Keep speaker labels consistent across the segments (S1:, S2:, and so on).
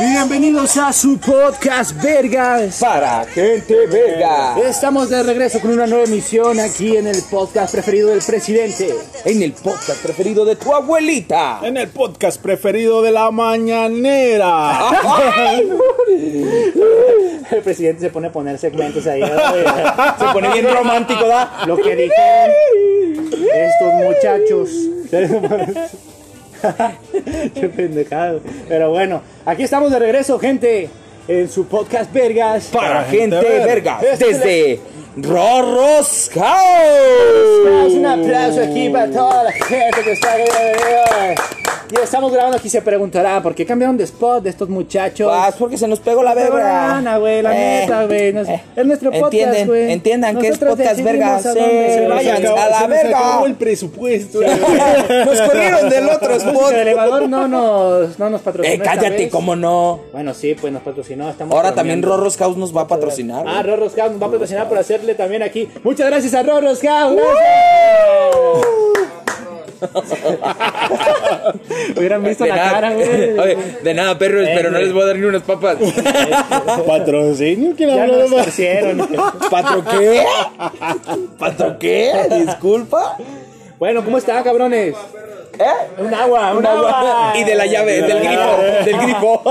S1: Y bienvenidos a su podcast Vergas.
S2: Para gente verga.
S1: Estamos de regreso con una nueva emisión aquí en el podcast preferido del presidente.
S2: En el podcast preferido de tu abuelita.
S3: En el podcast preferido de la
S1: Ah,
S3: mañanera.
S1: El presidente se pone a poner segmentos ahí.
S2: Se pone bien romántico, ¿da?
S1: Lo que dijeron estos muchachos. Qué pendejado. Pero bueno, aquí estamos de regreso, gente, en su podcast Vergas.
S2: Para gente
S3: gente
S2: verga.
S1: Este
S3: verga.
S2: Desde Rorros
S1: Damos
S2: House.
S1: un aplauso aquí para toda la gente que está aquí. Y estamos grabando aquí, se preguntará, ¿por qué cambiaron de spot de estos muchachos?
S2: Vas porque se nos pegó la verga.
S1: Verga, güey, la
S2: Eh,
S1: neta, güey. nos-
S2: eh,
S1: es nuestro podcast,
S2: entienden,
S1: güey.
S2: Entiendan que es
S1: Nosotros
S2: podcast verga.
S1: decidimos a dónde
S2: Sí,
S1: se va.
S2: vayan
S3: Se acabó-
S2: a la
S3: se nos acabó el
S2: verga.
S3: presupuesto.
S2: Nos corrieron del otro
S1: El
S2: spot.
S1: elevador no nos, no nos patrocinó.
S2: Eh,
S1: esta
S2: cállate,
S1: vez.
S2: cómo no.
S1: Bueno, sí, pues nos patrocinó. Estamos
S2: Ahora también
S1: bromeando.
S2: Rorros House nos va a patrocinar.
S1: Ah,
S2: güey.
S1: Rorro Scout nos va a patrocinar por hacerle también aquí. Muchas gracias a Rorro Scout. Gracias. Hubieran visto
S2: De
S1: la
S2: nada-
S1: cara, güey. Eh,
S2: Oye, de nada, perros, pero no
S1: güey.
S2: les voy a dar ni unas papas.
S3: Patrocinio, ¿quién
S1: Ya
S3: habló
S1: nos
S3: de más?
S1: torcieron.
S2: ¿Patro qué? ¿Patro qué? Disculpa.
S1: Bueno, ¿cómo está, cabrones?
S2: ¿Eh?
S1: Un agua, un agua.
S2: Y de la llave, del grifo, del grifo.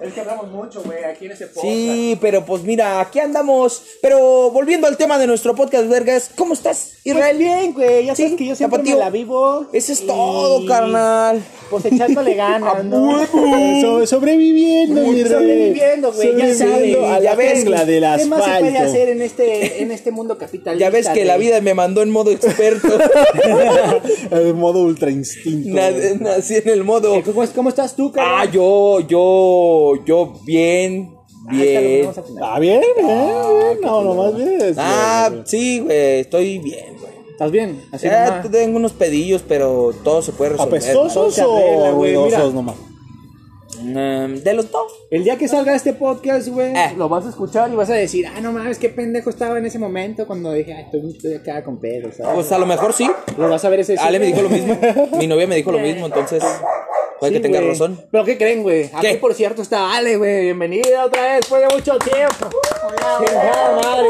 S1: Es que hablamos mucho, güey, aquí en ese podcast.
S2: Sí, pero pues mira, aquí andamos. Pero volviendo al tema de nuestro podcast, vergas, ¿cómo estás,
S1: Pues
S2: Israel?
S1: bien, güey, ya sabes
S2: Sí,
S1: que yo siempre
S2: tapatío.
S1: me la vivo.
S2: Eso es
S1: y,
S2: todo, carnal.
S1: Pues echándole ganas, ¿no?
S3: So- sobreviviendo, mi rey.
S1: Uh. Sobreviviendo, güey, ya
S3: Sobreviviendo
S1: sabes.
S3: a
S2: Ya
S3: la
S2: ves,
S3: mezcla del
S1: ¿Qué más se puede
S3: asfalto.
S1: hacer en este, en este mundo capitalista?
S2: Ya ves que la
S1: güey?
S2: vida me mandó en modo experto.
S3: De modo ultra instinto.
S2: Na- Nací en el modo.
S1: Eh, ¿Cómo, cómo estás tú, cabrón?
S2: Ah, yo, yo, yo, bien,
S1: Ah, esta lo
S2: bien.
S1: vamos a tener.
S3: Ah, bien, bien, bien. No, nomás bien.
S2: Ah,
S1: pues,
S2: sí, güey, estoy bien, güey.
S1: ¿Estás bien? Así
S2: Ya
S1: nomás.
S2: tengo unos pedillos, pero todo se puede resolver.
S3: ¿Apestosos
S1: Se arregla,
S3: o
S1: güey, mira.
S3: ruidosos nomás?
S2: ¿no? Mm, de los dos.
S1: El día que salga este podcast, güey,
S2: Eh.
S1: lo vas a escuchar y vas a decir, ah, no mames, qué pendejo estaba en ese momento cuando dije, ah, estoy, estoy acá con pedo, ¿sabes?
S2: Pues a lo mejor sí.
S1: Lo vas a ver ese.
S2: Ale me dijo lo mismo. Mi novia me dijo lo mismo, entonces. Puede que
S1: Sí,
S2: tenga
S1: güey.
S2: razón.
S1: ¿Pero qué creen, güey? Aquí,
S2: ¿Qué?
S1: por cierto, está Ale, güey. Bienvenida otra vez después de mucho tiempo. Chingada madre.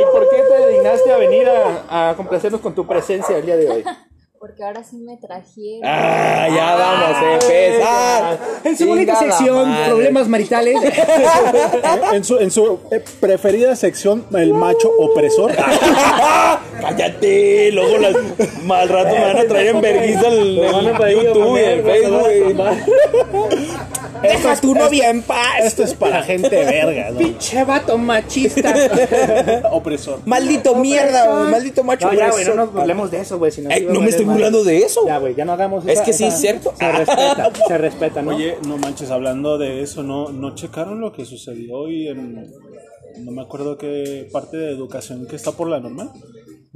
S1: ¿Y por qué te dignaste a venir a, a complacernos con tu presencia el día de hoy?
S4: Porque ahora sí me trajeron.
S2: Ah, ya vamos a empezar.
S1: Ah, En su bonita
S2: Chingada
S1: sección,
S2: madre.
S1: problemas maritales.
S3: En su, en su eh, preferida sección, el macho opresor.
S2: Cállate, luego las mal rato me van a traer en vergüenza el,
S1: Lo van a
S2: el
S1: pedir a
S2: YouTube y
S1: comer,
S2: el
S1: güey, lo van a
S2: Facebook.
S1: tomar.
S2: Deja a tu novia en paz.
S3: Esto es para gente verga, ¿no?
S1: Pinche vato machista.
S3: Opresor.
S2: Maldito mierda, güey, maldito macho.
S1: No, ya, güey, no
S2: grueso.
S1: nos hablemos de eso, güey. si
S2: Ey,
S1: sí va a
S2: no me
S1: valer
S2: estoy
S1: madre.
S2: burlando de eso.
S1: Ya, güey, ya no hagamos
S2: Es
S1: esa-
S2: que sí,
S1: esa-
S2: ¿cierto?
S1: Se respeta, se respeta, ¿no?
S3: Oye, no manches, hablando de eso, ¿no, no checaron lo que sucedió hoy en... No me acuerdo qué parte de educación que está por la normal.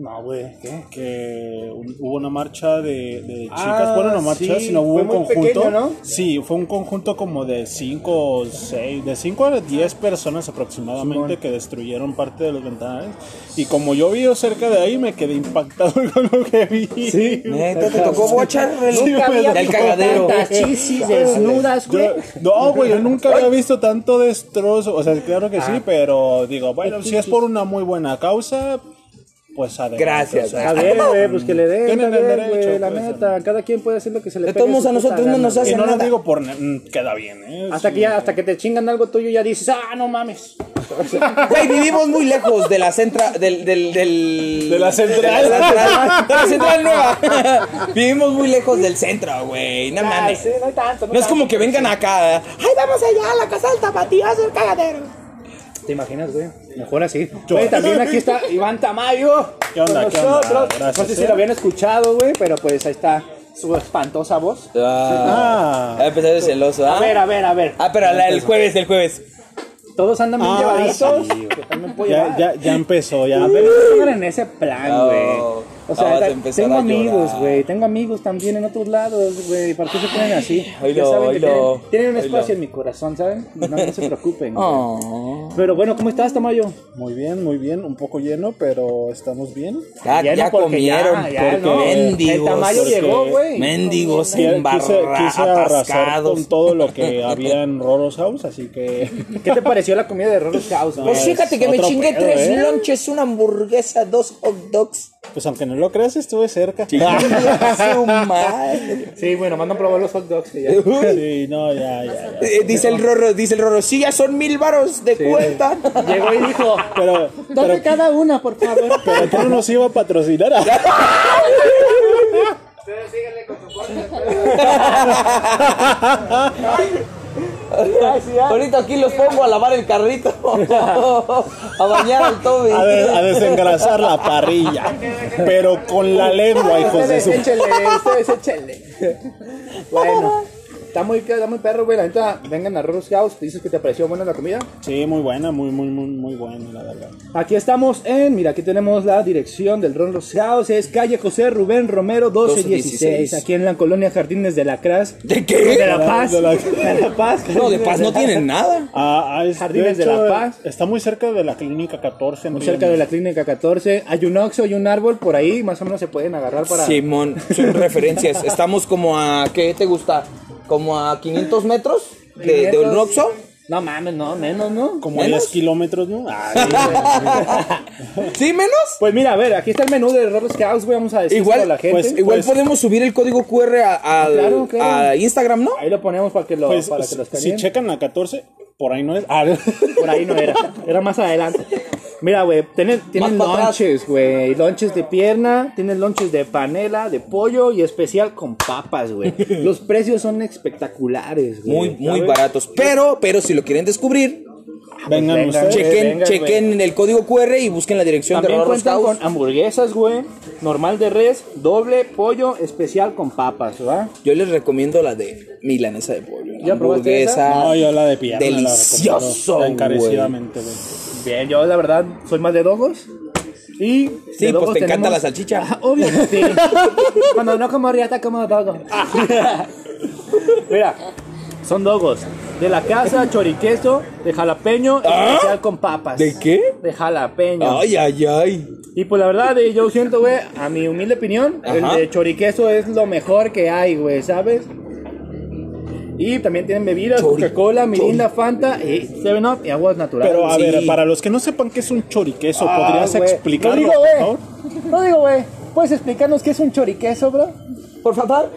S1: No, güey, ¿qué?
S3: Que un- hubo una marcha de, de chicas.
S1: Ah,
S3: bueno, no marcha,
S1: sí,
S3: sino hubo
S1: fue
S3: un
S1: muy
S3: conjunto.
S1: pequeño, ¿no?
S3: Sí, fue un conjunto como de 5 o 6, de 5 a 10 personas aproximadamente
S1: Simón.
S3: que destruyeron parte de los ventanales. Y como yo vivo cerca de ahí, me quedé impactado con lo que vi.
S1: Sí.
S2: Neta, te tocó bochar
S3: Sí,
S1: Nunca
S3: güey,
S1: había
S2: del
S1: visto
S2: cagadero.
S1: tantas chisis desnudas, güey.
S3: Yo- no, güey, yo nunca había visto tanto destrozo. O sea, claro que sí, pero digo, bueno, si es por una muy buena causa, pues adelante.
S2: Gracias.
S3: o sea,
S1: Está bien, güey, pues que le den,
S3: Tienen
S1: está
S3: el
S1: bien, güey,
S3: derecho,
S1: la
S3: pues,
S1: neta, cada quien puede hacer lo que se le
S2: De
S1: pegue
S2: todos modos,
S1: su
S2: a
S1: puta
S2: nosotros no
S1: gana,
S2: nos
S1: güey.
S3: Y
S2: hacen
S3: no lo
S2: nada.
S3: digo por. ne- mm, Queda bien, ¿eh?
S1: Hasta que ya, hasta que te chingan algo tuyo ya dices, ah, no mames.
S2: Güey, vivimos muy lejos de la central. Del, del, del-
S3: De la central.
S2: De la central, de la central nueva. vivimos muy lejos del centro, güey. No
S1: Ay,
S2: mames.
S1: Ah, sí, no hay tanto,
S2: No es como que vengan acá. Ay, vamos allá a la casa del tapatío a hacer cagadero.
S1: ¿Te imaginas, güey? Mejor así. Güey, también aquí está Iván Tamayo.
S3: ¿Qué onda,
S1: con
S3: qué onda?
S1: nosotros.
S3: Gracias,
S1: no sé si
S3: eh.
S1: lo habían escuchado, güey, pero pues ahí está su espantosa voz.
S2: Ah, a empezar de celoso, ¿ah?
S1: A ver, a ver, a ver.
S2: Ah, pero la- el jueves, el jueves.
S1: Todos andan bien
S3: Ah,
S1: llevaditos.
S3: sí, güey.
S1: Yo también puedo
S3: Ya,
S1: llevar.
S3: ya, ya empezó, ya.
S1: A ver, no se pongan en ese plan, güey.
S2: Oh. Ah,
S5: O sea,
S2: vas a
S5: la-
S2: empezar
S5: tengo
S2: a
S5: amigos,
S2: llorar.
S5: güey. Tengo amigos también en otros lados, güey. ¿Para qué se ponen así?
S2: Oílo,
S5: Ya saben que
S2: oílo,
S5: tienen, tienen un
S2: oílo.
S5: espacio en mi corazón, ¿saben? No, no se preocupen. güey.
S2: Oh.
S5: Pero bueno, ¿cómo estás, Tamayo?
S3: Muy bien, muy bien. Un poco lleno, pero estamos bien.
S2: Ya,
S5: Ya no,
S2: ya
S5: porque
S2: comieron,
S5: ya, ya,
S2: porque
S5: no.
S2: mendigos.
S5: El tamaño
S2: porque
S5: llegó, güey.
S2: Mendigos
S3: Quise,
S2: sin barra,
S3: quise- quise arrasar
S2: atascados.
S3: con todo lo que había en Roro's House, así que.
S5: ¿Qué te pareció la comida de Roro House? güey?
S3: Pues fíjate que me Otro chingué pedo, tres ¿eh?
S5: lonches, una hamburguesa, dos hot dogs.
S3: Pues aunque no lo creas, estuve cerca.
S2: Su madre.
S1: Sí, bueno, mandan probar los hot dogs. y ya.
S3: Sí, no, ya, ya. ya.
S2: Eh,
S5: dice el Rorro, dice el Rorro, sí, ya son mil varos de cuenta.
S1: Llegó y dijo,
S3: Pero, pero,
S1: cada una, por favor.
S3: pero tú no nos iba a patrocinar.
S2: Ahorita aquí los pongo a lavar el carrito. a bañar al Toby.
S3: a, de- a desengrasar la parrilla. Pero con la lengua,
S2: Pues
S3: hijos de
S1: Ustedes
S3: su.
S1: échenle, ustedes échenle. Bueno, está muy, está muy perro, güey. La neta, vengan a Rose House. Dices que te pareció buena la comida.
S3: Sí, muy buena, muy, muy, muy, muy buena, la verdad.
S1: Aquí estamos en, mira, aquí tenemos la dirección del Ron Rose House. Es calle José Rubén Romero 1216.
S2: 1216,
S1: Aquí en la colonia Jardines de la Cras.
S2: ¿De
S1: De
S2: qué?
S1: la Paz.
S3: De la-
S1: De la Paz.
S2: No, de paz no tienen nada.
S3: Ah, ah, es-
S1: Jardines de La Paz.
S3: Está muy cerca de la clínica 14. en
S1: Muy
S3: Río
S1: cerca de la clínica 14. Hay un oxo y un árbol por ahí. Más o menos se pueden agarrar para.
S2: Simón, son referencias. Estamos como a, ¿qué te gusta? Como a 500 metros de, de un Oxxo.
S1: No mames, no, menos, ¿no?
S3: Como en
S2: ¿Menos?
S3: 10 kilómetros, ¿no? Ah, Ay,
S2: ¿Sí menos?
S1: Pues mira, a ver, aquí está el menú de Rolls House, güey, vamos a decir a
S2: Igual,
S1: la gente.
S2: pues, igual podemos subir el código QR a, al-
S1: Claro, claro.
S2: a Instagram, ¿no?
S1: Ahí lo ponemos para que lo,
S3: pues,
S1: para que lo
S3: si
S1: escaneen.
S3: checan la 14, por ahí no es. Ah,
S1: Por ahí no era, era más adelante. Mira, güey, tienen, tienen
S2: para atrás.
S1: lonches, güey, lonches de pierna, tienen lonches de panela, de pollo y especial con papas, güey. Los precios son espectaculares, güey.
S2: Muy, muy
S1: ¿sabes?
S2: baratos. Pero, pero si lo quieren descubrir,
S3: vengan
S1: Eh, vengan,
S3: ustedes.
S1: che-
S2: chequen,
S1: venga,
S2: chequen en el código QR y busquen la dirección
S1: También
S2: de Rorro's
S1: cuentan
S2: House.
S1: con hamburguesas, güey, normal de res, doble, pollo, especial con papas, ¿va?
S2: Yo les recomiendo la de milanesa de pollo.
S1: ¿Ya probaste esa?
S3: No, Ah, yo la de pierna. la
S2: Delicioso,
S3: recomiendo encarecidamente, güey.
S1: Bien, yo la verdad soy más de dogos. Y
S2: Sí,
S1: de
S2: pues,
S1: dogos
S2: te encanta la salchicha.
S1: Ah, obviamente. Cuando no como riata, como dogo. Mira, son dogos. De la casa, choriqueso, de jalapeño,
S2: ¿Ah?
S1: especial con papas.
S2: ¿De qué?
S1: De jalapeño.
S2: Ay, ay, ay.
S1: Y pues la verdad, eh, yo siento, güey, a mi humilde opinión,
S2: Ajá.
S1: el de choriqueso es lo mejor que hay, güey, ¿sabes? Y también tienen bebidas,
S2: Chori-
S1: Coca-Cola, Mirinda, Fanta, y 7-Up y aguas naturales.
S3: Pero a
S2: Sí.
S3: ver, para los que no sepan qué es un choriqueso, ¿podrías
S1: Ah, güey.
S3: explicarlo,
S1: Lo digo,
S3: por
S1: güey.
S3: favor?
S1: No digo, güey. ¿Puedes explicarnos qué es un choriqueso, bro?
S2: Por favor.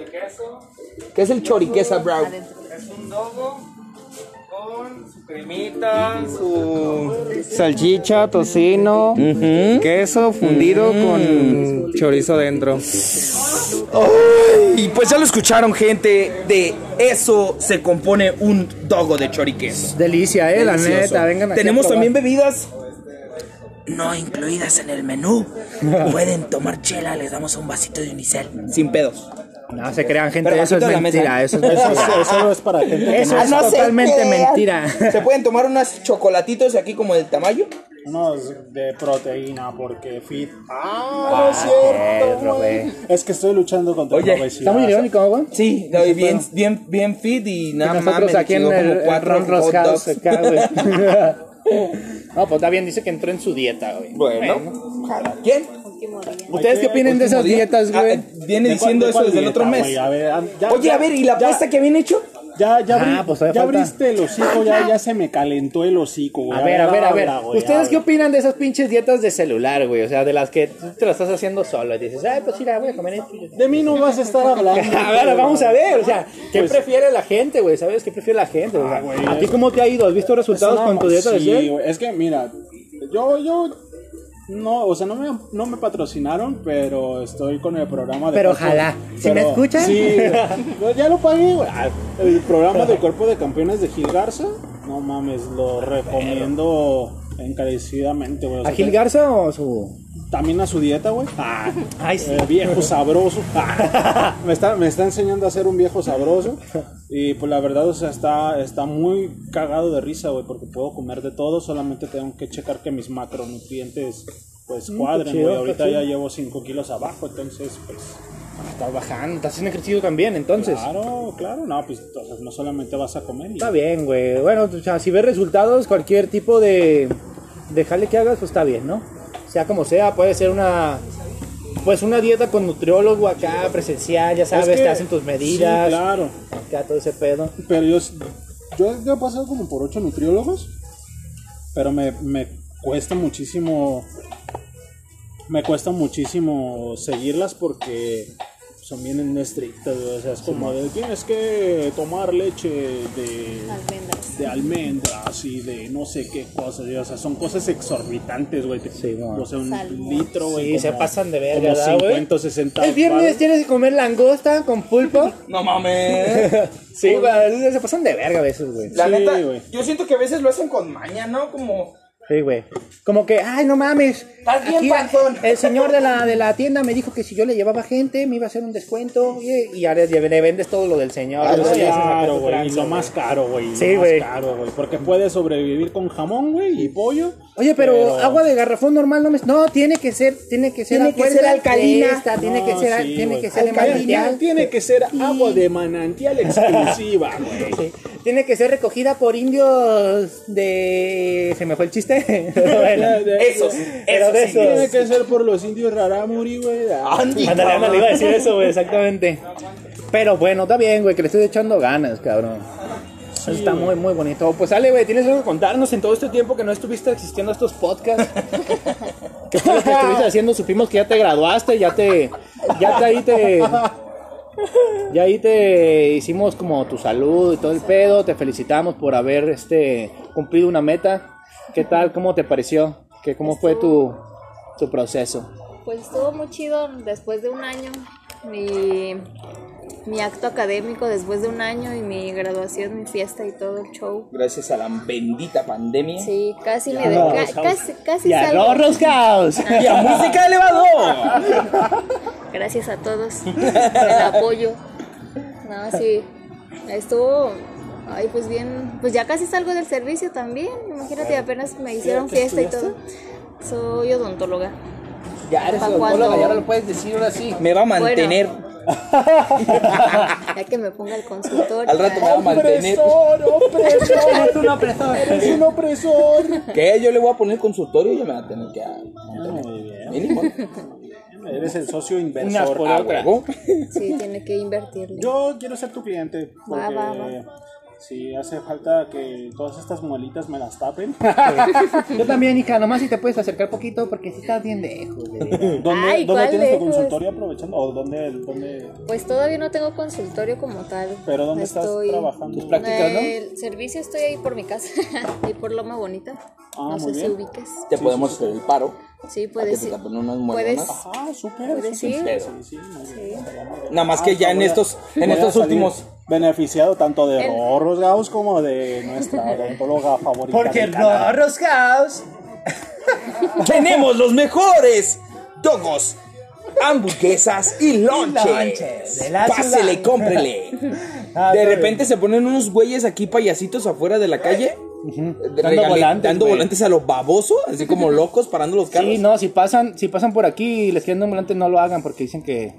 S2: ¿Qué es el choriquesa, bro?
S6: Es un dogo con su cremita, su salchicha, tocino, queso fundido con chorizo dentro.
S2: Y pues ya lo escucharon, gente. De eso se compone un dogo de choriqueso.
S1: Delicia, eh, la
S2: Delicioso.
S1: neta. Vengan aquí
S2: Tenemos
S1: a probar.
S2: también bebidas no incluidas en el menú. Pueden tomar chela, les damos un vasito de unicel. Sin pedos.
S1: No se crean, gente.
S2: Pero
S1: Eso es
S2: bajito de la mesa.
S1: mentira. Eso es
S3: Eso,
S1: mentira.
S3: es- eso es para gente que
S1: Eso
S3: no-
S1: es totalmente mentira.
S2: Se pueden tomar unas chocolatitos aquí como del tamaño.
S3: Unos de proteína, porque fit.
S1: Pedro, güey.
S3: Es que estoy luchando contra
S2: Oye,
S3: la obesidad.
S1: Está muy irónico, güey.
S2: Sí, no, y bien, bien, bien fit y nada más.
S1: Nosotros aquí en el, el Ron Ross House acá, güey. No, pues está bien, dice que entró en su dieta, güey.
S2: Bueno, cada quien.
S7: Último día.
S1: ¿Ustedes qué opinan de esas
S2: Último día.
S1: dietas,
S2: Ah,
S1: güey?
S2: eh, viene
S3: ¿De cuál-
S2: diciendo
S3: de
S2: eso
S3: cuál
S2: desde el
S3: dieta,
S2: otro mes.
S3: güey? A ver, an- ya-
S2: Oye,
S3: ya-
S2: a ver, ¿y la
S3: ya-
S2: apuesta que habían hecho?
S3: Ya, ya, abrí-
S1: Ah, pues todavía
S3: ya
S1: falta.
S3: abriste el hocico, ya, ya se me calentó el hocico, güey.
S1: A ver, a ver, a ver.
S3: habla, güey,
S1: ¿Ustedes qué
S3: habla.
S1: opinan de esas pinches dietas de celular, güey? O sea, de las que tú te las estás haciendo solo y dices, ay, pues mira, voy a comer esto.
S3: De mí no vas a estar hablando.
S1: A ver, vamos a ver, o sea, ¿qué
S3: Pues-
S1: prefiere la gente, güey? ¿Sabes qué prefiere la gente? O sea,
S3: Ah, güey,
S1: ¿A ti
S3: es-
S1: cómo te ha ido? ¿Has visto resultados con tu dieta de
S3: Pues Sí,
S1: cel?
S3: güey, es que mira, yo, yo, no, o sea, no me, no me patrocinaron, pero estoy con el programa de...
S1: Pero ojalá. ¿Sí me escuchan?
S3: Sí, güey. ya lo pagué, güey. Ah, El programa del Cuerpo de Campeones de Gil Garza, no mames, lo recomiendo encarecidamente, güey. O sea,
S1: ¿A Gil Garza o su...?
S3: También a su dieta, güey. Ah,
S1: Ay, sí.
S3: eh, viejo sabroso. Ah, me, está, me está enseñando a ser un viejo sabroso. Y pues la verdad, o sea, está, está muy cagado de risa, güey, porque puedo comer de todo. Solamente tengo que checar que mis macronutrientes pues cuadren,
S1: Mm, chido,
S3: güey.
S1: está
S3: Ahorita
S1: chido.
S3: ya llevo 5 kilos abajo, entonces, pues.
S1: Estás bajando, estás haciendo ejercicio también, entonces.
S3: Claro, claro, no, pues o sea, no solamente vas a comer y
S1: Está bien, güey. Bueno, o sea, si ves resultados, cualquier tipo de, de jale que hagas, pues está bien, ¿no? Sea como sea, puede ser una... Pues una dieta con nutriólogo acá, presencial, ya sabes,
S3: Es que-
S1: te hacen tus medidas,
S3: Sí, claro.
S1: acá todo ese pedo.
S3: Pero yo, yo, yo he pasado como por ocho nutriólogos, pero me, me cuesta muchísimo, me cuesta muchísimo seguirlas porque son bien estrictas, güey, o sea, es como de, tienes que tomar leche de,
S4: almendras.
S3: de almendras y de no sé qué cosas, y, o sea, son cosas exorbitantes, güey, te- o sea, un
S4: Salmón.
S3: litro, güey,
S1: Sí, se
S3: como-
S1: pasan de verga,
S3: como
S1: ¿verdad, güey?
S3: 50 o 60
S1: El viernes
S3: varos.
S1: tienes que comer langosta con pulpo.
S8: No mames.
S1: Sí, güey, se pasan de verga a veces, güey.
S8: La
S3: Sí,
S8: neta,
S3: güey.
S8: yo siento que a veces lo hacen con maña, ¿no? Como.
S1: Sí, güey. Como que, ay, no mames.
S8: Estás bien panzón.
S1: El señor de la, de la tienda me dijo que si yo le llevaba gente, me iba a hacer un descuento. Y, y ya le, le vendes todo lo del señor.
S3: Ah,
S1: ¿no?
S3: sí,
S1: Y haces acá
S3: claro,
S1: tu
S3: güey. Y
S1: tranza,
S3: lo
S1: güey.
S3: más caro, güey.
S1: Sí,
S3: lo
S1: güey.
S3: más caro, güey. Porque puedes sobrevivir con jamón, güey, y pollo.
S1: Oye, pero, agua de garrafón normal no me... No, tiene que ser, tiene que ser...
S2: Tiene
S1: a
S2: que
S1: fuerza
S2: ser alcalina.
S1: de esta, tiene que
S3: No,
S1: ser,
S3: sí,
S1: tiene
S3: güey.
S1: que ser de manantial.
S3: Tiene que ser agua de manantial exclusiva, güey.
S1: Sí. Tiene que ser recogida por indios de... ¿Se me fue el chiste? bueno,
S8: Esos,
S1: Pero
S8: esos.
S1: de
S8: sí.
S1: esos.
S3: Tiene que ser por los indios raramuri, güey.
S8: Andy,
S1: Ándale,
S8: cabrón.
S1: ándale, iba a decir eso, güey, exactamente. Pero bueno, está bien, güey, que le estoy echando ganas, cabrón. Eso está muy, muy bonito. Pues Ale, güey, tienes algo que contarnos en todo este tiempo que no estuviste asistiendo a estos podcasts. que fue lo que estuviste haciendo, supimos que ya te graduaste, ya te. Ya te ahí te. Ya ahí te hicimos como tu salud y todo el pedo. Te felicitamos por haber este, cumplido una meta. ¿Qué tal? ¿Cómo te pareció? ¿Qué, ¿Cómo fue tu, tu proceso?
S4: Pues estuvo muy chido después de un año. Mi, mi acto académico después de un año y mi graduación, mi fiesta y todo el show.
S8: Gracias a la bendita pandemia.
S4: Sí, casi me de- ca- casi, casi
S1: Y a
S4: salgo.
S1: los Roscaos.
S8: Y a música de elevador.
S4: Gracias a todos por el apoyo. No, sí. Estuvo. Ay, pues bien. Pues ya casi salgo del servicio también. Imagínate, apenas me hicieron fiesta y todo. Soy odontóloga.
S1: Ya eres
S4: ¿Para odontóloga, cuándo? ya no lo
S1: puedes decir ahora sí.
S8: Me va a mantener.
S4: Ya que me ponga el consultorio.
S8: Al rato me va a mantener.
S1: Ah, Eres un opresor. Eres un opresor.
S8: ¿Qué? Yo le voy a poner consultorio y ya me va a tener que. ah,
S3: Muy bien.
S8: Mínimo.
S3: Eres el socio
S1: Unas
S3: inversor.
S1: por
S8: A
S3: Ah, güey.
S8: huevo.
S4: Sí, tiene que invertirle.
S3: Yo quiero ser tu cliente. Porque
S4: Va, va, va.
S3: si hace falta que todas estas muelitas me las tapen.
S1: Yo también, hija, nomás si te puedes acercar poquito porque si estás bien lejos.
S3: ¿Dónde, dónde
S4: Ay, ¿cuál
S3: tienes tu
S4: lejos?
S3: consultorio aprovechando? ¿O dónde, dónde,
S4: Pues todavía no tengo consultorio como tal.
S3: pero dónde estás
S4: Estoy-
S3: trabajando?
S8: Tus prácticas, ¿no?
S4: El servicio estoy ahí por mi casa. ahí por Loma Bonita.
S3: Ah,
S4: no
S3: muy
S4: sé si
S3: bien.
S4: ubiques.
S8: Te podemos hacer el paro.
S4: Sí,
S8: a que
S4: puedes
S8: te
S4: ir.
S8: tapen unas
S4: Puedes.
S8: muelas.
S3: Ah, súper.
S4: Puedes
S3: súper.
S4: ir.
S8: Pero.
S3: Sí, sí, muy bien.
S8: Nada más que
S3: Ah,
S8: ya en
S3: voy a-
S8: estos,
S3: voy
S8: en
S3: a
S8: estos
S3: salir
S8: últimos.
S3: Beneficiado tanto de
S4: El-
S3: Rorros Gaus como de nuestra odontóloga favorita. del canal.
S1: Roscaos.
S8: Tenemos los mejores dogos, hamburguesas y
S1: lonches
S8: lonches.
S1: de la
S8: Pásele,
S1: ciudad.
S8: cómprele.
S1: Ah,
S8: De
S1: está
S8: repente se ponen unos güeyes aquí payasitos afuera de la calle. Dando,
S1: volantes,
S8: dando
S1: güey.
S8: volantes a los babosos, así como locos, parando los carros.
S1: Sí, no, si pasan, si pasan por aquí y les quieren ambulante, no lo hagan porque dicen que,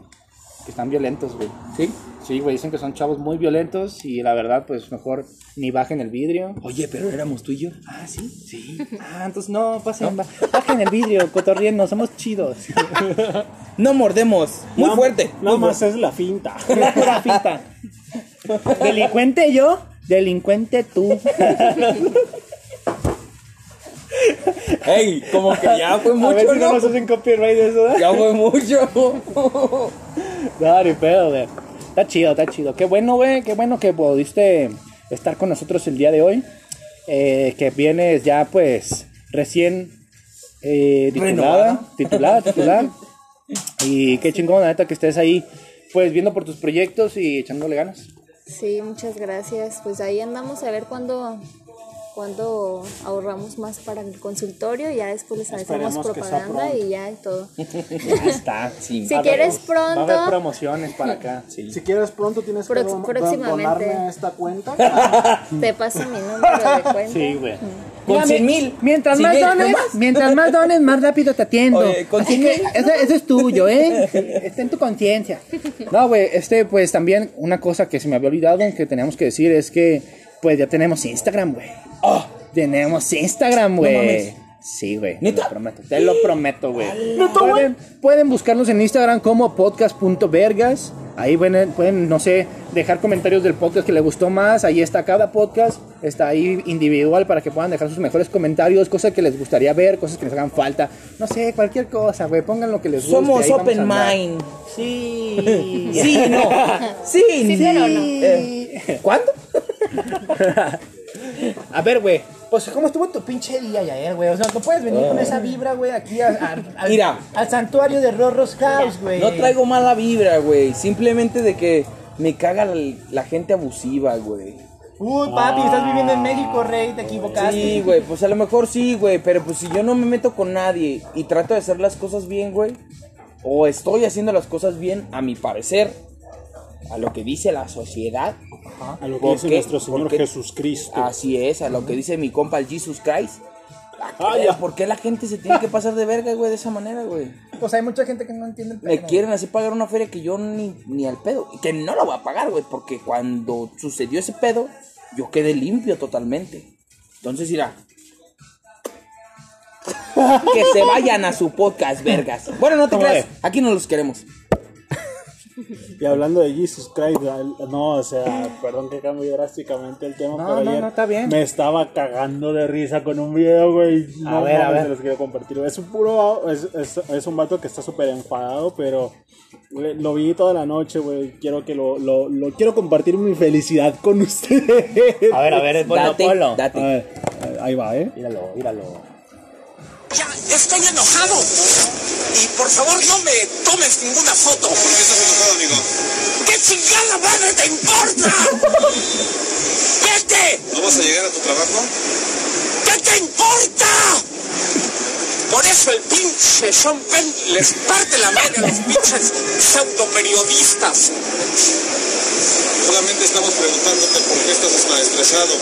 S1: que están violentos, güey.
S8: Sí.
S1: Sí, güey, dicen que son chavos muy violentos y la verdad, pues mejor ni bajen el vidrio.
S8: Oye, pero éramos tú y yo.
S1: Ah, sí, sí. Ah, entonces no, pasen, ba- bajen el vidrio, cotorriendo, somos chidos.
S8: No mordemos. Muy
S3: Nada-
S8: fuerte.
S3: Nada más es la finta.
S1: La pura finta. Delincuente yo, delincuente tú.
S8: Ey, como que ya fue
S1: A ver
S8: mucho,
S1: si no
S8: ¿no?
S1: nos hacen copyright de eso. ¿eh?
S8: Ya fue mucho.
S1: No, ni pedo, güey. Está chido, está chido. Qué bueno, güey. Qué bueno que pudiste estar con nosotros el día de hoy. Eh, que vienes ya, pues, recién eh, titulada.
S8: Renovada.
S1: Titulada, titular. Y qué chingón, la neta, que estés ahí, pues, viendo por tus proyectos y echándole ganas.
S4: Sí, muchas gracias. Pues ahí andamos a ver cuándo, cuándo ahorramos más para el consultorio. Ya después les hacemos
S3: Esperemos que sea
S4: propaganda
S3: pronto.
S4: y ya y todo.
S1: Ya está.
S8: Sí.
S4: Si quieres
S1: Va a haber
S4: pronto,
S1: promociones para acá. Sí.
S3: Si quieres pronto tienes que
S4: Prox-
S3: don- don-
S4: próximamente.
S3: donarme a esta cuenta.
S4: te paso mi número de cuenta.
S1: Sí, güey.
S2: Con
S1: Mira,
S2: 100
S1: mi-
S2: mil.
S1: Mientras
S2: Si
S1: más
S2: llegas,
S1: dones,
S2: más.
S1: mientras más dones, más rápido te atiendo.
S2: Oye, con
S1: Así
S2: cien
S1: que
S2: mil.
S1: ese, ese es tuyo, ¿eh? Está en tu conciencia. No, güey, este, pues también una cosa que se me había olvidado que teníamos que decir es que, pues ya tenemos Instagram, güey.
S2: Oh,
S1: Tenemos Instagram, güey.
S2: mames.
S1: sí, güey. Te
S2: ¿Neta?
S1: lo prometo. Te lo prometo, güey. Pueden, pueden buscarnos en Instagram como podcast.vergas. Ahí pueden, pueden, no sé, dejar comentarios del podcast que les gustó más. Ahí está cada podcast. Está ahí individual para que puedan dejar sus mejores comentarios, cosas que les gustaría ver, cosas que les hagan falta. No sé, cualquier cosa, güey. Pongan lo que les guste.
S2: somos
S1: ahí vamos a
S2: open
S1: andar.
S2: mind.
S1: Sí.
S2: Sí, no. Sí,
S1: pero no.
S2: Eh, ¿Cuándo?
S1: A ver, güey. Pues, ¿cómo estuvo tu pinche día ayer, güey? O sea, no puedes venir con esa vibra, güey, aquí a- a- al,
S2: Mira.
S1: al santuario de Rorros House, güey.
S2: No traigo mala vibra, güey. Simplemente de que me caga la, la gente abusiva, güey.
S1: Uy, papi, estás viviendo en México, rey, te equivocaste.
S2: Sí, güey, pues a lo mejor sí, güey, pero pues si yo no me meto con nadie y trato de hacer las cosas bien, güey, o estoy haciendo las cosas bien, a mi parecer, a lo que dice la sociedad,
S3: A lo que
S2: ¿Por
S3: dice
S2: qué?
S3: nuestro Señor
S2: ¿Por qué?
S3: Jesucristo.
S1: Ah,
S2: así es, a lo que dice mi compa el Jesus Christ, ah,
S3: Ah,
S2: caray,
S3: ya.
S2: ¿por qué la gente se tiene que pasar de verga, güey, de esa manera, güey?
S1: Pues hay mucha gente que no entiende el
S2: Me
S1: pedo.
S2: quieren hacer pagar una feria que yo ni, ni al pedo, y que no la voy a pagar, güey, porque cuando sucedió ese pedo, yo quedé limpio totalmente. Entonces, irá. que se vayan a su podcast, vergas. Bueno, no te
S3: Tómale.
S2: creas, aquí no los queremos.
S3: Y hablando de Jesus Christ, al- no, o sea, perdón que cambie drásticamente el tema,
S1: No,
S3: pero
S1: no,
S3: ayer
S1: no, está bien.
S3: me estaba cagando de risa con un video, güey. No,
S1: ver, a
S3: mames,
S1: ver.
S3: se los quiero compartir. Es un puro, es, es- es un vato que está súper enfadado, pero güey, lo vi toda la noche, güey. Quiero que lo, lo, lo- quiero compartir mi felicidad con ustedes.
S1: A ver, a ver, ponlo,
S2: Date,
S1: ponlo.
S2: date.
S3: A ver, ahí va, ¿eh?
S1: Míralo, míralo.
S9: Ya, estoy enojado. Y por favor no me tomes ninguna foto. ¿Por qué estás enojado, amigo? ¿Qué chingada madre te importa? ¡Vete! ¿No vas a llegar a tu trabajo? ¿Qué te importa? Por eso el pinche Sean Penn les parte la madre a los pinches pseudoperiodistas. Solamente estamos preguntándote por qué estás estresado.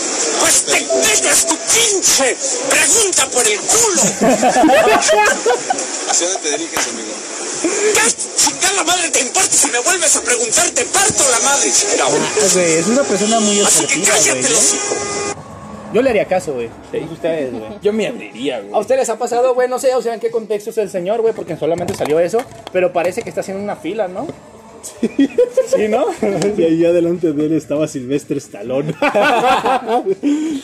S9: Pues te metes tu pinche pregunta por el culo. ¿Hacia dónde te diriges, amigo? ¿Qué chingada la madre te importa si me vuelves a preguntar? Te parto la madre, chingada.
S1: Güey, es una persona muy
S2: Ah,
S9: Así que
S1: asertiva, güey.
S9: cállate los
S1: ¿eh? Yo le haría caso, güey. Ustedes, güey.
S2: Yo me abriría,
S1: ¿A
S2: güey.
S1: ustedes les ha pasado, güey? No sé, o sea, en qué contexto es el señor, güey, porque solamente salió eso, pero parece que está haciendo una fila, ¿no? Sí, ¿no?
S3: Y ahí adelante de él estaba Silvestre Stallone.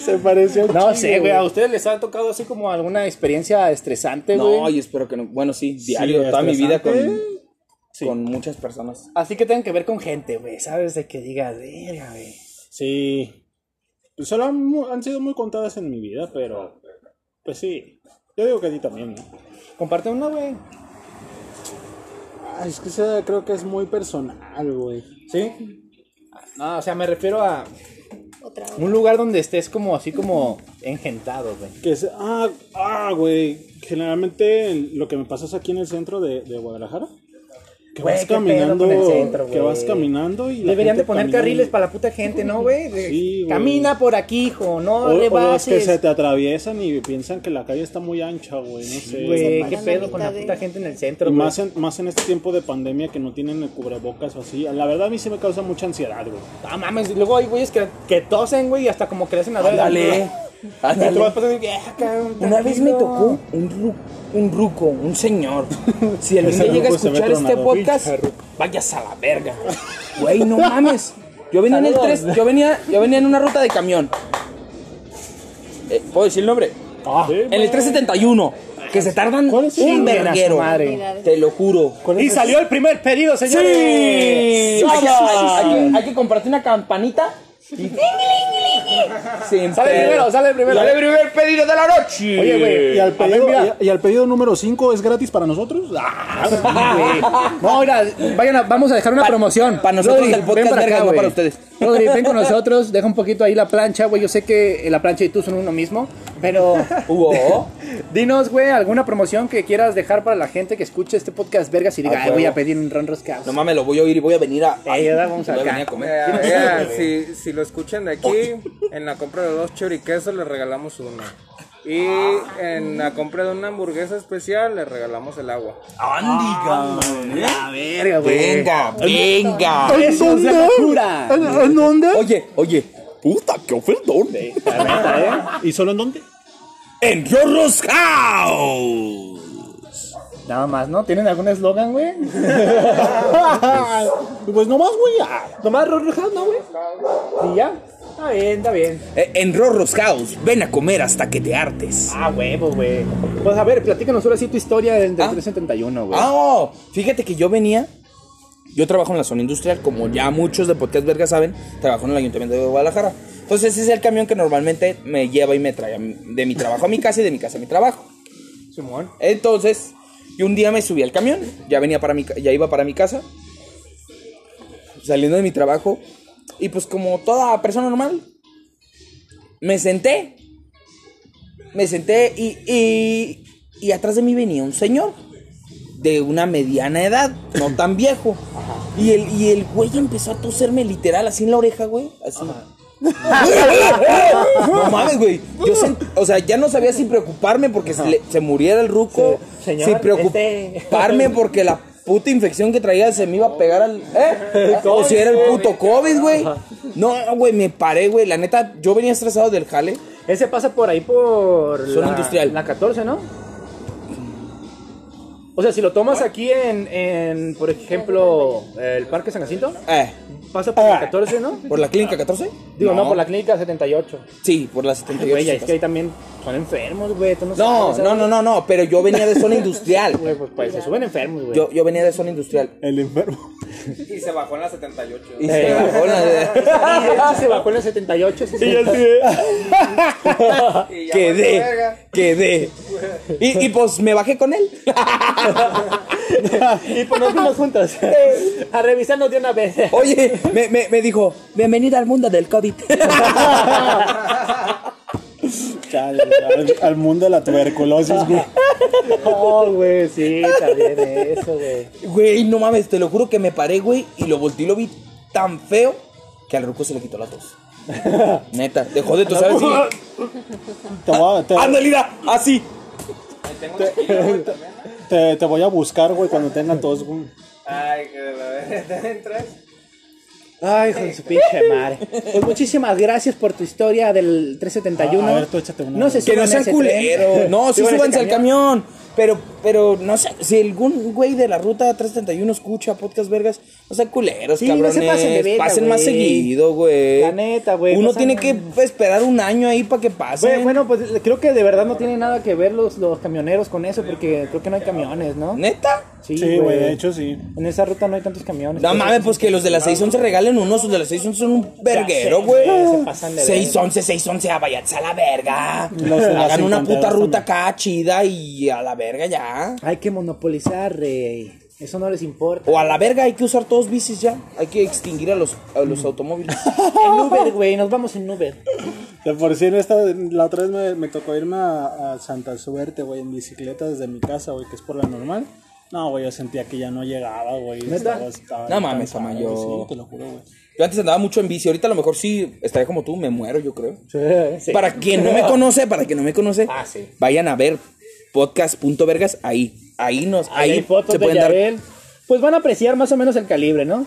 S3: Se pareció un
S1: No
S3: chingo,
S1: sé, güey. ¿A ustedes les ha tocado así como alguna experiencia estresante, güey?
S2: No, y espero que no. Bueno, sí, diario,
S3: Sí,
S2: toda mi vida con,
S3: estresante.
S2: con muchas personas.
S1: Así que tengan que ver con gente, güey. ¿Sabes? De que diga, verga, güey.
S3: Sí. Pues solo han, mu- han sido muy contadas en mi vida, pero. Pues sí. Yo digo que a ti también, ¿no?
S1: Comparte una, güey.
S3: Ay, es que esa creo que es muy personal, güey.
S1: ¿Sí? No, o sea, me refiero a
S4: Otra vez.
S1: un lugar donde estés como así como engentado, güey.
S3: Que es. Ah, ah, güey. Generalmente lo que me pasa es aquí en el centro de, de Guadalajara. Que
S1: Güey,
S3: vas
S1: qué pedo
S3: caminando.
S1: con el centro,
S3: que vas
S1: güey.
S3: caminando y. la
S1: Deberían
S3: gente
S1: de poner
S3: camina y-
S1: carriles para la puta gente, ¿no, güey? De-
S3: Sí, güey.
S1: Camina por aquí, hijo, no
S3: O, o los que
S1: rebases.
S3: se te atraviesan y piensan que la calle está muy ancha, güey. No sé.
S1: Güey,
S4: Se
S1: qué
S4: paran a
S1: pedo con la
S4: mitad de-
S1: puta gente en el
S3: Y
S1: centro, güey.
S3: más en,
S2: pues-
S3: más en este tiempo de pandemia que no tienen el cubrebocas o así. La verdad a mí sí me causa mucha ansiedad, güey.
S1: Ah, mames, y luego hay güeyes que, que tosen, güey, y hasta como que le hacen a
S2: Ándale.
S1: Y tú
S2: Ándale.
S1: vas pasando y, "Ah, cabrón,
S2: Una vez me
S1: tranquilo".
S2: tocó un, ru- un ruco, un señor. Si el
S3: Ese
S2: niño llega a
S3: ruco se ve
S2: escuchar este
S3: tronador.
S2: podcast,
S3: Pinche
S2: vayas a la verga. Güey, no mames. Yo venía en el 3, yo venía, yo venía en una ruta de camión. Eh, ¿Puedo decir el nombre?
S3: Ah,
S2: En el 371, que se tardan
S3: ¿Cuál es el
S2: un
S1: Chinga su
S2: verguero.
S1: madre.
S2: Te lo juro.
S1: Y salió el primer pedido, señores.
S2: Hay que,
S1: ¡Vamos!
S2: hay que- hay que comprarte una campanita. y- Sin
S1: Sale
S2: pedo.
S1: primero, sale primero.
S2: Sale primer pedido de la noche.
S1: Oye, güey,
S3: Y al
S1: a ver,
S3: pedido,
S1: mira.
S3: y- y al pedido número 5 es gratis para nosotros. Ah,
S1: Sí, güey. No, mira, vayan a- vamos a dejar una
S2: Pa-
S1: promoción.
S2: pa' nosotros del podcast
S1: ven para
S2: vergas,
S1: acá,
S2: no
S1: güey.
S2: para ustedes.
S1: Rodri, ven con nosotros, deja un poquito ahí la plancha, güey. Yo sé que la plancha y tú son uno mismo, pero
S2: Hugo.
S1: dinos, güey, alguna promoción que quieras dejar para la gente que escuche este podcast vergas y diga,
S2: Ah,
S1: ay, voy
S2: huevo.
S1: a pedir un Ron Roscado.
S2: No mames, lo voy a oír y voy a venir a.
S1: Ahí, ya vamos
S2: voy a
S1: acá.
S2: venir a comer.
S10: Eh, eh, si, si lo escuchan de aquí, en la compra de dos choriquesos les regalamos uno. Y en la compra de una hamburguesa especial le regalamos el agua.
S2: Andy,
S1: La Ah, verga, güey.
S2: ¿eh? Venga, venga.
S1: Eso es la locura.
S11: ¿En dónde?
S2: Oye, oye. Puta, qué ofertón.
S1: La neta, ¿eh?
S3: ¿Y solo en dónde?
S2: En Rorro's House.
S1: Nada más, ¿no? ¿Tienen algún eslogan, güey?
S3: Pues nomás, güey. ah.
S1: Nomás Rorro House, ¿no, güey? Y ya. Está bien, está bien.
S2: Eh, En Rorro's House, ven a comer hasta que te hartes.
S1: Ah, huevo, güey. Pues a ver, platícanos ahora sí tu historia del, del
S2: Ah.
S1: 371, güey.
S2: Ah, oh, fíjate que yo venía. Yo trabajo en la zona industrial, como ya muchos de Podcast Verga saben, trabajo en el Ayuntamiento de Guadalajara. Entonces ese es el camión que normalmente me lleva y me trae a mi- de mi trabajo a mi casa y de mi casa a mi trabajo.
S1: Simón.
S2: Entonces, yo un día me subí al camión, ya venía para mi ca- ya iba para mi casa, saliendo de mi trabajo, y pues como toda persona normal, me senté, me senté y, y, y atrás de mí venía un señor de una mediana edad, no tan viejo. Y el, y el güey empezó a toserme literal así en la oreja, güey. Así. No mames, güey. Yo sen- o sea, ya no sabía si preocuparme porque se, le- se muriera el ruco.
S1: Sí, señor,
S2: si preocuparme porque la puta infección que traía se me iba a pegar al. ¿Eh? O si era el puto COVID, güey. No, güey, me paré, güey. La neta, yo venía estresado del jale.
S1: Ese pasa por ahí por
S2: Zona
S1: la,
S2: industrial.
S1: la 14, ¿no? O sea, si lo tomas aquí en, en por ejemplo, el Parque San Jacinto,
S2: Eh,
S1: pasa por la 14, ¿no?
S2: ¿Por la clínica 14?
S1: Digo, no, por la clínica 78.
S2: Sí, por la
S1: Ay,
S2: 78.
S1: Güey,
S2: se
S1: es
S2: pasó.
S1: que ahí también son enfermos, güey. tú
S2: No,
S1: sabes,
S2: no, no, no, no, pero yo venía de zona industrial.
S1: Güey, pues, pues, se suben enfermos, güey.
S2: Yo, yo venía de zona industrial.
S3: El enfermo.
S10: Y se bajó en la 78.
S2: Y se bajó
S1: Y
S2: la-
S1: de hecho se bajó en el 78. Sí,
S10: Y ya valió
S2: Quedé,
S10: verga.
S2: quedé. Y, y pues me bajé con él.
S1: y pues nos vimos juntas. Eh, A revisarnos de una vez.
S2: Oye, me, me, me dijo, bienvenida al mundo del COVID.
S3: Chale, al, al mundo de la tuberculosis, güey.
S1: No, güey, sí, también eso, güey.
S2: Güey, no mames, te lo juro que me paré, güey, y lo volteé y lo vi tan feo que al ruco se le quitó la tos. Neta, dejó de tosar así.
S3: Te voy a, te,
S2: Ándale, mira, así.
S3: te- te voy a buscar, güey, cuando tenga tos, güey.
S10: Ay, que la verga. ¿Te entras?
S1: Ay, hijo de su pinche madre. Pues muchísimas gracias por tu historia del 371.
S3: Ah, A ver, tú échate una.
S1: No se
S2: Que
S1: suban
S2: no
S1: a
S2: sean
S1: ese
S2: culeros.
S1: tren.
S2: No, sí
S1: Suban a
S2: súbanse
S1: ese
S2: al camión. Pero, pero, no sé, si algún güey de la ruta 331 escucha podcast vergas, no sean culeros,
S1: Sí, no
S2: cabrones.
S1: se pasen de verga,
S2: Pasen más
S1: güey.
S2: seguido, güey.
S1: La neta, güey,
S2: Uno
S1: no sean-
S2: tiene que esperar un año ahí para que pase.
S1: Güey, bueno, pues creo que de verdad no tiene nada que ver los, los camioneros con eso, porque creo que no hay camiones, ¿no?
S2: ¿Neta?
S3: Sí, güey, de hecho sí.
S1: En esa ruta no hay tantos camiones.
S2: No mames, pues que los de la 611 regalen uno, sus de la 611 son un verguero,
S1: sé,
S2: güey.
S1: güey, se pasan de
S2: 611, 611, ah, váyanse a la verga.
S3: Los de la
S2: Hagan una
S3: 52
S2: puta ruta
S3: también.
S2: acá chida y a la verga ya.
S1: Hay que monopolizar, rey. Eso no les importa.
S2: O a la verga hay que usar todos bicis ya. Hay que extinguir a los, a los automóviles.
S1: En Uber, güey, nos vamos en Uber.
S3: De por sí, en esta, la otra vez me, me tocó irme a, a Santa Suerte, güey, en bicicleta desde mi casa, güey, que es por la normal. No, güey, yo sentía que ya no llegaba, güey. Estaba- estaba
S2: No mames,
S3: cansado,
S2: tamayo.
S3: güey, Sí, te lo juro, güey.
S2: Yo antes andaba mucho en bici, ahorita a lo mejor sí estaría como tú, me muero, yo creo.
S1: Sí.
S2: Para quien no me conoce, para quien no me conoce, vayan a ver podcast.vergas ahí. Ahí nos
S1: Ahí hay fotos de Yabel. Pues van a apreciar más o menos el calibre, ¿no?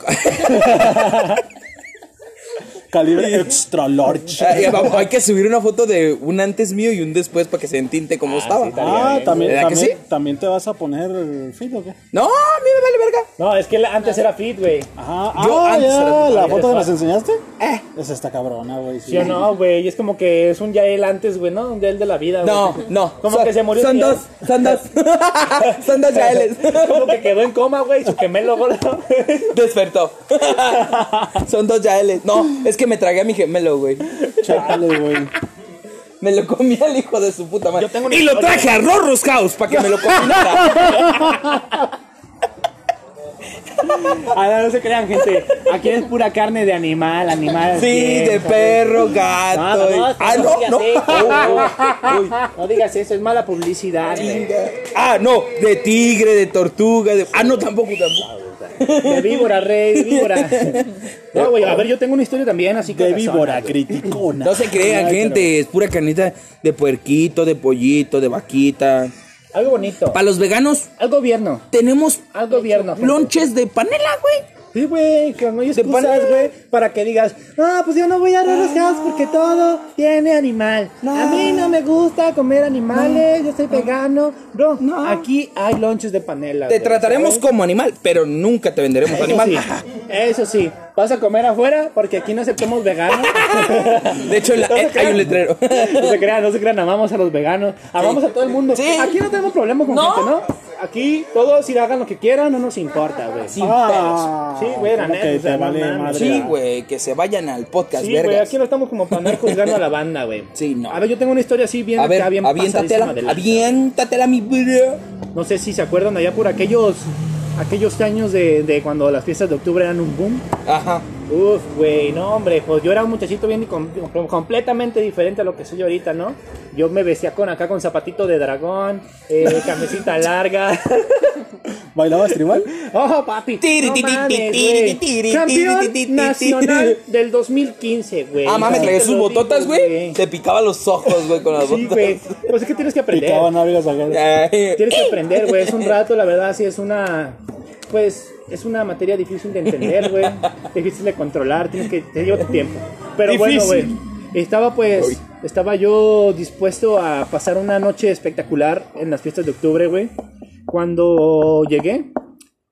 S3: Calibre extra large.
S2: Ah, ya vamos, hay que subir una foto de un antes mío y un después para que se entinte cómo estaba.
S3: Ah, también,
S2: ¿Verdad que
S3: también,
S2: sí?
S3: también te vas a poner fit o qué?
S2: No, a mí me vale verga.
S1: No, es que la- antes era fit, güey.
S3: Ajá,
S2: Yo
S3: ah,
S2: antes era Eh.
S3: ya,
S2: fit,
S3: la
S1: ahorita
S3: foto que
S1: es
S3: nos
S1: fat.
S3: enseñaste. Esa está cabrona, güey. Sí.
S1: ¿Sí o no, güey? Y es como que es un Yael antes, güey, ¿no? Un Yael de la vida, güey.
S2: No, no.
S1: Como
S2: son-
S1: que se murió.
S2: Son
S1: el Yael.
S2: dos, son dos. son dos Yaeles.
S1: Como que quedó en coma, güey, su gemelo gordo.
S2: Despertó. son dos Yaeles. No, es que me tragué a mi gemelo, güey.
S3: Chale, güey.
S2: Me lo comí al hijo de su puta madre.
S1: Yo tengo una
S2: y lo
S1: historia.
S2: traje a Rorro's House para que me lo cocinara.
S1: A ver, no se crean, gente. Aquí es pura carne de animal, animal.
S2: Sí,
S1: bien,
S2: de
S1: ¿sabes?
S2: perro,
S1: No,
S2: gato.
S1: no,
S2: y-
S1: no,
S2: Ah,
S1: no
S2: no,
S1: digas
S2: no.
S1: eso. No digas eso, es mala publicidad.
S2: Ah, no, de tigre, de tortuga, de... Ah, no, tampoco, tampoco.
S1: De víbora, rey, de víbora. No, güey, a ver, yo tengo una historia también, así que.
S3: De víbora, criticona.
S2: No se crean,
S1: Ay,
S2: gente, es pura carnita de puerquito, de pollito, de vaquita.
S1: Algo bonito.
S2: Para los veganos,
S1: Al gobierno.
S2: tenemos
S1: Al gobierno. gente.
S2: lonches de panela, güey.
S1: Sí, güey, que no hay
S2: De
S1: excusas,
S2: pan-
S1: güey, para que digas, ah, pues yo no voy a Raros House porque todo tiene animal. A mí no me gusta comer animales, yo soy vegano. Bro, aquí hay lonches de panela.
S2: Te
S1: güey,
S2: trataremos
S1: ¿sabes?
S2: como animal, pero nunca te venderemos
S1: Eso
S2: animal.
S1: sí, eso sí, vas a comer afuera porque aquí no aceptamos veganos.
S2: De hecho, en la- eh,
S1: No se
S2: hay
S1: crean.
S2: un letrero.
S1: No se crean, no se crean, amamos a los veganos, amamos a todo el mundo.
S2: Sí.
S1: Aquí no tenemos problema con
S2: No.
S1: gente, ¿no? Aquí todos si hagan lo que quieran, no nos importa, güey.
S2: Sin
S1: Sí, güey, la
S3: Ah. Como
S1: neta.
S3: que
S1: o sea,
S3: te
S1: no
S3: vale
S1: mames.
S3: madre.
S2: Sí, güey, que se vayan al podcast,
S1: Sí, güey,
S2: vergas.
S1: aquí no estamos como para andar juzgando a la banda, güey.
S2: Sí, no.
S1: A ver, yo tengo una historia así bien
S2: A ver,
S1: acá, bien
S2: aviéntatela,
S1: pasadísima de lanza.
S2: aviéntatela, mi bro.
S1: No sé si se acuerdan allá por aquellos aquellos años de, de cuando las fiestas de octubre eran un boom.
S2: Ajá.
S1: Uf, güey, no, hombre, pues yo era un muchachito bien com- com- completamente diferente a lo que soy ahorita, ¿no? Yo me vestía con acá con zapatito de dragón, eh, camisita larga.
S3: ¿Bailabas tribal?
S1: ¡Oh, papi!
S2: Tiri,
S1: no
S2: tiri, tiri,
S1: mames,
S2: tiri,
S1: güey.
S2: tiri, tiri, tiri,
S1: Campeón
S2: tiri.
S1: nacional del 2015, güey.
S2: Ah, mames,
S1: Así
S2: traía
S1: te
S2: sus
S1: lo digo,
S2: bototas, güey. Te picaba los ojos, güey, con las
S1: Sí,
S2: bototas.
S1: güey. Pues es que tienes que aprender.
S3: Picaban algas acá.
S2: Ay.
S1: Tienes que aprender, güey. Es un rato, la verdad, sí, es una. Pues es una materia difícil de entender, güey. difícil de controlar, tienes que. Te lleva tu tiempo. Pero bueno, güey. Estaba pues. Estaba yo dispuesto a pasar una noche espectacular en las fiestas de octubre, güey. Cuando llegué,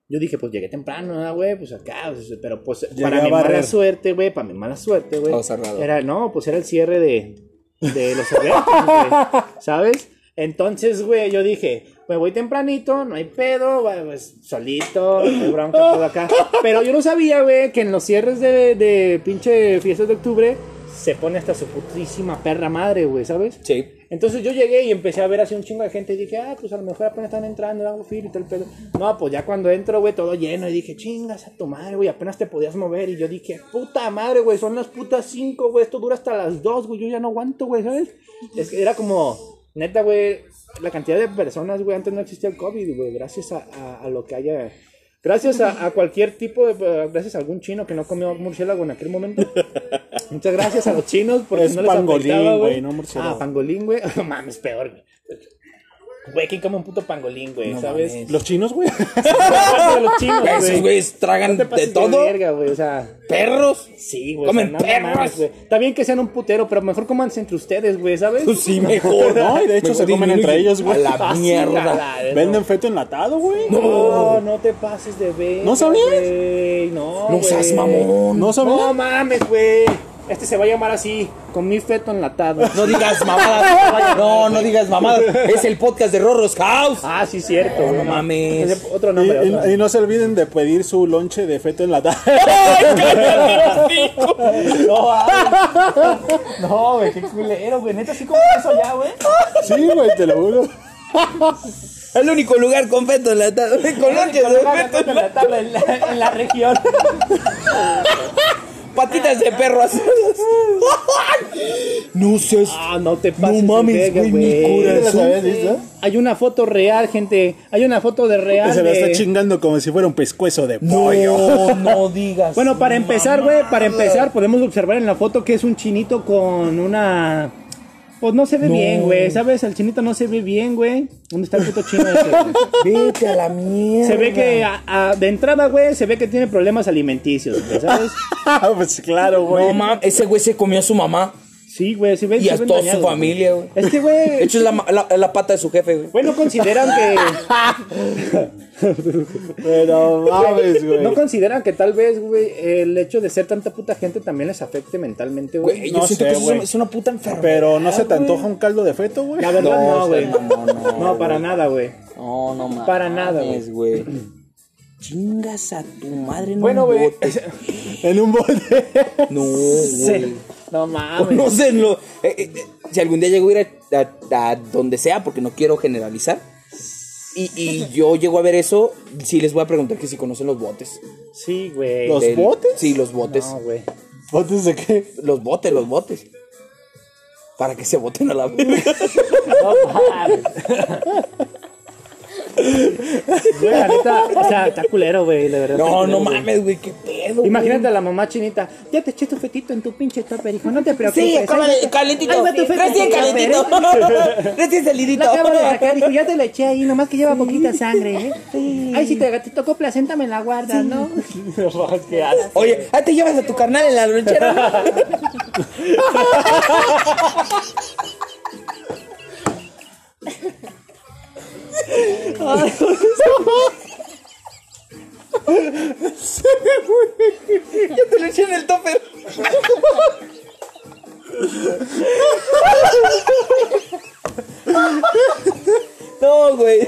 S1: yo dije, pues llegué temprano, ah, güey, pues acá, pues, pero pues para
S3: a
S1: mi mala
S3: barrer.
S1: suerte, güey, para mi mala suerte, güey.
S2: Todo cerrado.
S1: Era, no, pues era el cierre de, de los eventos, güey, ¿sabes? Entonces, güey, yo dije, me voy tempranito, no hay pedo, güey, pues solito, no hay bronca, todo acá. Pero yo no sabía, güey, que en los cierres de, de pinche fiestas de octubre se pone hasta su putísima perra madre, güey, ¿sabes?
S2: Sí.
S1: Entonces yo llegué y empecé a ver así un chingo de gente y dije, ah, pues a lo mejor apenas están entrando, hago fil y todo el pedo. No, pues ya cuando entro, güey, todo lleno y dije, chingas a tu madre, güey, apenas te podías mover. Y yo dije, puta madre, güey, son las putas 5, güey, esto dura hasta las 2, güey, yo ya no aguanto, güey, ¿sabes? Es que era como, neta, güey, la cantidad de personas, güey, antes no existía el COVID, güey, gracias a, a- a lo que haya... Gracias a, a cualquier tipo de... eh, Gracias a algún chino que no comió murciélago en aquel momento. Muchas gracias a los chinos porque
S3: Es
S1: no les
S3: pangolín,
S1: afectaba,
S3: güey, no murciélago.
S1: Ah, pangolín, güey. No mames, peor, güey. Güey, ¿quién come un puto pangolín, güey? ¿Sabes?
S3: ¿Los chinos, güey?
S1: Aparte de los chinos,
S2: Güey, Esos
S1: güey.
S2: güeyes tragan
S1: No te
S2: de
S1: pases
S2: todo.
S1: verga, güey, o sea,
S2: Perros.
S1: sí, güey.
S2: Comen
S1: o sea, no
S2: perros.
S1: mames, güey. También que sean un putero, pero mejor comanse entre ustedes, güey, ¿sabes?
S2: Pues sí, mejor.
S3: No, y de hecho
S2: Mejor
S3: se comen entre
S2: disminuye.
S3: ellos, güey.
S2: A la
S1: Ah, sí,
S2: mierda.
S1: la- la-
S3: Venden feto enlatado, güey.
S1: No, no te pases de ver.
S3: ¿No sabías?
S1: No,
S2: oh. No seas
S1: güey.
S2: mamón.
S3: ¿No sabías?
S1: No mames, güey. Este se va a llamar así, con mi feto enlatado.
S2: No digas mamadas. No, no digas mamadas. Es el podcast de Rorros House.
S1: Ah, sí, cierto.
S2: No mames.
S1: Otro
S3: Y,
S1: nombre. otro.
S3: y- y no se olviden de pedir su lonche de feto enlatado.
S1: ah. No, güey, qué culero, güey. Neta, sí como eso ya, güey.
S3: Sí, güey, te lo juro.
S2: El único lugar con feto enlatado. Con lonches de feto
S1: en la tabla, en la, en la región.
S2: Patitas de perro asadas. No seas.
S1: Ah, no te
S2: No
S1: pases.
S2: mames, güey, mi
S3: ¿Te las
S2: corazón.
S3: habías visto?
S1: Hay una foto real, gente. Hay una foto de
S3: Que
S1: real.
S3: se la
S1: de-
S3: está chingando como si fuera un pescuezo de pollo.
S2: No, no digas.
S1: Bueno, para empezar, güey, para empezar, podemos observar en la foto que es un chinito con una. Pues no se ve bien, güey. ¿Sabes? El chinito no se ve bien, güey. ¿Dónde está el puto chino ese? güey?
S2: Vete a la mierda.
S1: Se ve que a- a- de entrada, güey, se ve que tiene problemas alimenticios, güey, ¿sabes?
S3: pues claro,
S2: No
S3: güey.
S2: mames, ese güey se comió a su mamá
S1: Sí, güey, se ve.
S2: y
S1: se
S2: a
S1: ven
S2: toda su
S1: dañados, güey.
S2: familia, güey.
S1: Este
S2: De
S1: güey.
S2: hecho, es la, ma- la- la pata de su jefe, güey.
S1: Bueno, consideran que.
S3: Pero mames, güey.
S1: ¿No consideran que tal vez, güey, el hecho de ser tanta puta gente también les afecte mentalmente,
S2: Güey,
S1: güey?
S2: yo
S3: no
S2: siento que
S3: sé,
S2: eso es
S3: güey.
S2: una- es una puta enfermedad.
S3: Pero no se te antoja un caldo de feto, güey.
S1: La verdad
S2: No,
S1: no, güey. No, para nada, güey.
S2: No, no mames.
S1: Para nada,
S2: güey. Chingas a tu madre, no.
S1: Bueno, güey.
S3: En un bote.
S2: No, güey.
S1: No
S2: No
S1: mames.
S2: sé, no. eh, eh, eh, si algún día llego a ir a, a- a donde sea, porque no quiero generalizar. Y, y yo llego a ver eso, sí les voy a preguntar que si conocen los botes.
S1: Sí, güey.
S2: Del-
S3: botes?
S2: Sí, los botes.
S1: No, güey.
S3: ¿Botes de qué?
S2: Los botes, los botes. Para que se boten a la verga.
S1: Güey, la neta, o sea, está culero, güey, la verdad. está
S2: No,
S1: culero,
S2: no
S1: güey.
S2: mames, güey, qué pedo. güey.
S1: Imagínate a la mamá chinita. Ya te eché tu fetito en tu pinche topper, hijo. No te preocupes.
S2: Sí,
S1: ahí
S2: acaba
S1: va
S2: de-
S1: tu-
S2: calentito.
S1: Ahí va tu feta
S2: Recién
S1: en tu topper,
S2: calentito.
S1: ¿eh?
S2: Recién salidito.
S1: La acabo de sacar, hijo. Ya te la eché ahí, nomás que lleva poquita sangre, ¿eh? Ay, si te, te tocó placenta, me la guardas, ¿no?
S2: Oye, ah, te llevas a tu carnal en la lonchera. Ya te lo eché en el topper. No, güey.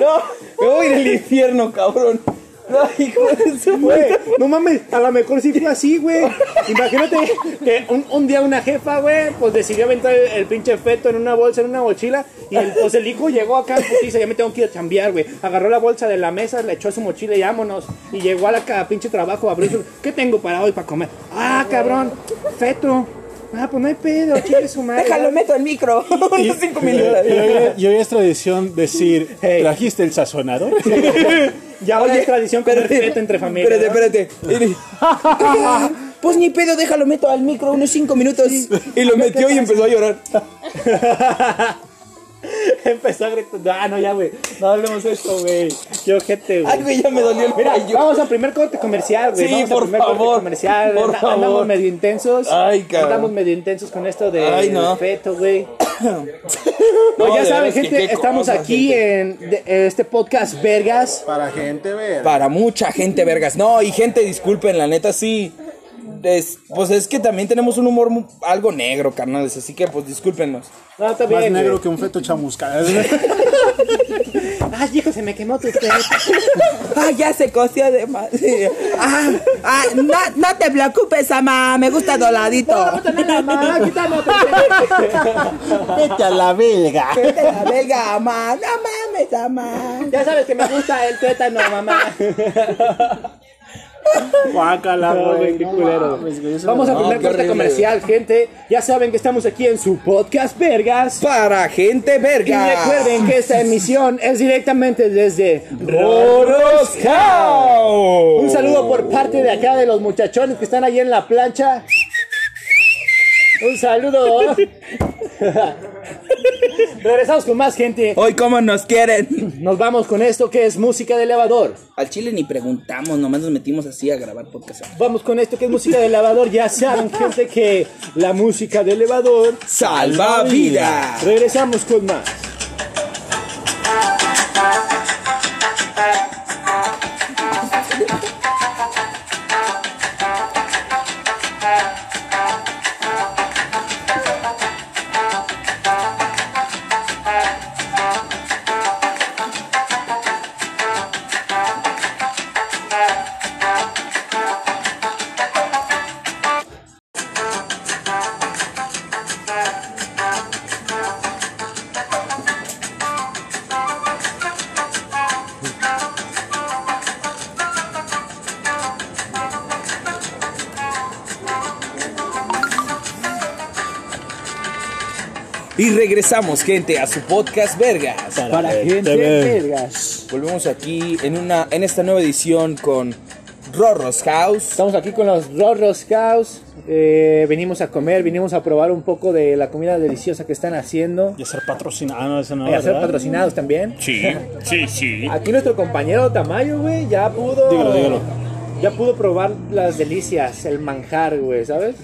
S2: No, me voy a ir al infierno, cabrón. No, hijo de su
S1: Güey, no mames, a lo mejor sí fue así, güey. Imagínate que un, un día una jefa, güey, pues decidió aventar el, el pinche feto en una bolsa, en una mochila. Y el, pues el hijo llegó acá en putiza, ya me tengo que ir a chambear, güey. Agarró la bolsa de la mesa, le echó a su mochila y vámonos. Y llegó a la ca- pinche trabajo, abrió su. ¿Qué tengo para hoy para comer? Ah, cabrón, feto. Ah, pues no hay pedo, chile su madre.
S2: Déjalo, meto al micro. Unos cinco minutos.
S3: Y hoy, y hoy es tradición decir, ¿trajiste el sazonador?
S1: Ya hoy es tradición comer feto entre familia. ¿no?
S2: Espérate, espérate. Y- Pues ni pedo, déjalo, meto al micro unos cinco minutos. Y lo metió y empezó a llorar.
S1: Empezó a gritar. Ah, no, ya, güey. No hablemos de esto, güey. Qué ojete, güey.
S2: Ay, güey, ya me dolió el
S1: Mira,
S2: cuello.
S1: vamos al primer corte comercial, güey.
S2: Sí,
S1: vamos
S2: por
S1: al primer
S2: favor,
S1: corte comercial.
S2: por
S1: Anda- Andamos
S2: favor.
S1: medio intensos.
S2: Ay, cabrón.
S1: Andamos medio intensos con esto de
S2: Ay, no.
S1: feto, güey.
S2: No,
S1: Pues ya
S2: de
S1: saben,
S2: veras que
S1: gente,
S2: qué
S1: estamos
S2: cosa,
S1: aquí en de- este podcast Vergas.
S10: Para gente, ver.
S2: Para mucha gente, vergas. No, y gente, disculpen, la neta sí. Es- pues es que también tenemos un humor mu- algo negro, carnales. Así que, pues discúlpenos.
S1: No, está
S3: Más
S1: bien, güey.
S3: negro que un feto chamuscado.
S1: Ay, hijo, se me quemó tu feto.
S2: Ah, ya se coció de más. Ah, ah, no, no te preocupes, ama. Me gusta doladito.
S1: Quítame la mano, quítame otro.
S3: Vete a la belga.
S2: Vete a la verga, ama. No mames, ama.
S1: Ya sabes que me gusta el tétano, mamá.
S3: Guácala,
S1: No, güey,
S3: güey.
S1: qué
S3: no
S1: culero.
S3: mames, güey, eso
S1: Vamos
S3: me-
S1: al
S2: No,
S1: primer
S2: qué
S1: corte
S2: horrible,
S1: comercial, gente. Ya saben que estamos aquí en su podcast Vergas.
S2: Para gente
S1: Y
S2: verga.
S1: recuerden que esta emisión es directamente desde
S2: Roros House.
S1: Un saludo por parte de acá de los muchachones que están ahí en la plancha. Un saludo. Regresamos con más gente.
S2: Hoy como nos quieren.
S1: Nos vamos con esto que es música de elevador.
S2: Al chile ni preguntamos, nomás nos metimos así a grabar podcast.
S1: Vamos con esto que es música de elevador. Ya saben, gente, que la música de elevador
S2: Salva vida.
S1: Regresamos con más.
S2: Y regresamos, gente, a su podcast vergas.
S1: Para gente vergas.
S2: Volvemos aquí en una en esta nueva edición con Rorros House.
S1: Estamos aquí con los Rorros House. Eh, venimos a comer, venimos a probar un poco de la comida deliciosa que están haciendo.
S3: Y a ser patrocinado, ah, no, eso no.
S1: Y a ser
S3: ¿verdad?
S1: patrocinados también.
S3: Sí, sí, sí.
S1: Aquí nuestro compañero Tamayo, güey, ya pudo.
S3: Dígalo, dígalo.
S1: Ya pudo probar las delicias, el manjar, güey, ¿sabes?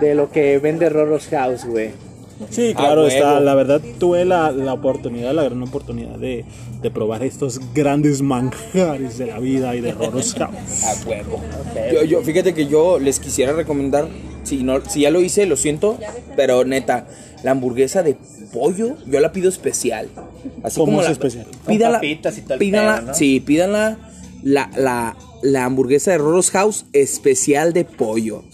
S1: De lo que vende Rorros House, güey.
S3: Sí,
S1: Ah,
S3: claro,
S2: huevo.
S3: está. La verdad, tuve la, la oportunidad, la gran oportunidad de, de probar estos grandes manjares de la vida y de Roros House.
S1: Ah,
S2: A huevo. Yo, yo, fíjate que yo les quisiera recomendar, si no, si ya lo hice, lo siento, pero neta, la hamburguesa de pollo, yo la pido especial. Así
S3: ¿Cómo
S2: como
S3: es
S2: la,
S3: especial?
S2: Pídanla,
S1: Con papitas y todo el
S2: pídanla-
S1: pedo, ¿no?
S2: sí, pídanla la, la, la hamburguesa de Roros House especial de pollo.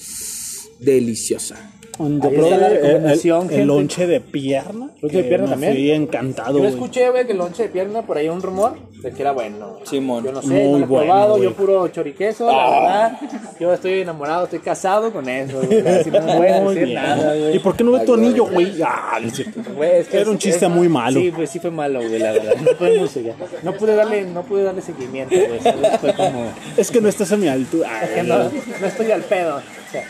S2: Deliciosa.
S3: Cuando
S1: Ahí está
S3: probé
S1: la
S3: el-
S1: recomendación,
S3: el, el
S1: gente.
S3: lonche de pierna.
S1: Lonche de
S3: que
S1: pierna
S3: me
S1: también.
S3: Fui encantado,
S1: Yo
S3: güey.
S1: escuché, güey, que el lonche de pierna, por ahí un rumor de que era bueno. güey.
S2: Simón.
S1: Yo no sé,
S3: Muy
S1: no lo he
S3: bueno,
S1: probado,
S3: güey. Ah.
S1: yo puro choriqueso, la verdad. Yo estoy enamorado, estoy casado con eso, güey. Así no me pueden
S3: Ah, Muy
S1: decir
S3: bien.
S1: nada, güey.
S3: ¿Y por qué no ve tu anillo, güey? Ah, no es cierto.
S1: Güey, es que
S3: Era un
S1: es-
S3: chiste
S1: es-
S3: muy malo.
S1: Sí, pues sí fue malo, güey, la verdad. No podemos seguir. No pude darle, no pude darle seguimiento, güey. ¿sabes? Fue como
S3: Es que no estás a mi altura.
S1: que no, no estoy al pedo. O sea,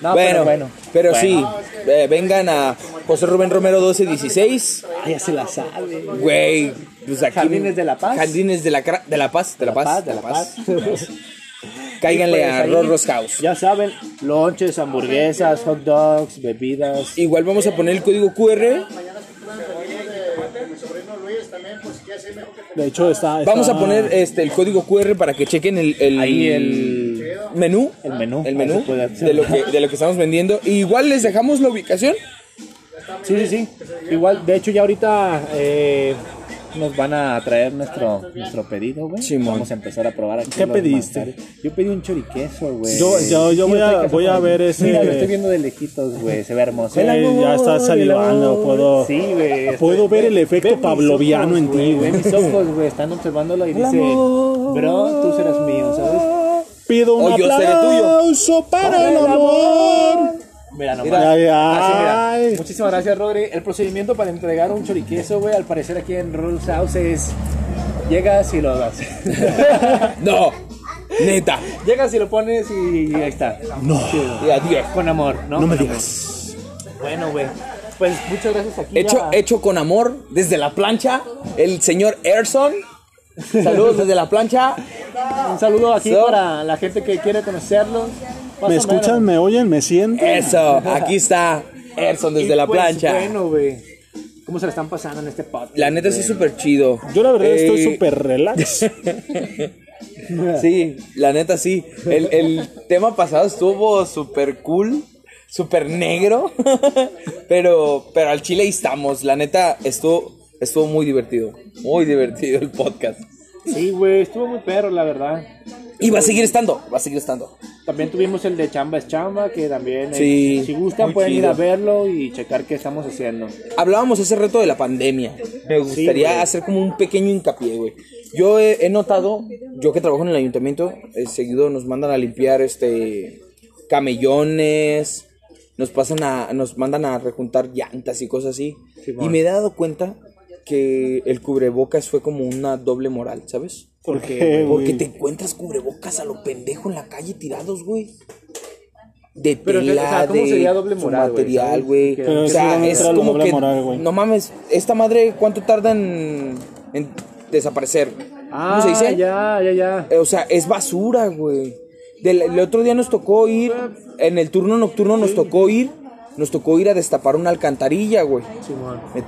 S1: no,
S2: bueno,
S1: Ah, pero bueno.
S2: pero sí, eh, vengan a José Rubén Romero 1216.
S1: Ah, ya se la sabe.
S2: Güey, pues aquí.
S1: Jardines de la Paz.
S2: Jardines de la, Cra- de la Paz, de la Paz, de la Paz. Cáiganle
S1: Y pues
S2: a
S1: ahí-
S2: Rorros House.
S1: Ya saben, lonches, hamburguesas, hot dogs, bebidas.
S2: Igual vamos a poner el código QR.
S3: De hecho, está. está-
S2: Vamos a poner este el código QR para que chequen el, el,
S1: Ahí el-
S2: menú.
S1: El menú.
S2: El menú
S1: Ahí se puede hacer.
S2: de lo, que, de lo que estamos vendiendo. Y igual les dejamos la ubicación.
S1: Sí, eh, sí, sí. Igual, de hecho, ya ahorita eh, nos van a traer nuestro, nuestro pedido, güey.
S2: Simón.
S1: Vamos a empezar a probar aquí.
S3: ¿Qué
S1: los
S3: pediste?
S1: manjares. Yo pedí un choriqueso, güey.
S3: Yo- yo- yo
S1: Sí,
S3: voy a-
S1: estoy casado
S3: voy a
S1: con-
S3: ver ese-
S1: Mira, lo estoy viendo de lejitos, güey. Se ve hermoso.
S3: Sí, ya está salivando. Puedo,
S1: Sí, güey. estoy-
S3: puedo ver el
S1: Ve
S3: efecto
S1: mis
S3: pavloviano
S1: ojos,
S3: en ti,
S1: güey, Ve
S3: güey.
S1: mis ojos, güey. Están observándolo y dice, bro, tú serás mío, ¿sabes?
S3: Pido un
S2: O yo seré tuyo.
S3: aplauso para el amor.
S1: Mira nomás.
S2: Mira.
S3: Ay,
S1: Así, Ah, mira.
S3: ay.
S1: Muchísimas gracias, Rodri. El procedimiento para entregar un choriqueso, güey, al parecer aquí en Rolls House es... Llegas y lo das.
S2: No, neta.
S1: Llegas y lo pones y ahí está.
S3: No,
S2: Y adiós.
S1: Con amor, ¿no?
S3: no me
S1: Con
S3: digas.
S1: amor. Bueno, güey. Pues muchas gracias aquí.
S2: Hecho,
S1: ya.
S2: hecho con amor desde la plancha, el señor Erson. Saludos desde la plancha.
S1: Ah, Un saludo aquí
S2: So-
S1: para la gente que quiere conocerlos. Más
S3: ¿Me
S1: o
S3: escuchan?
S1: menos.
S3: ¿Me oyen? ¿Me sienten?
S2: Eso, aquí está Erson
S1: Y,
S2: desde la
S1: pues,
S2: plancha.
S1: Bueno, güey. ¿Cómo se la están pasando en este podcast?
S2: La neta eso
S1: güey?
S2: es súper chido.
S3: Yo la verdad estoy
S2: Eh,
S3: súper relax.
S2: Sí, la neta sí. El, el tema pasado estuvo súper cool, súper negro, pero, pero al chile ahí estamos. La neta estuvo, estuvo muy divertido, muy divertido el podcast.
S1: Sí, güey. Estuvo muy perro, la verdad.
S2: Y va a seguir estando, va a seguir estando.
S1: También tuvimos el de Chamba es Chamba, que también, eh,
S2: Sí,
S1: si gustan,
S2: muy
S1: pueden ir
S2: chido.
S1: a verlo y checar qué estamos haciendo.
S2: Hablábamos ese reto de la pandemia. Me gustaría
S1: güey.
S2: hacer como un pequeño hincapié, güey. Yo he, he notado, yo que trabajo en el ayuntamiento, eh, seguido nos mandan a limpiar este camellones, nos pasan a nos mandan a rejuntar llantas y cosas así. y me he dado cuenta que el cubrebocas fue como una doble moral, ¿sabes?
S3: ¿Por qué,
S2: Porque
S3: güey?
S2: te encuentras cubrebocas a lo pendejo en la calle tirados, güey. De
S1: Pero, o sea,
S2: tela,
S1: ¿cómo
S2: de
S1: sería doble
S2: su
S1: moral, güey?
S2: material,
S1: ¿Sabes?
S2: güey.
S1: Que-
S3: Pero
S2: O
S3: sí,
S2: sea,
S3: no
S2: es
S3: entra la
S2: como
S3: doble
S2: que
S3: moral, güey.
S2: no mames, esta madre cuánto tarda en, en desaparecer?
S1: Ah,
S2: ¿Cómo se dice?
S1: ya, ya, ya.
S2: Eh, O sea, es basura, güey. Del, el otro día nos tocó ir en el turno nocturno nos tocó ir, nos tocó ir a destapar una alcantarilla, güey.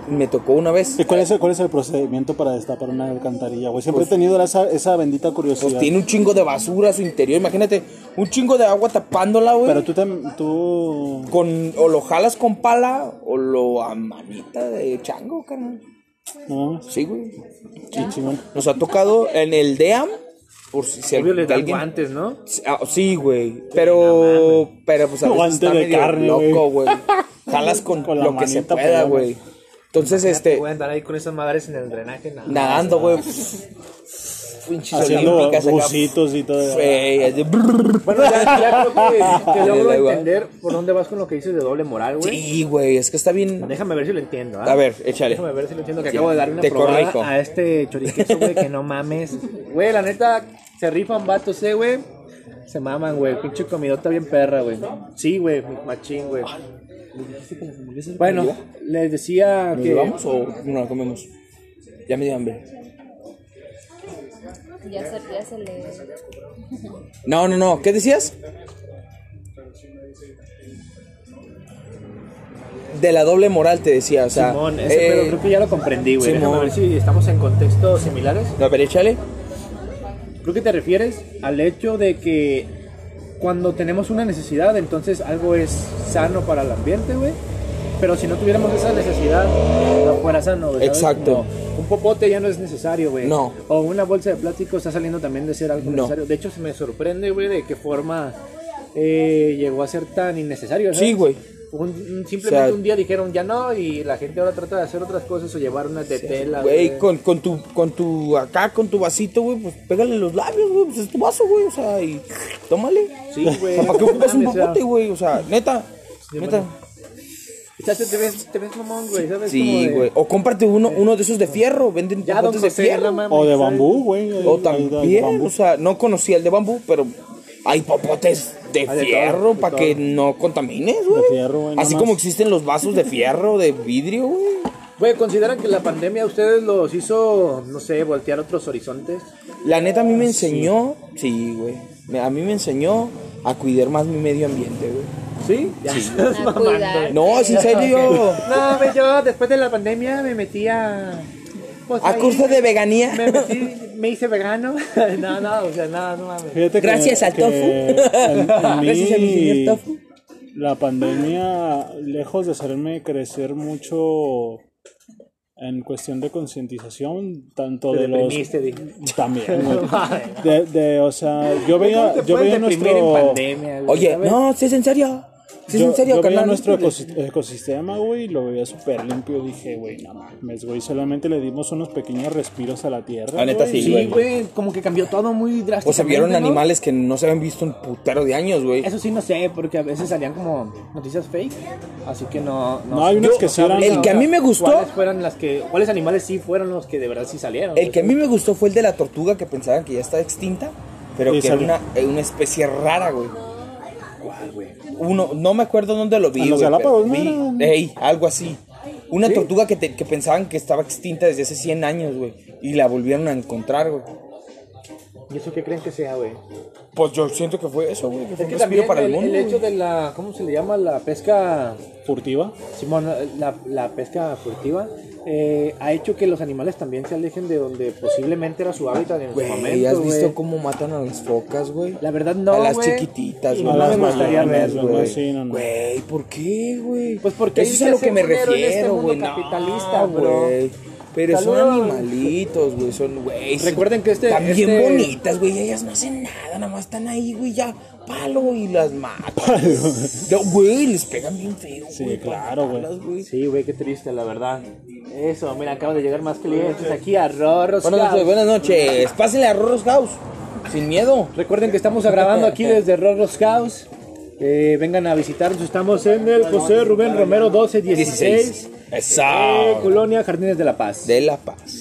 S2: Me, me tocó una vez.
S3: ¿Y cuál es, el, ¿Cuál es el procedimiento para destapar una alcantarilla, güey? Siempre he tenido esa, esa bendita curiosidad.
S2: Pues tiene un chingo de basura a su interior, imagínate, un chingo de agua tapándola, güey.
S3: Pero tú, tam- tú
S2: con o lo jalas con pala o lo a manita de chango, carnal.
S3: No,
S2: Sí, güey.
S3: sí, chingón.
S2: Nos ha tocado en el DEAM por si se
S1: Obvio, les dan
S2: alguien-
S1: guantes, ¿no?
S2: Ah, sí, güey. Pero pero pues a veces
S3: Guante
S2: está
S3: de
S2: medio
S3: carne,
S2: loco, güey. Jalas con,
S3: Con la
S2: lo que se
S3: manita
S2: pueda,
S3: pelona.
S2: güey. Entonces
S1: Te
S2: este
S1: voy a andar ahí con esas madres en el drenaje. nada.
S2: nadando, güey. Pinches
S3: Haciendo
S2: olímpicas acá.
S3: bucitos y todo.
S2: Güey, así, brrr.
S1: Bueno, ya, ya creo que, que
S2: Dale,
S1: logro
S2: da igual.
S1: entender por dónde vas con lo que dices de doble moral, güey.
S2: Sí, güey, es que está bien.
S1: Déjame ver si lo entiendo. ¿ah?
S2: A ver, échale.
S1: Déjame ver si lo entiendo. Que
S2: Sí,
S1: acabo de darle una
S2: te
S1: probada
S2: corrijo.
S1: a este choriqueso, güey, que no mames. Güey, la neta, se rifan vatos, eh, güey. Se maman, güey. Pinche comidota bien perra, güey. Sí, güey, machín, güey. Bueno, les decía
S2: ¿Nos
S1: que.
S2: llevamos o no la comemos? Ya me dio hambre.
S4: Ya se, ya se le.
S2: No, no, no. ¿Qué decías? De la doble moral te decía, o sea.
S1: Simón, ese pedo
S2: eh,
S1: creo que ya lo comprendí, güey. Déjame
S2: Simón.
S1: ver si estamos en contextos similares.
S2: A ver, échale.
S1: Creo que te refieres al hecho de que cuando tenemos una necesidad, entonces algo es sano para el ambiente, güey. Pero si no tuviéramos esa necesidad, no fuera sano, güey. ¿sabes?
S2: Exacto.
S1: Como un popote ya no es necesario, güey.
S2: No.
S1: O una bolsa de plástico está saliendo también de ser algo
S2: No.
S1: necesario. De hecho, se me sorprende, güey, de qué forma eh, llegó a ser tan innecesario. ¿sabes?
S2: Sí, güey.
S1: Un- un- simplemente
S2: O sea,
S1: un día dijeron ya no y la gente ahora trata de hacer otras cosas o llevar una de tela.
S2: Güey, con, con tu, con tu, acá, con tu vasito, güey, pues pégale los labios, güey, pues es tu vaso, güey, o sea, y tómale.
S1: Sí, güey.
S2: O sea, ¿para qué ocupas un
S1: Mames, o sea.
S2: popote, güey? O sea, neta, neta.
S1: O sea, te, te ves, te ves mamón, güey, ¿sabes? Como
S2: Sí,
S1: de-
S2: güey. O cómprate uno, uno de esos de fierro, venden
S1: Ya, don
S2: popotes de
S1: José, ya la
S2: fierro.
S1: mames,
S3: O de
S1: ¿sabes?
S3: bambú, güey. hay-
S2: O
S3: hay de- hay de
S2: también,
S3: bambú.
S2: o sea, no conocía el de bambú, pero hay popotes de
S1: Hay de todo,
S2: fierro
S1: de
S2: para que no contamines, güey.
S3: De fierro, güey, nada
S2: Así
S3: más.
S2: como existen los vasos de fierro, de vidrio, güey.
S1: Güey, ¿consideran que la pandemia a ustedes los hizo, no sé, voltear otros horizontes?
S2: La neta a mí me
S3: Ah,
S2: enseñó, sí, güey. Me- A mí me enseñó a cuidar más mi medio ambiente, güey.
S1: ¿Sí? Ya estás
S4: A
S1: mamando.
S4: cuidar.
S2: No, es en serio.
S1: No, güey, yo después de la pandemia me metí a... pues,
S2: A
S1: ahí,
S2: curso de
S1: Me,
S2: veganía.
S1: metí, me hice vegano. no, no, o sea, no, no mames.
S3: Fíjate que-
S2: Gracias al
S3: que
S2: tofu.
S3: en- en
S2: Gracias a mi
S3: mí,
S2: señor tofu.
S3: La pandemia, lejos de hacerme crecer mucho en cuestión de concientización, tanto
S1: Te
S3: de los.
S1: deprimiste, dije.
S3: También, güey.
S1: No mames.
S3: De, de, o sea, yo
S1: ¿Cómo
S3: veía,
S1: te
S3: yo
S1: puedes
S3: veía
S1: deprimir
S3: nuestro.
S1: en pandemia, güey?
S2: Oye,
S1: ¿Sabes?
S2: no, si es en serio. Si es
S3: yo-
S2: en serio,
S3: yo veía
S2: carnal.
S3: nuestro ecosis- ecosistema, güey, y lo veía súper limpio. Dije, güey, no mames, güey, solamente le dimos unos pequeños respiros a la tierra.
S2: La neta,
S3: güey.
S2: sí,
S1: Sí,
S2: güey.
S1: güey, como que cambió todo muy drásticamente.
S2: O sea, vieron
S1: ¿no?
S2: animales que no se habían visto en putero de años, güey.
S1: Eso sí, no sé, porque a veces salían como noticias fake. Así que no.
S3: No, hay unas que sí eran-
S2: el que a mí me gustó-
S1: ¿Cuáles, fueron las que, ¿Cuáles animales sí fueron los que de verdad sí salieron?
S2: El que a mí me gustó fue el de la tortuga que pensaban que ya estaba extinta, pero
S3: Sí,
S2: que era
S3: salió.
S2: una, eh, una especie rara, güey. Uno, no me acuerdo dónde lo vi,
S3: En los
S2: güey,
S3: Galápagos,
S2: pero
S3: ¿no?
S2: vi- ey, algo así. Una tortuga que, te- que pensaban que estaba extinta desde hace 100 años, güey. Y la volvieron a encontrar, güey.
S1: ¿Y eso qué creen que sea, güey?
S2: Pues yo siento que fue eso, güey. Que fue
S1: Es que
S2: un respiro
S1: también
S2: para el,
S1: el,
S2: mundo.
S1: el hecho
S2: güey.
S1: de la. ¿Cómo se le llama? La pesca.
S3: Furtiva.
S1: Simón, la, la pesca furtiva eh, ha hecho que los animales también se alejen de donde posiblemente era su hábitat en su
S2: Güey,
S1: momento.
S2: ¿has
S1: güey.
S2: visto cómo matan a las focas, güey?
S1: La verdad, no.
S2: a las
S1: güey.
S2: chiquititas,
S1: Y
S2: güey.
S1: No
S3: A
S1: me
S3: las
S1: gustaría
S3: grandes,
S1: ver,
S3: güey.
S1: güey.
S3: Sí, no, no.
S2: Güey, ¿por qué, güey?
S1: Pues porque
S2: eso es
S1: dice
S2: a lo
S1: ser
S2: que me
S1: culero en este
S2: refiero,
S1: mundo
S2: güey. No,
S1: capitalista, bro.
S2: güey. Pero
S1: Saludos.
S2: son animalitos, güey. Son, güey. son-
S1: Recuerden que este-
S2: Están bien
S1: este-
S2: bonitas, güey. Ellas no hacen nada, nada más están ahí, güey, ya. Palo y las matan. No, Güey, les pegan bien feo,
S3: Sí,
S2: güey, para
S3: claro, güey.
S2: matarlas, güey.
S1: Sí, güey, qué triste, la verdad. Eso, mira, acaban de llegar más clientes aquí a Rorros.
S2: Buenas noches,
S1: House.
S2: buenas noches. Pásenle a Rorros House. Sin miedo.
S1: Recuerden que estamos grabando aquí desde Rorros House. Eh, vengan a visitarnos. Estamos en el José Rubén Romero 1216.
S2: 16.
S1: eh,
S2: Exacto.
S1: Colonia Jardines de la Paz.
S2: De La Paz.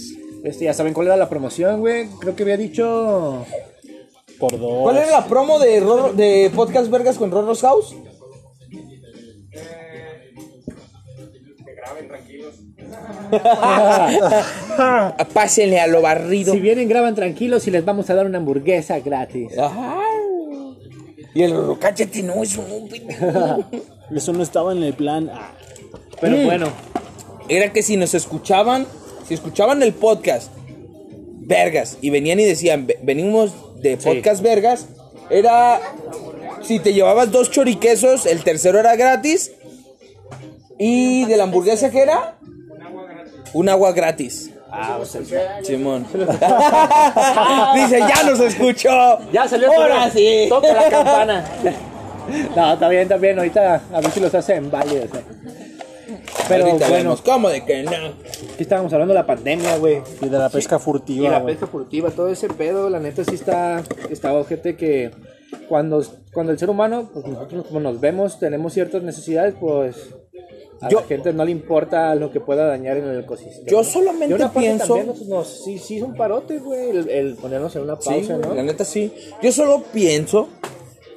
S1: Este, ya saben cuál era la promoción, güey. Creo que había dicho.
S3: Por dos.
S2: ¿Cuál era la promo de, Rorro- de Podcast Vergas con Rorros House? Pásenle a lo barrido.
S1: Si vienen, graban tranquilos y les vamos a dar una hamburguesa gratis.
S2: Ajá. Y el Rorro, cállate, no, eso no, pendejo.
S3: Eso no estaba en el plan. Ah,
S1: Pero bueno,
S2: Era que si nos escuchaban, si escuchaban el podcast, vergas, y venían y decían, "Ve- venimos de podcast vergas, era, si te llevabas dos choriquesos, el tercero era gratis, y de la hamburguesa que era, un agua gratis.
S1: Ah,
S2: Simón. Dice, ya nos escuchó.
S1: ya salió el
S2: Ahora
S1: programa.
S2: sí.
S1: Toca la campana. no, está bien, está bien. Ahorita a ver si los hacen válidos. eh. Pero
S2: Ahorita
S1: bueno,
S2: vemos, ¿cómo de que no?
S1: aquí estábamos hablando de la pandemia, güey.
S3: y de la pesca
S1: Y
S3: furtiva,
S1: la
S3: güey.
S1: pesca furtiva, todo ese pedo, la neta sí está, está ojete que cuando, cuando el ser humano, pues nosotros como nos vemos, tenemos ciertas necesidades, pues a
S2: Yo-
S1: la gente no le importa lo que pueda dañar en el ecosistema.
S2: Yo solamente
S1: Y una parte
S2: pienso-
S1: también nos- nos- sí, sí es un parote, güey, el, el ponernos en una
S2: Sí,
S1: pausa, ¿no?
S2: la neta sí. Yo solo pienso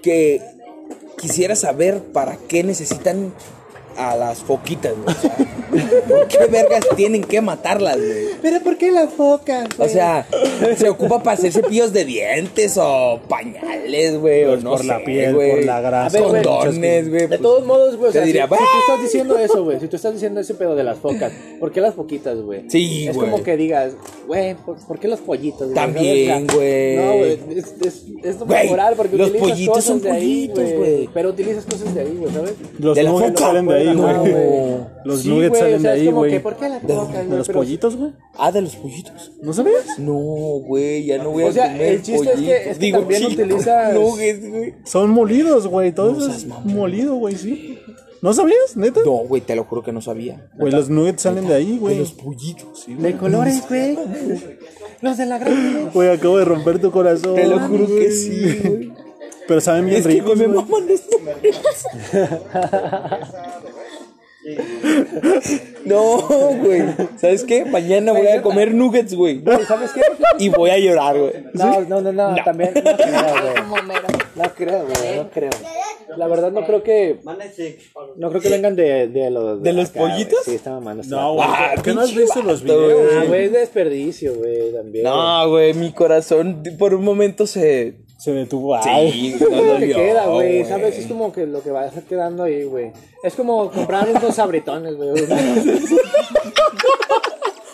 S2: que quisiera saber para qué necesitan a las foquitas, güey. O sea, ¿Por qué vergas tienen que matarlas, güey?
S1: Pero ¿por qué la foca?
S2: O sea, se ocupa para hacer cepillos de dientes o pañales, güey, o
S3: Pues
S2: no
S3: por
S2: sé,
S3: la piel,
S2: güey.
S3: por la grasa,
S1: A ver, güey,
S2: condones, güey.
S1: De
S2: pues,
S1: todos modos, güey, o
S2: te
S1: sea,
S2: diría,
S1: si, si tú
S2: "Bye".
S1: estás diciendo eso, güey, si tú estás diciendo ese pedo de las focas, ¿por qué las foquitas, güey?
S2: Sí,
S1: Es
S2: güey.
S1: como que digas, güey, ¿por, por qué los pollitos? güey?
S2: También,
S1: ¿No? O sea,
S2: güey.
S1: No, güey, es, es, es
S2: Güey,
S1: moral porque
S2: los
S1: utilizas
S2: pollitos
S1: cosas
S2: son
S1: de ahí,
S2: pollitos, güey.
S1: Pero utilizas cosas de ahí, güey, ¿sabes?
S3: Los
S2: de la
S3: nuggets
S2: foca,
S3: salen de
S2: güey.
S3: ahí,
S1: No,
S3: güey.
S1: güey.
S3: Los
S1: Sí,
S3: nuggets
S1: güey,
S3: salen
S1: o sea,
S3: de
S1: es
S3: ahí,
S1: como que,
S3: güey.
S1: ¿por qué la tocan,
S3: De
S1: güey?
S3: los
S1: Pero-
S3: pollitos, güey.
S2: Ah, de los pollitos.
S3: ¿No sabías?
S2: No, güey, ya no voy a
S1: O sea,
S2: comer
S1: el chiste es que-
S2: pollito.
S1: es que también utilizas-
S2: nuggets, güey.
S3: Son molidos, güey. Todo eso es molido, güey, sí. ¿No sabías, neta?
S2: No, güey, te lo juro que no sabía.
S3: Güey, los nuggets salen de ahí, güey.
S2: pollitos, sí,
S1: De colores, güey. Los de la granja.
S3: Güey, acabo de romper tu corazón.
S2: Te lo juro que
S3: güey.
S2: sí, güey.
S3: Pero saben bien
S2: Es que
S3: ricos,
S2: güey, me
S3: güey.
S2: maman esto. No, güey. ¿Sabes qué? Mañana voy a comer nuggets, güey.
S1: ¿Sabes qué?
S2: Y voy a llorar, güey.
S1: No, no, no, no, también no creo, güey.
S4: Como mero.
S1: No creo, güey, no creo. La verdad no creo que... No creo que vengan de, de los...
S2: ¿De los
S1: güey.
S2: pollitos?
S1: Sí, está mamando. está
S3: No, güey.
S2: Ah,
S3: ¿Por qué no has
S2: pinche
S3: visto los
S2: vato,
S3: videos?
S1: Ah, güey, es desperdicio, güey, también.
S2: No, güey, mi corazón por un momento se.
S3: Se detuvo. Ay.
S2: Sí,
S1: Es lo que
S2: dolió,
S1: queda, güey, ¿sabes? Es como que lo que va a estar quedando ahí, güey. Es como comprar unos sabritones, güey.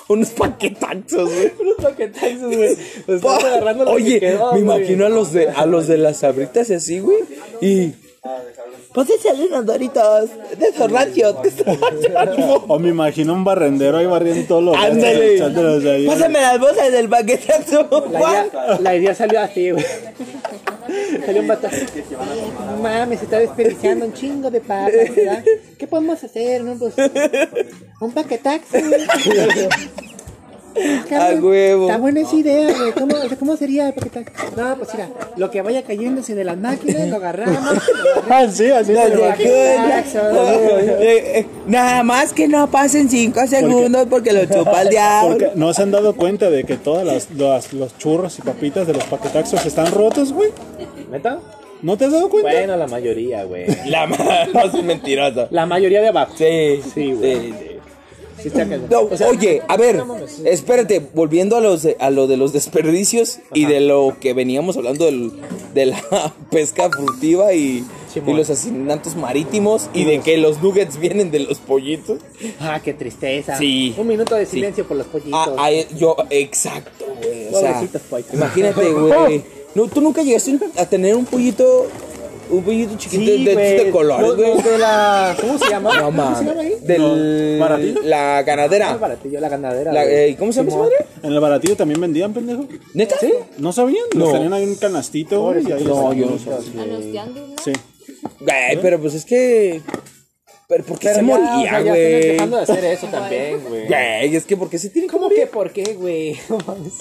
S2: Unos paquetazos, güey.
S1: Unos paquetazos, güey. O sea, Estás agarrando lo
S2: Oye,
S1: que quedó,
S2: me
S1: güey.
S2: imagino a los de a los de las sabritas y así, güey. Y. Pues échale unos doritos de sorracios que están allá.
S3: O me imagino un barrendero ahí barriendo todos los restos, echándolos ahí.
S2: Ándale. Pásame las bolsas del paquetazo.
S1: La idea, la idea salió así, güey. Salió un batazo. Mames, se está desperdiciando un chingo de papas, ¿verdad? ¿Qué podemos hacer? No, pues, un paquetaxi.
S2: A huevo.
S1: Está buena esa idea, güey. ¿Cómo, o sea, cómo sería el paquetaxi? No, pues mira, lo que vaya cayéndose de las máquinas, lo agarramos.
S3: Ah, sí, así.
S2: Las
S3: se va.
S2: vacunas. Eh, eh, Nada más que no pasen 5 segundos porque lo chupa el diablo.
S3: Porque no se han dado cuenta de que todas las, las- los churros y papitas de los paquetaxos están rotos, güey.
S1: ¿Neta?
S3: ¿No te has dado cuenta?
S1: Bueno, la mayoría, güey.
S2: La mano es mentirosa.
S1: La mayoría de abajo.
S2: Sí,
S1: Sí, güey. Sí, sácalo.
S2: No,
S1: O sea,
S2: oye, a ver, espérate, volviendo a los de- a lo de los desperdicios y de lo que veníamos hablando del- de la pesca furtiva y,
S1: Simón.
S2: y los asesinatos marítimos y de que los nuggets vienen de los pollitos.
S1: Ah, qué tristeza.
S2: Sí.
S1: Un minuto de
S2: Sí.
S1: silencio por los pollitos.
S2: Ah, ah, eh, yo, exacto, güey. O sea,
S1: Pobrecitos pues. pollitos.
S2: imagínate, güey. No, tú nunca llegaste a tener un pollito, un pollito chiquito
S1: Sí,
S2: de, de,
S1: güey.
S2: de colores,
S1: Los-
S2: güey.
S1: los de la- ¿Cómo se llama?
S2: No
S1: ¿Cómo se
S2: mames.
S1: llama ahí?
S2: Del-
S3: No, ¿baratillo?
S2: La
S1: Ah, el
S2: ganadera.
S1: baratillo, la ganadera.
S2: La-
S1: güey.
S2: eh, ¿Cómo se llama esa
S1: Simón.
S2: madre?
S3: En el baratillo también vendían, pendejo.
S2: ¿Neta?
S3: ¿No sabían? Los
S2: No.
S3: tenían ahí en un canastito, güey. y ahí
S2: No,
S3: los
S2: yo no
S3: tenían.
S2: sabía.
S4: A los yankees, ¿no?
S3: Sí.
S2: Güey, pero pues es que. Pero ¿por qué
S1: ¿Eh? Pero
S2: se
S1: ya, o
S2: moría,
S1: sea, ya están
S2: güey?
S1: dejando de hacer eso también, güey.
S2: Güey, es que ¿por qué se tiene
S1: ¿Cómo que por qué, güey? No mames.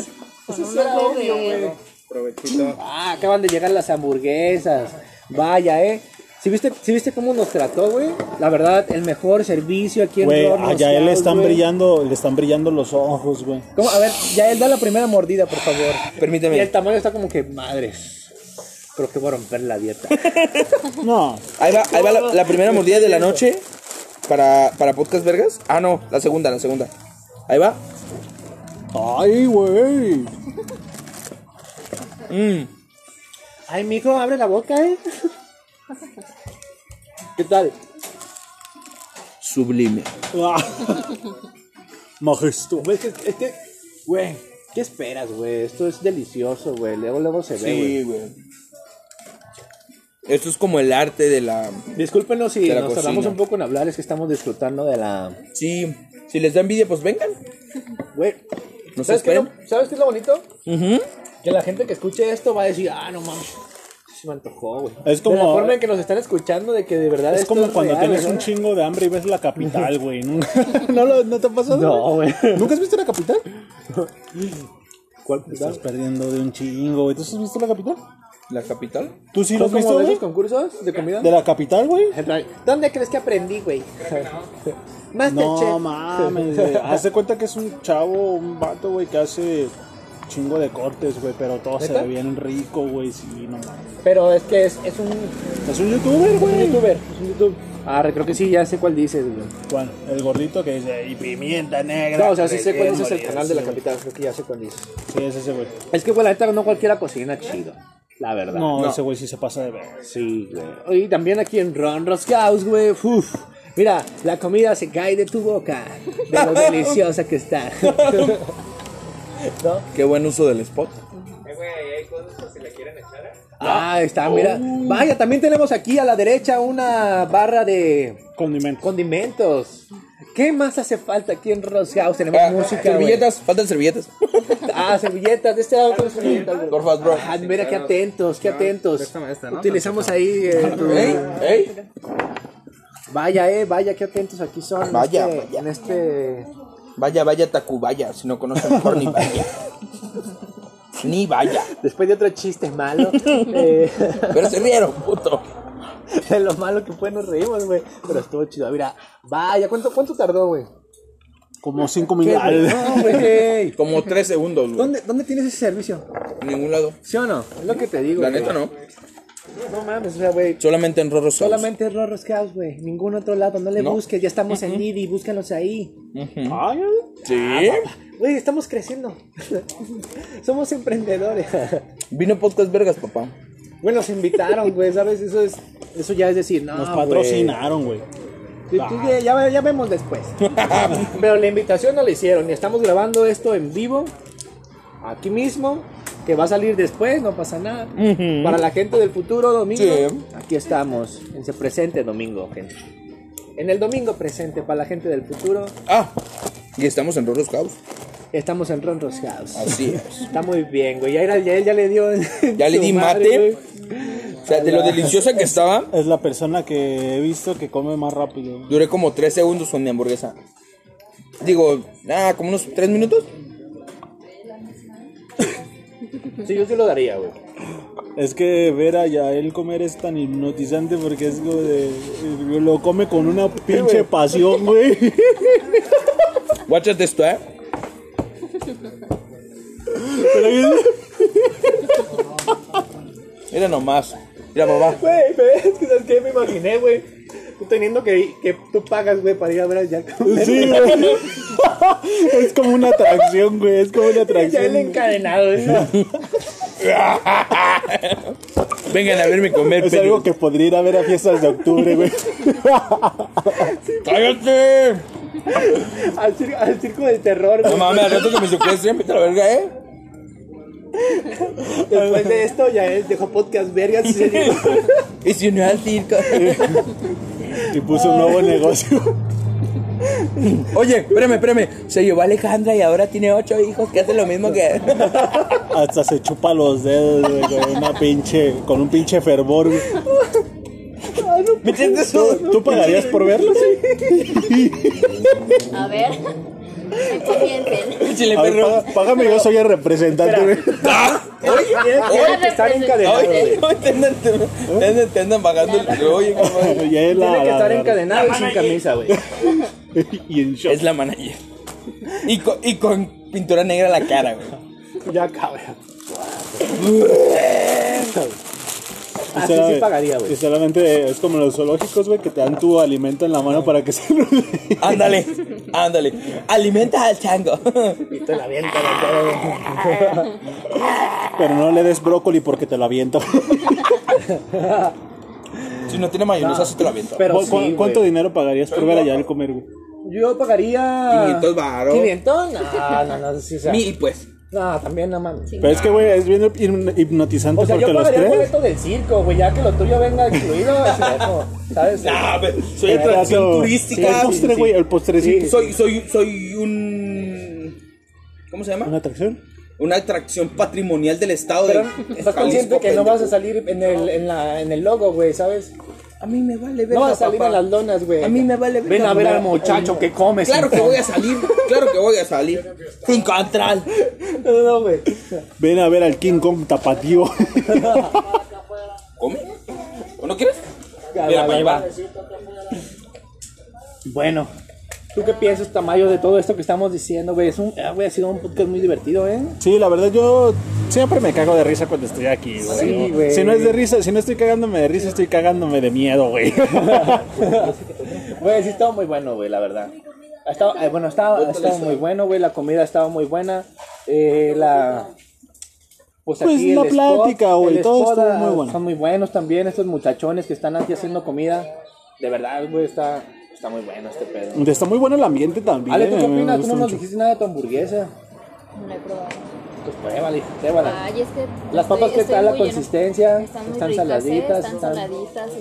S4: Con unos verdes.
S10: Provechito.
S1: Ah, acaban de llegar las hamburguesas. Vaya, eh. Si viste, si viste cómo nos trató, güey. La verdad, el mejor servicio aquí en
S3: Güey,
S1: Hornos,
S3: a Yael le están
S1: güey.
S3: brillando, le están brillando los ojos, güey.
S1: ¿Cómo? A ver, Yael, da la primera mordida, por favor. Y el
S2: Permíteme.
S1: tamaño está como que madres. Creo que voy a romper la dieta.
S3: No,
S2: Ahí va, ahí va la, la primera mordida de la noche para, para Podcast Vergas. Ah, no, la segunda, la segunda. Ahí va.
S3: Ay, güey.
S1: Ay, mijo, abre la boca, eh. ¿Qué tal?
S2: Sublime.
S3: Ah. Majestuoso.
S1: Güey, es que, es que- güey, ¿qué esperas, güey? Esto es delicioso, güey. Luego, luego se ve, güey.
S2: güey. Esto es como el arte de la.
S1: Discúlpenos si
S2: De la
S1: nos tardamos
S2: cocina.
S1: un poco en hablar, es que estamos disfrutando de la...
S2: Sí, si les da envidia, pues vengan.
S1: Güey,
S2: No se
S1: ¿sabes, qué es
S2: esperen.
S1: lo- ¿sabes qué es lo bonito?
S2: Ujú.
S1: Que la gente que escuche esto va a decir, ah, no mames, se me antojó, güey.
S3: Es
S1: De la
S3: como-
S1: forma en que nos están escuchando, de que de verdad
S3: Es
S1: esto
S3: como cuando
S1: real,
S3: tienes
S1: ¿no?
S3: un chingo de hambre y ves la capital, güey. Nunca- ¿No, lo- ¿No te ha pasado?
S1: No, güey.
S3: ¿Nunca has visto la capital?
S1: ¿Cuál?
S3: Te estás perdiendo de un chingo, güey. ¿Tú has visto la capital?
S2: La capital.
S3: ¿Tú sí
S1: ¿Son como
S3: lo has
S1: Este,
S3: visto,
S1: de
S3: güey?
S1: esos concursos de comida?
S3: ¿De la capital, güey?
S1: ¿Dónde crees que aprendí, güey? Masterchef.
S3: No mames, güey. Hace cuenta que es un chavo, un vato, güey, que hace chingo de cortes, güey. Pero todo se
S1: ¿Neta?
S3: ve bien rico, güey. Sí, no mames.
S1: Pero es que es, es un, es
S3: Es un youtuber,
S1: un
S3: güey.
S1: youtuber, es un youtuber. Ah, creo que sí, ya sé cuál dices, güey.
S3: Bueno, el gordito que dice, y pimienta negra.
S1: No, o sea, sí sé cuál
S3: relleno,
S1: dices el
S3: y
S1: canal
S3: así,
S1: de la
S3: güey.
S1: capital, creo que ya sé cuál dices.
S3: Sí, es ese, güey.
S1: Es que, güey, la neta no cualquiera cocina chido, la verdad.
S3: No, ese güey sí se pasa de ver.
S1: Sí, güey. Y también aquí en Ron House, güey, uf. Mira, la comida se cae de tu boca, de lo deliciosa que está.
S2: Qué buen uso del spot.
S10: Eh, güey, hay cosas que se le quieren echar.
S1: Ah, está, mira. Vaya, también tenemos aquí a la derecha una barra de
S3: Condimento.
S1: condimentos. ¿Qué más hace falta aquí en Rosehouse? Tenemos
S2: Ah,
S1: música. güey.
S2: servilletas, faltan servilletas.
S1: Ah, servilletas. De este lado tenemos servilletas, güey.
S2: Por favor, bro.
S1: Ah, mira qué atentos, qué atentos.
S10: préstame esta, ¿no?
S1: Utilizamos ahí. eh, tu-
S2: ¿Ey? ¿Ey?
S1: Vaya, eh, vaya, qué atentos aquí son. en
S2: Vaya,
S1: este-
S2: vaya.
S1: En este.
S2: Vaya, vaya, Tacubaya. Si no conocen mejor ni vaya. Ni vaya.
S1: Después de otro chiste malo, eh,
S2: Pero se rieron, puto.
S1: de lo malo que fue, nos reímos, güey. Pero estuvo chido. Mira, vaya, ¿cuánto, cuánto tardó, güey?
S3: Como 5
S1: ¿Qué, güey?
S3: minutos.
S1: No, güey.
S2: Como tres segundos, güey.
S1: ¿Dónde, ¿Dónde tienes ese servicio?
S2: En ningún lado.
S1: ¿Sí o no? Es lo que te digo.
S2: La
S1: güey.
S2: neta no.
S1: No mames, o sea, güey.
S2: Solamente en Rorro Sauce.
S1: Solamente es Rorro's House, güey. Ningún otro lado. No le
S2: No.
S1: busques. Ya estamos en Didi. Búscanos ahí.
S3: Ay,
S2: Sí.
S1: Güey, estamos creciendo. Somos emprendedores.
S2: Vino podcast vergas, papá.
S1: Güey, nos invitaron, güey. ¿Sabes? Eso es. Eso ya es decir, no.
S3: nos
S1: Ah, güey.
S3: patrocinaron, güey.
S1: Sí, sí, sí, ya, ya vemos después. Pero la invitación no la hicieron y estamos grabando esto en vivo, aquí mismo, que va a salir después, no pasa nada. Para la gente del futuro, domingo,
S2: Sí.
S1: aquí estamos, en ese presente domingo, gente. En el domingo presente, para la gente del futuro,
S2: Ah. Y estamos en Rorro's House.
S1: estamos en Ron Ross House.
S2: Así es.
S1: Está muy bien, güey. Ya, era- ya él ya le dio.
S2: Ya le
S1: su
S2: di
S1: madre,
S2: mate.
S1: güey.
S2: O sea, de lo deliciosa que estaba,
S3: Es la persona que he visto que come más rápido.
S2: duré como tres segundos con mi hamburguesa. Digo, nada, como unos tres minutos.
S1: Sí, yo sí lo daría, güey.
S3: Es que ver a Yael comer es tan hipnotizante porque es como de. Lo come con una pinche pasión, güey.
S2: Guachas de esto, eh. Mira nomás. Mira, papá.
S1: Güey, pero es que sabes qué? me imaginé, güey. Tú teniendo que, que tú pagas, güey, para ir a ver al Jack.
S3: Sí, güey. Es como una atracción, güey. Es como una
S1: Ya el
S3: atracción.
S1: encadenado,
S3: ¿eh?
S1: ¿no?
S2: Vengan a verme comer,
S3: Es algo
S2: pero.
S3: que podría ir a ver a fiestas de octubre, güey.
S2: ¡Cállate!
S1: al, cir- al circo del terror,
S2: No
S1: güey.
S2: mames, al rato que me choqué siempre, te la verga, eh.
S1: Después de esto, ya él dejó podcast vergas y se dijo,
S2: Y si no al circo.
S3: Y puso un nuevo negocio.
S2: Oye, espérame, espérame. Se llevó a Alejandra y ahora tiene ocho hijos que hacen lo mismo que.
S3: Hasta se chupa los dedos, güey, con una pinche. Con un pinche fervor, güey.
S2: ¿Me entiendes?
S3: ¿Tú, tú pagarías por verlo?
S4: A ver. Aquí mienten.
S2: Échale,
S3: A ver,
S2: perro.
S3: pá- págame, yo soy el representante, güey.
S1: tiene que estar encadenado,
S2: Oye,
S1: güey.
S2: no, te andan- te andan- te andan pagando el oye, cabrón.
S3: Y
S1: Tiene
S3: ahí la-
S1: que
S3: la-
S1: estar
S3: la-
S1: encadenado y sin camisa, güey.
S3: Y en shock.
S2: Es la manager. Y con, y con pintura negra en la cara, güey.
S1: Ya, cabrón.
S3: Y
S1: Así
S3: sola-
S1: sí pagaría, güey.
S3: Y solamente es como los zoológicos, güey, que te dan tu alimento en la mano para que se lo
S2: Ándale, ándale. Alimenta al chango.
S1: Y te la avienta, la cara, güey.
S3: Pero no le des brócoli porque te lo aviento.
S2: Si no tiene mayonesa, sí te lo aviento.
S1: Pero
S3: ¿Cu-
S1: Pues sí,
S3: cu-
S1: güey.
S3: ¿Cuánto dinero pagarías por ver allá el comer, güey?
S1: Yo pagaría...
S2: 500 varos.
S1: 500, no, no, no, sí, o sea,
S2: Mil, pues.
S1: no, también, no mames.
S3: Pero es que, güey, es bien hipno- hipnotizante
S1: O sea,
S3: porque
S1: yo
S3: los
S1: pagaría el
S3: tres.
S1: boleto del circo, güey, ya que lo tuyo venga incluido, es loco, ¿sabes?
S2: Ah, ve, soy
S3: el
S2: atracción
S3: plato-
S2: turística.
S3: El postre, güey, el postrecito.
S2: Soy, soy, soy un. ¿Cómo se
S3: ¿Una
S2: llama?
S3: atracción?
S2: Una atracción patrimonial del estado
S1: Pero
S2: de.
S1: estás consciente que no vas a salir en el, en la, en el logo, güey, ¿sabes?
S2: A mí me vale ver.
S1: No vas a salir en las lonas, güey.
S2: A mí me vale
S1: Ven
S2: verga,
S1: a ver
S2: me-
S1: al muchacho que comes.
S2: Claro que voy a salir, claro que voy a salir. Sin contral.
S1: No, no, no, güey.
S3: Ven a ver al King Kong tapatío.
S2: ¿Come? ¿O no quieres?
S1: Ya,
S2: Mira,
S1: va,
S2: para
S1: va, va.
S2: llevar.
S1: Bueno, ¿tú qué piensas, Tamayo, de todo esto que estamos diciendo, güey? Es un, ah, güey, ha sido un podcast muy divertido, ¿eh?
S3: Sí, la verdad yo siempre me cago de risa cuando estoy aquí, güey.
S1: Sí, güey.
S3: Si no es de risa, si no estoy cagándome de risa, estoy cagándome de miedo, güey.
S1: Güey, sí, estaba muy bueno, güey, la verdad. Ha estado, eh, bueno, estaba, ha estado muy bueno, güey. La comida estaba muy buena. Eh, la. Pues,
S3: Pues
S1: aquí
S3: la
S1: el
S3: plática,
S1: spot-
S3: güey,
S1: el
S3: todo
S1: spot,
S3: estuvo
S1: ah,
S3: muy bueno.
S1: Son muy buenos también estos muchachones que están aquí haciendo comida. De verdad, güey, está, está muy bueno este pedo.
S3: Está muy bueno el ambiente también.
S1: Ale, ¿tú qué
S3: eh, me
S1: opinas? Tú
S3: gusta
S1: no nos
S3: mucho.
S1: dijiste nada de tu hamburguesa.
S4: No he probado.
S1: Pues pruébala, hijo, pruébala.
S4: Ay, es que
S1: Las
S4: estoy-
S1: papas, ¿qué
S4: estoy
S1: tal la
S4: muy llena.
S1: consistencia?
S4: Están muy
S1: Están
S4: ricas, ¿eh?
S1: saladitas,
S4: Están
S1: están-
S4: saladitas, están,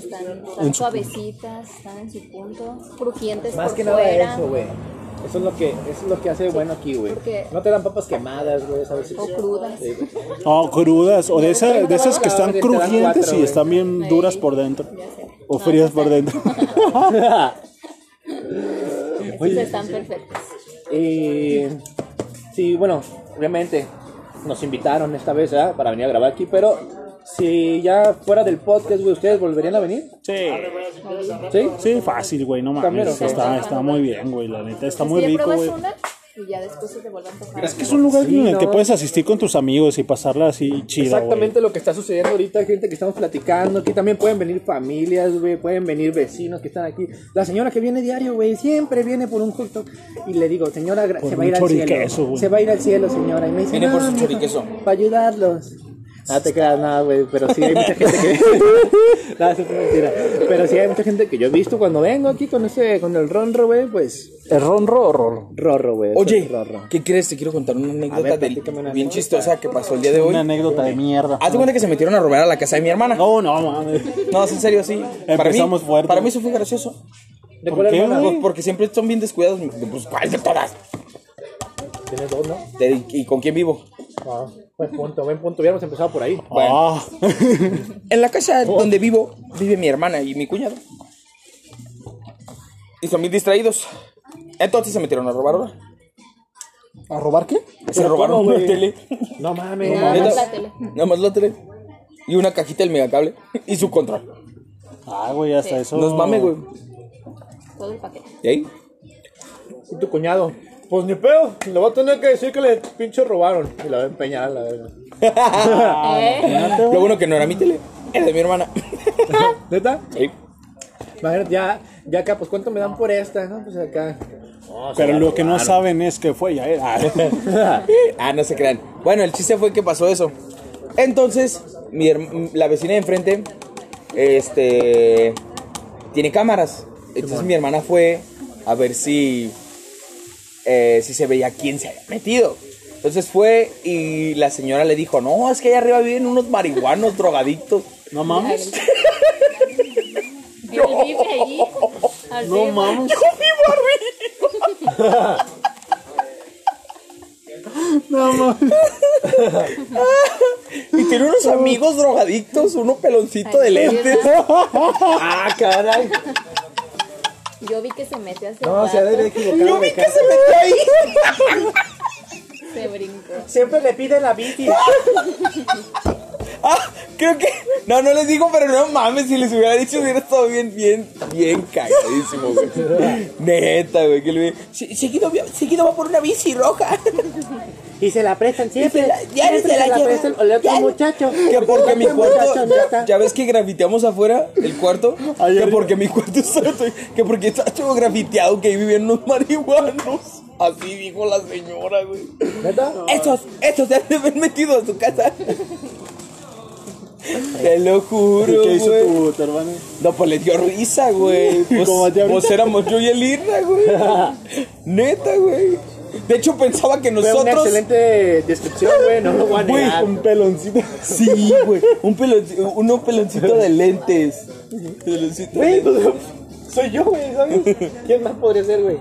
S4: están suavecitas, están en su punto, crujientes
S1: Más
S4: por
S1: que nada
S4: fuera.
S1: eso, güey. Eso es lo que, eso es lo que hace bueno aquí, güey.
S4: porque-
S1: No te dan papas quemadas, güey, ¿sabes?
S4: o crudas.
S1: Sí, güey.
S3: Oh, crudas. O de, esa- de esas que están
S1: Te dan cuatro,
S3: crujientes y
S1: güey.
S3: están bien
S4: Ahí.
S3: duras por dentro.
S4: Ya sé.
S3: O
S4: No,
S3: frías
S4: sí
S3: por
S4: están-
S3: dentro.
S4: sí Están perfectas.
S1: Y sí, bueno, obviamente nos invitaron esta vez ¿verdad? para venir a grabar aquí, pero si ya fuera del podcast, güey, ¿ustedes volverían a venir?
S3: Sí.
S1: ¿Sí?
S3: Sí, fácil, güey. No
S1: También,
S3: mames.
S1: ¿o qué?
S3: Está, está muy bien, güey. La neta, está
S4: Entonces,
S3: muy
S4: ya
S3: rico,
S4: pruebas
S3: güey.
S4: una y ya después se te vuelve a antojar.
S3: Es que es un lugar
S1: Sí,
S3: en el que
S1: ¿no?
S3: puedes asistir con tus amigos y pasarla así chida, güey.
S1: Exactamente lo que está sucediendo ahorita, gente que estamos platicando, aquí también pueden venir familias, güey, pueden venir vecinos que están aquí. La señora que viene diario, güey, siempre viene por un hot dog y le digo, señora, gra-
S3: Por
S1: se va a
S3: un
S1: ir al
S3: choriqueso,
S1: cielo.
S3: güey.
S1: Se va a ir al cielo, señora. Y me dice,
S2: Viene por su
S1: mijo,
S2: choriqueso.
S1: Para ayudarlos. No te quedas nada, güey, pero sí hay mucha gente que... no, eso es mentira. Pero sí hay mucha gente que yo he visto cuando vengo aquí con ese, con el ronro, güey, pues...
S3: ¿Es ronro o rolo?
S1: Rorro, güey. eso
S2: Oye,
S1: es Rorro.
S2: ¿qué crees? Te quiero contar una anécdota
S1: ver,
S2: del-
S1: platícame una
S2: bien
S1: anécdota.
S2: chistosa que pasó el día de hoy.
S3: Una anécdota de mierda.
S2: Haz de cuenta que se metieron a robar a la casa de mi hermana.
S3: No, no, mames.
S2: No, es en serio, sí. Para mí,
S3: Empezamos fuerte.
S2: para mí eso fue gracioso.
S1: ¿De
S3: ¿por
S1: cuál
S3: qué,
S1: hermana?
S3: güey?
S2: Pues porque siempre son bien descuidados. Pues, ¿cuál de todas?
S1: Tienes dos, ¿no?
S2: De- ¿Y con quién vivo?
S1: Ah, buen punto, buen punto. Hubiéramos empezado por ahí.
S3: Ah.
S2: En la casa
S1: Oh.
S2: donde vivo, vive mi hermana y mi cuñado. Y son bien distraídos. Entonces se metieron a robar ahora.
S3: ¿A robar qué?
S2: Se robaron
S1: cómo,
S2: una
S1: güey?
S2: tele.
S1: No mames.
S4: Nada más la tele.
S2: Nada más la tele. Y una cajita del megacable. Y su control.
S3: Ah, güey, hasta eso.
S2: Nos mames, güey.
S4: Todo el paquete.
S2: ¿Y ahí?
S1: Y tu cuñado. Pues ni pedo, le voy a tener que decir que le pinche robaron. Y la voy a empeñar, la verdad. Ah,
S4: ¿Eh?
S2: Lo bueno que no era mi tele. Era de mi hermana.
S1: ¿Neta?
S2: Sí.
S1: Imagínate, ya, ya acá, pues cuánto me dan por esta, ¿no? Pues acá.
S3: Pero lo que no saben es que fue ya era.
S2: Ah, no se crean. Bueno, el chiste fue que pasó eso. Entonces, mi herm- la vecina de enfrente, este, tiene cámaras. Entonces mi hermana fue a ver si, eh, si se veía quién se había metido. Entonces fue y la señora le dijo, no, es que allá arriba viven unos marihuanos drogadictos.
S3: No mames.
S4: Él vive allí. Al
S3: No
S4: vivo.
S3: mames. No mames.
S2: Y tiene unos amigos drogadictos, uno peloncito de
S4: Ay,
S2: lentes.
S1: ¡Ah, caray!
S4: Yo vi que se metió hace
S1: No, se ha de haber
S4: rato,
S1: equivocado.
S2: Yo vi
S1: de
S2: que
S1: casa.
S2: se metió ahí.
S4: se brincó.
S1: Siempre le piden la bici.
S2: Ah, creo que. No, no les digo, pero no mames, si les hubiera dicho, hubiera estado bien, bien, bien cagadísimo, güey. Neta, güey, que le se- seguido, vi- seguido va por una bici roja.
S1: Y se la prestan siempre.
S2: Y se la- ya
S1: siempre
S2: se la lleva.
S1: prestan al otro
S2: Ya.
S1: muchacho.
S2: Que porque mi
S1: Otro muchacho,
S2: cuarto.
S1: ya está.
S2: Ya ves que grafiteamos afuera, el cuarto. que porque mi cuarto está. Que porque está todo grafiteado, que ahí vivían unos marihuanos. Así dijo la señora, güey.
S1: ¿Neta?
S2: Estos, estos se han de haber metido a su casa. Te lo juro,
S3: ¿Qué hizo
S2: güey.
S3: tu, tu hermano?
S2: No, pues le dio risa, güey. Pues,
S3: Como a ti ahorita.
S2: pues éramos yo y el Irra, güey. Neta, güey. De hecho, pensaba que
S1: Fue una
S2: nosotros.
S1: excelente descripción, güey. No lo voy a negar.
S3: Un peloncito.
S2: Sí, güey. Un peloncito, uno peloncito de lentes. Peloncito de
S1: Güey,
S2: lentes.
S1: pues, soy yo, güey, ¿sabes? ¿Quién más podría ser, güey?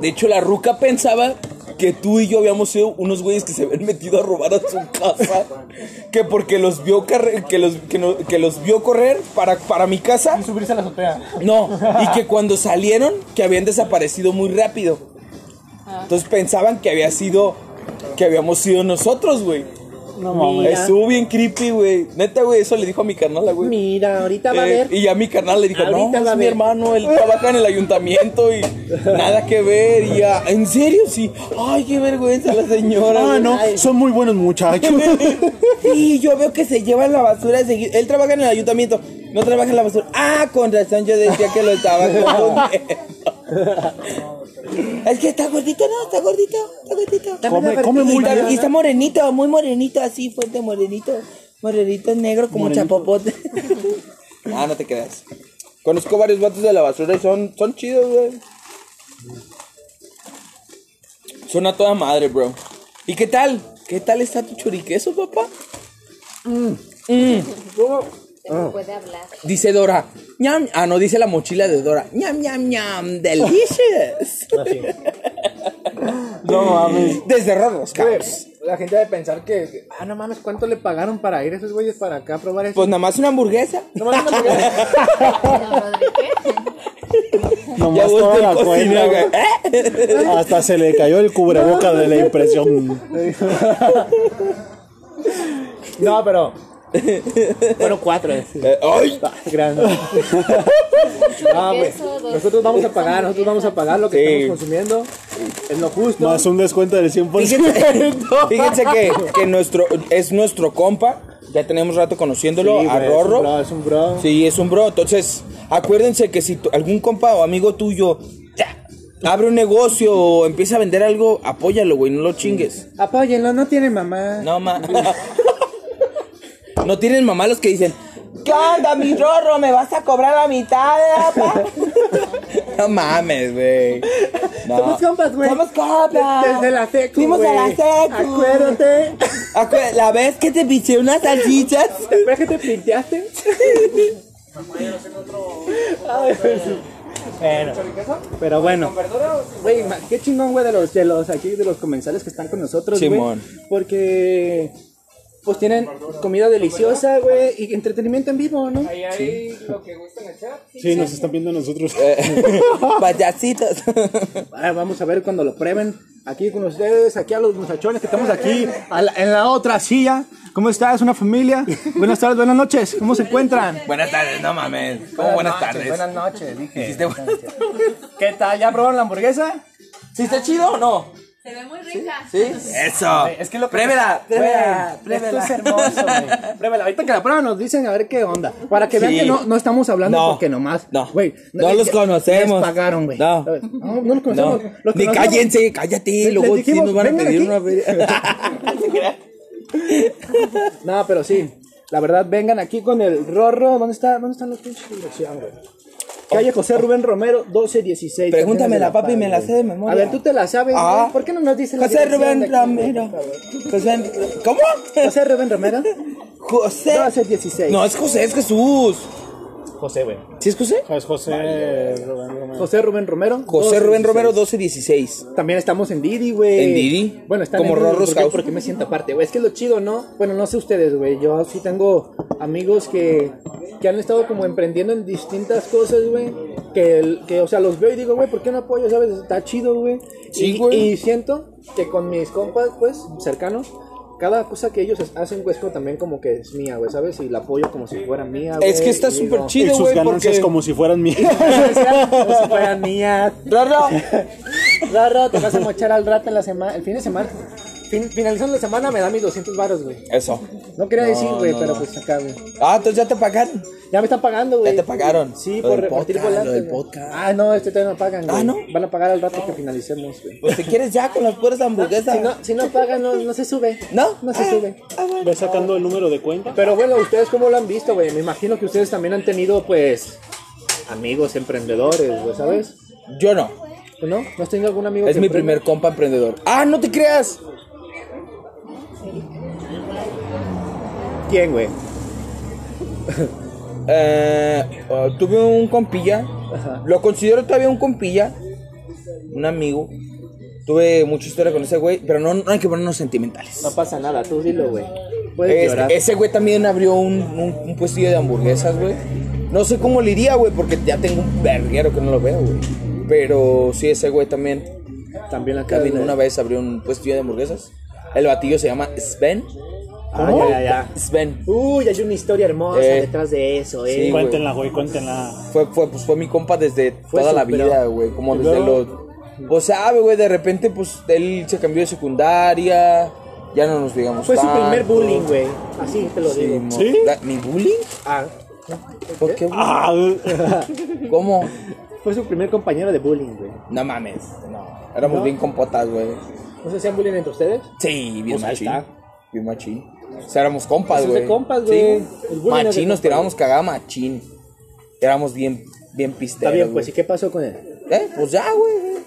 S2: De hecho, la ruca pensaba que tú y yo habíamos sido unos güeyes que se habían metido a robar a su casa. Que porque los vio, carre- que los, que no- que los vio correr para, para mi casa.
S1: Subirse a la azotea.
S2: No, y que cuando salieron, que habían desaparecido muy rápido. Entonces pensaban que había sido, que habíamos sido nosotros, güey.
S3: No mames.
S2: Estuvo bien creepy, güey. Neta, güey, eso le dijo a mi carnal, güey.
S1: Mira, ahorita va a
S2: Eh,
S1: ver.
S2: y a mi carnal le dijo,
S1: Ahorita
S2: no,
S1: va a
S2: es mi
S1: ver".
S2: hermano, él trabaja en el ayuntamiento y nada que ver. Y ya, ¿en serio? Sí. Ay, qué vergüenza la señora.
S3: Ah,
S2: güey.
S3: no. Son muy buenos muchachos.
S2: Sí, yo veo que se llevan la basura seguido. Él trabaja en el ayuntamiento, no trabaja en la basura. Ah, con razón yo decía que lo estaba confundiendo. Es que está gordito, ¿no? Está gordito, está gordito.
S3: Come, come
S2: Y
S3: muy
S2: está-
S3: bien.
S2: Y está morenito, muy morenito, así fuerte, morenito. Morenito negro como chapopote. ah, no te creas. Conozco varios vatos de la basura y son, son chidos, güey. Son a toda madre, bro. ¿Y qué tal? ¿Qué tal está tu churiqueso, papá? Mm.
S11: No Mm. puede hablar.
S2: Oh. Dice Dora. Ñam. Ah, no, dice la mochila de Dora. Ñam, ñam, ñam. Delicious.
S3: Así.
S2: No mames. Desde Rorros,
S1: Güey,
S2: cabros.
S1: La gente debe pensar que, ah, no mames, ¿cuánto le pagaron para ir a esos güeyes para acá a probar eso?
S2: Pues nada más una hamburguesa.
S1: No mames, no mames.
S11: No, ¿de qué?
S3: Nomás
S2: vos
S3: toda
S2: te
S3: la
S2: cocina,
S3: cuenta, güey.
S2: güey. ¿Eh?
S3: Hasta se le cayó el cubreboca de la impresión.
S1: no, pero. Fueron cuatro. eh.
S2: Eh, ¡Ay!
S1: Grande. Ah, güey.
S11: Queso, dos-
S1: Nosotros vamos a pagar, nosotros vamos a pagar lo que
S2: Sí.
S1: estamos consumiendo. Es lo justo.
S3: Más un descuento del 100%.
S2: Fíjense, Eh, fíjense que, que nuestro, es nuestro compa. Ya tenemos rato conociéndolo.
S3: Sí,
S2: a
S3: güey,
S2: Rorro.
S3: Es un bro, es un bro.
S2: Sí, es un bro. Entonces, acuérdense que si tu- algún compa o amigo tuyo ya, abre un negocio o empieza a vender algo, apóyalo, güey, no lo chingues.
S1: Apóyenlo, no tiene mamá.
S2: No, ma. no tienen mamá los que dicen, ¿qué onda, mi rorro? ¿Me vas a cobrar la mitad, eh, papá? no mames, güey. No.
S1: Somos compas, güey.
S2: Somos compas.
S1: De- desde la secu,
S2: Fuimos a la
S1: güey.
S2: secu.
S1: Acuérdate.
S2: Acué- La vez que te piché unas salchichas.
S1: ¿Te acuerdas que te pinteaste? Ay, sí. Bueno, pero bueno, güey, ma- qué chingón, güey, de los, de los aquí, de los comensales que están con nosotros, güey.
S2: Simón.
S1: Porque, pues tienen comida deliciosa, güey, y entretenimiento en vivo, ¿no?
S10: Ahí hay lo que gustan echar.
S3: Sí, nos están viendo nosotros.
S2: Eh,
S1: Oh.
S2: Payasitos.
S1: Ahora Ah, vamos a ver cuando lo prueben aquí con ustedes, aquí a los muchachones que estamos aquí a la- en la otra silla. ¿Cómo estás, una familia? Buenas tardes, buenas noches, ¿cómo se encuentran?
S2: buenas tardes, no mames. ¿Cómo buenas
S1: noches,
S2: tardes?
S1: Buenas noches, dije.
S2: Dijiste buenas
S1: ¿Qué tal? ¿Ya probaron la hamburguesa?
S2: ¿Sí está chido o no?
S11: Se ve muy rica.
S2: ¿Sí? Eso.
S1: Eh, Es que lo que-
S2: Pruébela,
S1: Güey,
S2: pruébela,
S1: Esto
S2: pruébela.
S1: es hermoso, güey. Pruébela. Ahorita que la prueban nos dicen a ver qué onda. Para que vean
S2: Sí.
S1: que no, no estamos hablando
S2: No,
S1: porque nomás.
S2: no.
S1: Güey,
S2: No
S1: les-
S2: los conocemos.
S1: Les pagaron, güey.
S2: No.
S1: no, no los
S2: No,
S1: conocemos. Los
S2: ni
S1: conocemos.
S2: cállense, cállate,
S1: Les-
S2: luego
S1: les
S2: sí
S1: dijimos,
S2: nos van a
S1: "Vengan
S2: pedir
S1: aquí".
S2: una feria.
S1: No, pero sí. La verdad, vengan aquí con el Rorro. ¿Dónde, está, dónde están los pinches dirección, güey? Calle José Rubén Romero, 1216.
S2: Pregúntame la
S1: Atenas de
S2: papi, me la
S1: Paz,
S2: sé
S1: güey.
S2: de memoria.
S1: A ver, tú te la sabes,
S2: Ah.
S1: güey. ¿Por qué no nos dices la
S2: José
S1: dirección de
S2: Rubén
S1: aquí?
S2: Ramiro. José, ¿cómo?
S1: José Rubén Romero,
S2: José.
S1: 1216.
S2: No, es José, es Jesús.
S1: José, güey.
S2: ¿Sí es José?
S3: Es José Rubén Romero.
S1: José Rubén Romero.
S2: José Rubén
S1: 1216.
S2: Romero 1216.
S1: También estamos en Didi, güey.
S2: ¿En Didi?
S1: Bueno, están
S2: Como
S1: en Didi,
S2: Rorro's
S1: ¿por qué?
S2: House.
S1: Porque me siento aparte, güey. Es que es lo chido, ¿no? Bueno, no sé ustedes, güey. Yo sí tengo amigos que, que han estado como emprendiendo en distintas cosas, güey. Que, el- que, o sea, los veo y digo, güey, ¿por qué no apoyo? ¿Sabes? Está chido, güey.
S2: Sí,
S1: Y-
S2: güey.
S1: Y siento que con mis compas, pues, cercanos. Cada cosa que ellos hacen, güey, es como también como que es mía, güey, ¿sabes? Y la apoyo como si fuera mía, güey.
S2: Es que está
S1: y digo,
S2: súper
S3: Y
S2: chido,
S3: sus
S2: güey,
S3: ganancias
S2: porque...
S3: como si fueran mías.
S1: Como si fuera mía.
S2: Rorro.
S1: Raro, te vas a mochar al rato en la semana, el fin de semana. Fin- finalizando la semana me da mis 200 baros, güey.
S2: Eso.
S1: No quería decir, güey,
S2: no,
S1: pero
S2: no.
S1: pues acá, güey.
S2: Ah, entonces ya te pagaron.
S1: Ya me están pagando, güey.
S2: Ya te pagaron.
S1: Sí,
S2: Lo
S1: por
S2: del
S1: repartir
S2: podcast,
S1: volantes.
S2: lo del
S1: güey.
S2: podcast.
S1: Ah, no, este todavía no pagan, güey.
S2: Ah, ¿no?
S1: Van a pagar al rato que finalicemos, güey.
S2: Pues te quieres ya con las puras hamburguesas.
S1: Si no, si no pagan, no, no se sube.
S2: ¿No?
S1: No se
S2: Ah,
S1: sube.
S2: ah, bueno.
S3: ¿Ves sacando el número de cuenta?
S1: Pero bueno, ¿ustedes cómo lo han visto, güey? Me imagino que ustedes también han tenido, pues, amigos emprendedores, güey, ¿sabes?
S2: Yo no.
S1: ¿Tú ¿No? ¿No has tenido algún amigo
S2: Es
S1: que
S2: mi
S1: emprenda?
S2: primer compa emprendedor. Ah, no te creas.
S1: ¿Quién, güey?
S2: Eh, eh, tuve un compilla.
S1: Ajá.
S2: Lo considero todavía un compilla. Un amigo. Tuve mucha historia con ese güey, pero no, no hay que ponernos sentimentales.
S1: No pasa nada, tú dilo, güey. Puedes
S2: Este-
S1: llorar.
S2: ese güey también abrió un, un, un puestillo de hamburguesas, güey. No sé cómo le iría, güey, porque ya tengo un verguero que no lo veo, güey. Pero sí, ese güey también.
S1: También acá
S2: También
S1: güey.
S2: una vez abrió un puestillo de hamburguesas. El batillo se llama Sven.
S1: Ah, ya, ya, ya.
S2: Sven.
S1: Uy, hay una historia hermosa
S2: Eh.
S1: detrás de eso, eh.
S2: Sí, güey.
S3: Cuéntenla, güey, cuéntenla.
S2: Fue, fue, pues fue mi compa desde
S1: Fue
S2: toda
S1: su
S2: la
S1: pro.
S2: vida, güey. Como
S3: Y
S2: desde los.
S3: luego-
S2: Pues sabe, güey, de repente, pues él se cambió de secundaria. Ya no nos digamos.
S1: Fue su primer
S2: tanto.
S1: bullying, güey. Así te lo
S2: Sí,
S1: digo.
S2: mo-
S3: ¿Sí?
S2: la- ¿Mi bullying?
S1: Ah,
S2: ¿Por qué?
S3: Ah,
S2: uh. bullying? ¿Cómo?
S1: fue su primer compañero de bullying, güey.
S2: No mames. No. Éramos bien compotas, güey.
S1: ¿No se hacían bullying entre ustedes?
S2: Sí, bien
S1: Pues ahí
S2: machín.
S1: está.
S2: Bien machín. O sea, éramos compas,
S1: Eso es
S2: güey.
S1: de compas,
S2: Sí,
S1: güey. El bullying es de
S2: Machín, nos
S1: compas,
S2: tirábamos cagada machín. Éramos bien, bien
S1: Está
S2: pisteros.
S1: bien, pues, ¿y
S2: güey.
S1: qué pasó con él?
S2: Eh, pues ya, güey.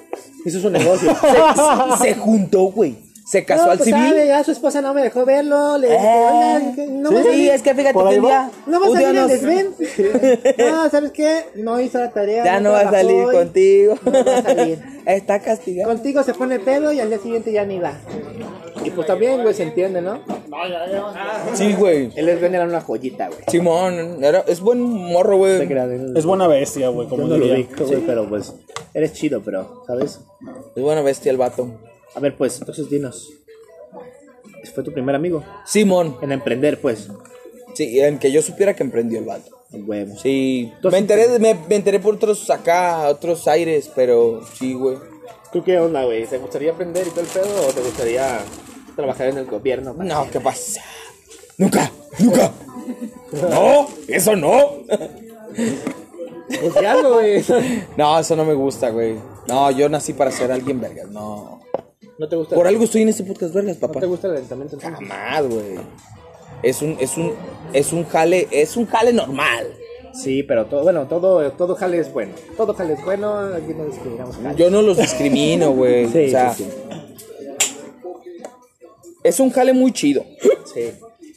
S1: Hizo su negocio.
S2: Se, se juntó, güey. se casó
S1: No,
S2: al
S1: pues,
S2: civil.
S1: sabe, ya su esposa no me dejó verlo. Le dije,
S2: Eh.
S1: hola, dije, no
S2: Sí,
S1: vas a
S2: sí,
S1: ir-
S2: es que fíjate
S1: por
S2: que
S1: ahí
S2: un
S1: va.
S2: día-
S1: No vas
S2: un
S1: a
S2: día
S1: salir al
S2: nos-
S1: desvén. No, ¿sabes qué? No hizo la tarea.
S2: Ya no va a
S1: trabajó
S2: salir
S1: y-
S2: contigo.
S1: No va a salir.
S2: Está castigado.
S1: Contigo se pone pedo y al día siguiente ya ni va. Y pues también, güey, se entiende, ¿no?
S2: Sí, güey.
S1: Él les vende una joyita, güey.
S2: Simón, era- es buen morro,
S1: Te
S2: güey.
S1: creas, él-
S3: Es buena bestia, güey,
S1: Yo
S3: como
S1: no lo
S3: diría.
S1: ubico, güey, pero pues eres chido, pero, ¿sabes?
S2: Es buena bestia el vato.
S1: A ver, pues, entonces dinos. Fue tu primer amigo
S2: Simón,
S1: en emprender, pues.
S2: sí, en que yo supiera que emprendió el vato.
S1: Huevos.
S2: Sí,
S1: Entonces-
S2: me enteré, me, me enteré por otros acá, otros aires, pero sí, güey.
S1: ¿Tú qué onda, güey? ¿Te gustaría aprender y todo el pedo o te gustaría trabajar en el gobierno? pa?
S2: No, ¿qué pasa? Nunca, nunca. No, eso no.
S1: Pues ya, güey.
S2: No, eso no me gusta, güey. No, yo nací para ser alguien vergas, no.
S1: ¿No te gusta,
S2: Por algo estoy en este podcast vergas, papá.
S1: ¿no te gusta el ayuntamiento? entonces?
S2: Jamás, güey. Es un, es un, es un jale, es un jale normal.
S1: Sí, pero todo, bueno, todo, todo jale es bueno. Todo jale es bueno, aquí no discriminamos jale.
S2: Yo no los discrimino, güey.
S1: Sí,
S2: o sea,
S1: sí,
S2: es un jale muy chido.
S1: Sí.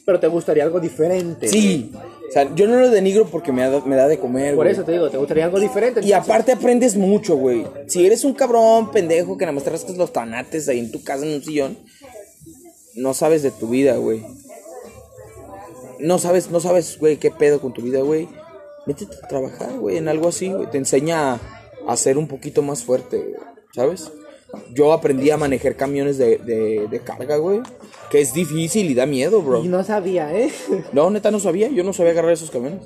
S1: Pero te gustaría algo diferente.
S2: Sí. O sea, yo no lo denigro porque me da, me da de comer.
S1: Por
S2: güey.
S1: eso te digo, te gustaría algo diferente.
S2: Y aparte aprendes mucho, güey. Si eres un cabrón pendejo que nada más te rascas los tanates ahí en tu casa en un sillón, no sabes de tu vida, güey. No sabes, no sabes, güey, qué pedo con tu vida, güey. Métete a trabajar, güey, en algo así, güey. Te enseña a, a ser un poquito más fuerte, güey, ¿sabes? Yo aprendí a manejar camiones de, de- de carga, güey. Que es difícil y da miedo, bro.
S1: Y no sabía, ¿eh?
S2: No, neta, no sabía. Yo no sabía agarrar esos camiones.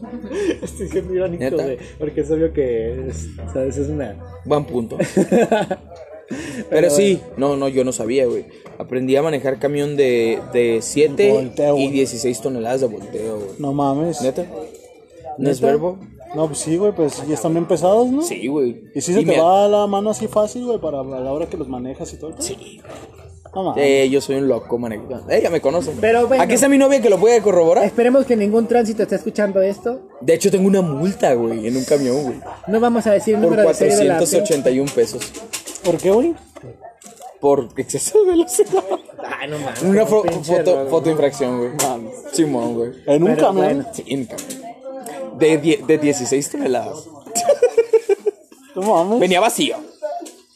S1: Estoy siendo irónico,
S2: ¿Neta?
S1: güey. Porque es obvio que, es, ¿sabes? Es una...
S2: Buen punto. Pero sí, no, no, yo no sabía, güey. Aprendí a manejar camión de, de 7
S3: Volteo,
S2: y
S3: güey.
S2: 16 toneladas de volteo, güey.
S3: No mames.
S2: ¿Neta? ¿No es
S3: ¿Neta?
S2: verbo?
S3: No, pues sí, güey, pues ya están bien pesados, ¿no?
S2: Sí, güey.
S3: Y si se te
S2: me-
S3: va la mano así fácil, güey, para a la hora que los manejas y todo. el pedo?
S2: Sí.
S3: No mames.
S2: Eh, yo soy un loco, manejito. Ella me conoce.
S1: Pero bueno.
S2: Aquí está mi novia que lo puede corroborar.
S1: Esperemos que ningún tránsito esté escuchando esto.
S2: De hecho, tengo una multa, güey, en un camión, güey.
S1: No vamos a decir el
S2: Por
S1: número Ah, de serie de la...
S2: 481 pesos.
S3: ¿Por qué, güey?
S2: Por exceso de velocidad.
S1: Ay, no mames.
S2: Una
S1: como
S2: fo-
S1: pinche
S2: foto,
S1: error,
S2: foto infracción, güey. Simón, güey.
S3: En un
S1: Pero
S3: camión.
S1: bueno.
S2: Sí, en camión. De, die- de 16 toneladas.
S3: No mames.
S2: Venía vacío.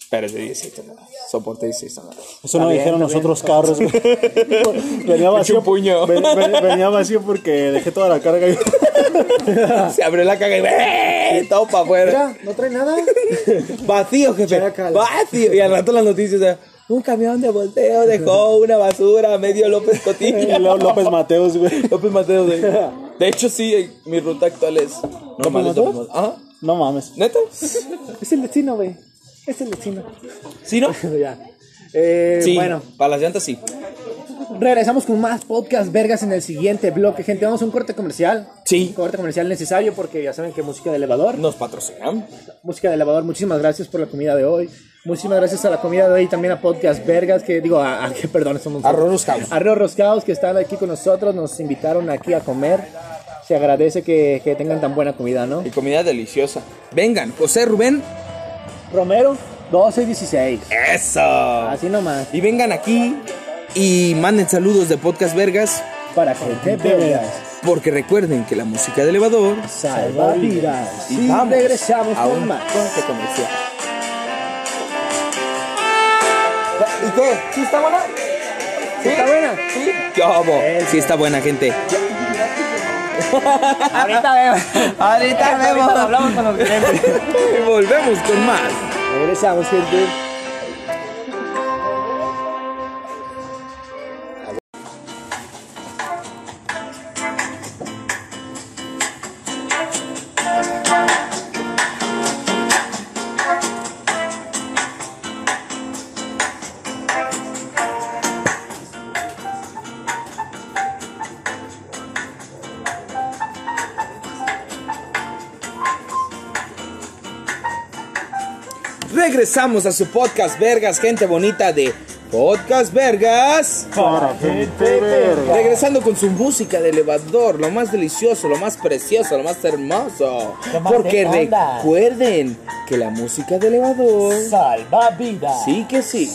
S2: Pero es de 16 toneladas. Soporte 16 toneladas.
S3: Eso no dijeron los otros carros, güey. Venía vacío.
S2: un puño.
S3: ven- ven- venía vacío porque dejé toda la carga ahí.
S2: Se abrió la caga y ¡eh! todo para afuera.
S1: Mira, no trae nada.
S2: Vacío, jefe.
S1: Chacal.
S2: Vacío. Y al rato las noticias. eh, Un camión de volteo dejó una basura a medio López Cotillo.
S3: Leo López Mateos, güey.
S2: López Mateo. De, de hecho, sí, eh, mi ruta actual es. Normales,
S3: Mateos?
S2: López Mateos. Ajá.
S3: No mames.
S2: ¿Neta?
S1: Es el destino, güey. Es el destino.
S2: ¿Sí, no?
S1: ya. Eh,
S2: Sí.
S1: Bueno,
S2: Para las llantas, sí.
S1: regresamos con más podcast vergas en el siguiente bloque, gente. Vamos a un corte comercial.
S2: Sí.
S1: Un corte comercial necesario porque ya saben que música de elevador.
S2: Nos patrocinan.
S1: Música de elevador, muchísimas gracias por la comida de hoy. Muchísimas gracias a la comida de hoy y también a Podcast Vergas, que digo, a, a- que perdón, son
S2: A Rorros House.
S1: A Rorros House, que están aquí con nosotros, nos invitaron aquí a comer. Se agradece que, que tengan tan buena comida, ¿no?
S2: Y comida deliciosa. Vengan, José Rubén.
S1: Romero, 1216.
S2: Eso.
S1: Así nomás,
S2: Y vengan aquí y manden saludos de Podcast Vergas,
S1: para gente vergas.
S2: porque recuerden que la música de elevador.
S1: Salva vidas.
S2: Y
S1: Y
S2: vamos
S1: regresamos
S2: a
S1: con
S2: un
S1: más.
S2: corte comercial. ¿Y qué? ¿Sí está buena? ¿Sí
S1: está buena?
S2: ¿Sí? ¿Qué hubo?
S1: Eso.
S2: Sí está buena, gente.
S1: Ahorita vemos.
S2: Ahorita vemos.
S1: hablamos con los
S2: Y volvemos con más.
S1: Regresamos, gente.
S2: Regresamos a su podcast Vergas, gente bonita de Podcast Vergas.
S3: Para gente verga.
S2: Regresando con su música de elevador, lo más delicioso, lo más precioso, lo más hermoso. Porque recuerden que la música de elevador salva vidas. Sí que sí.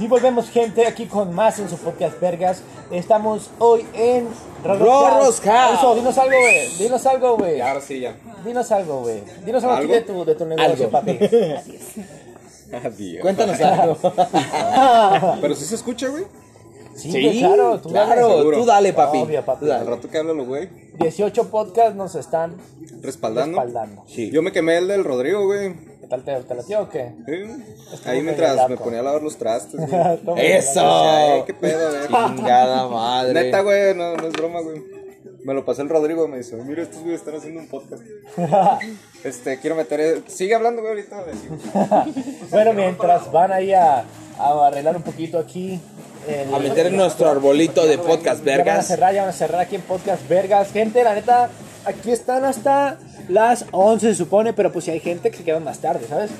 S1: Y volvemos, gente, aquí con más en su podcast Vergas. Estamos hoy en
S2: Rorro's House.
S1: Eso, dinos algo, güey. Dinos algo, güey.
S10: Ahora sí ya.
S1: Dinos algo, güey. Dinos algo, aquí de tu, de tu negocio,
S2: Algo.
S1: papi.
S10: Adiós.
S2: Cuéntanos algo.
S10: Pero sí se escucha, güey.
S1: Sí, güey, claro, tú
S2: claro,
S1: dale.
S10: seguro.
S2: tú dale, papi.
S1: Obvio, papi.
S2: Tú dale.
S10: Al rato que hablan los güey.
S1: 18 podcasts nos están
S10: Respaldando.
S1: Respaldando.
S10: Sí. Yo me quemé el del Rodrigo, güey.
S1: ¿Qué tal te, te latió o qué?
S10: Sí.
S1: Estuvo
S10: Ahí
S1: medio
S10: mientras me
S1: loco.
S10: ponía a lavar los trastes, güey.
S1: Toma,
S10: Ay,
S2: Eso.
S10: qué pedo,
S1: eh.
S10: güey.
S2: Chingada madre.
S10: Neta, güey, no, no es broma, güey. Me lo pasó el Rodrigo, me dice, mira, estos güeyes están haciendo un podcast. Este, quiero meter... Sigue hablando, güey, ahorita. le digo.
S1: Bueno, mientras van ahí a, a arreglar un poquito aquí. el-
S2: A meter en nuestro arbolito de podcast,
S1: Ya van a
S2: vergas.
S1: cerrar, ya van a cerrar aquí en Podcast Vergas. Gente, la neta, aquí están hasta las 11 se supone, pero pues si hay gente que se quedan más tarde, ¿sabes?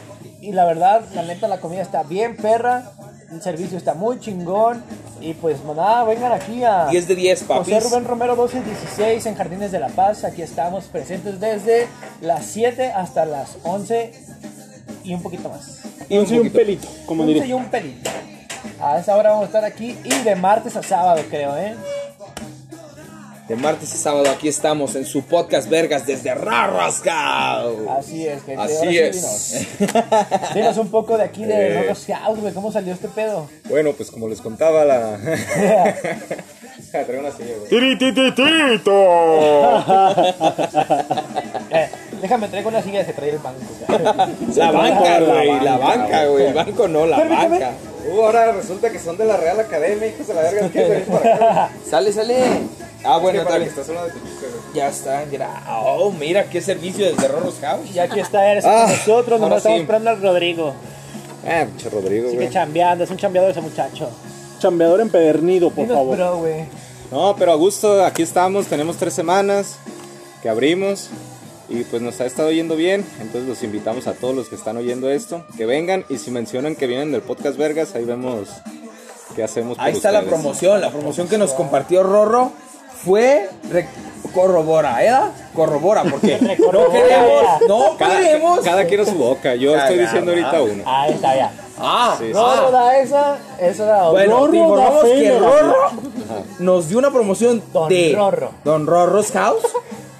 S1: Y la verdad, la neta, la comida está bien perra, el servicio está muy chingón. Y pues nada, vengan aquí a
S2: 10 de 10,
S1: José
S2: papis.
S1: Rubén Romero 1216 en Jardines de la Paz. Aquí estamos presentes desde las 7 hasta las 11 y un poquito más.
S2: Y un
S3: Soy un
S2: poquito.
S3: pelito, como
S1: Once
S3: diría.
S1: y un pelito. A esa hora vamos a estar aquí y de martes a sábado, creo, ¿eh?
S2: De martes a sábado aquí estamos en su podcast, vergas, desde Rarrascao.
S1: Así es, gente. Ahora
S2: Así
S1: sí,
S2: es.
S1: Dinos, dinos un poco de aquí de
S10: Eh.
S1: Rodos House, güey. ¿Cómo salió este pedo?
S10: Bueno, pues como les contaba, la... Traigo una silla, güey.
S1: Eh, déjame traigo una silla que trae el banco. güey.
S2: La banca,
S10: la
S2: güey.
S10: banca,
S2: La banca, güey. El banco no, la
S1: Permítame.
S2: banca.
S10: Uh, ahora resulta que son de la Real Academia, hijos de la verga. ¿Qué venir por acá?
S2: Sale, sale. Ah,
S10: Bueno,
S2: bueno,
S10: para
S2: tal
S10: que estás hablando de tu chica, güey.
S2: Ya está. mira. Oh, mira qué servicio desde Rorros House.
S1: y aquí está Eres
S2: Ah,
S1: con nosotros.
S2: ahora
S1: Nomás estamos
S2: sí.
S1: esperando al Rodrigo.
S10: Ah, pinche Rodrigo,
S1: Así que
S10: güey.
S1: chambeando, es un chambeador ese muchacho.
S3: Chambeador empedernido, por
S1: Dinos,
S3: favor.
S1: bro, güey.
S10: No, pero a gusto, aquí estamos, tenemos tres semanas que abrimos y pues nos ha estado yendo bien, entonces los invitamos a todos los que están oyendo esto, que vengan y si mencionan que vienen del podcast Vergas, ahí vemos qué hacemos. por
S2: Ahí está la
S10: ustedes.
S2: promoción. La promoción que nos compartió Rorro fue. re- Corrobora, ¿eh? Corrobora, porque no queremos, no
S10: Cada,
S2: queremos.
S10: cada quien a su boca, yo estoy diciendo ahorita uno.
S1: Ahí está, ya.
S2: Ah,
S10: Sí, sí.
S1: Rorro da esa, esa da otra.
S2: Bueno, te informamos
S1: da fe,
S2: que
S1: me la-
S2: Rorro nos dio una promoción
S1: Don
S2: de
S1: Rorro.
S2: Don Rorro's House.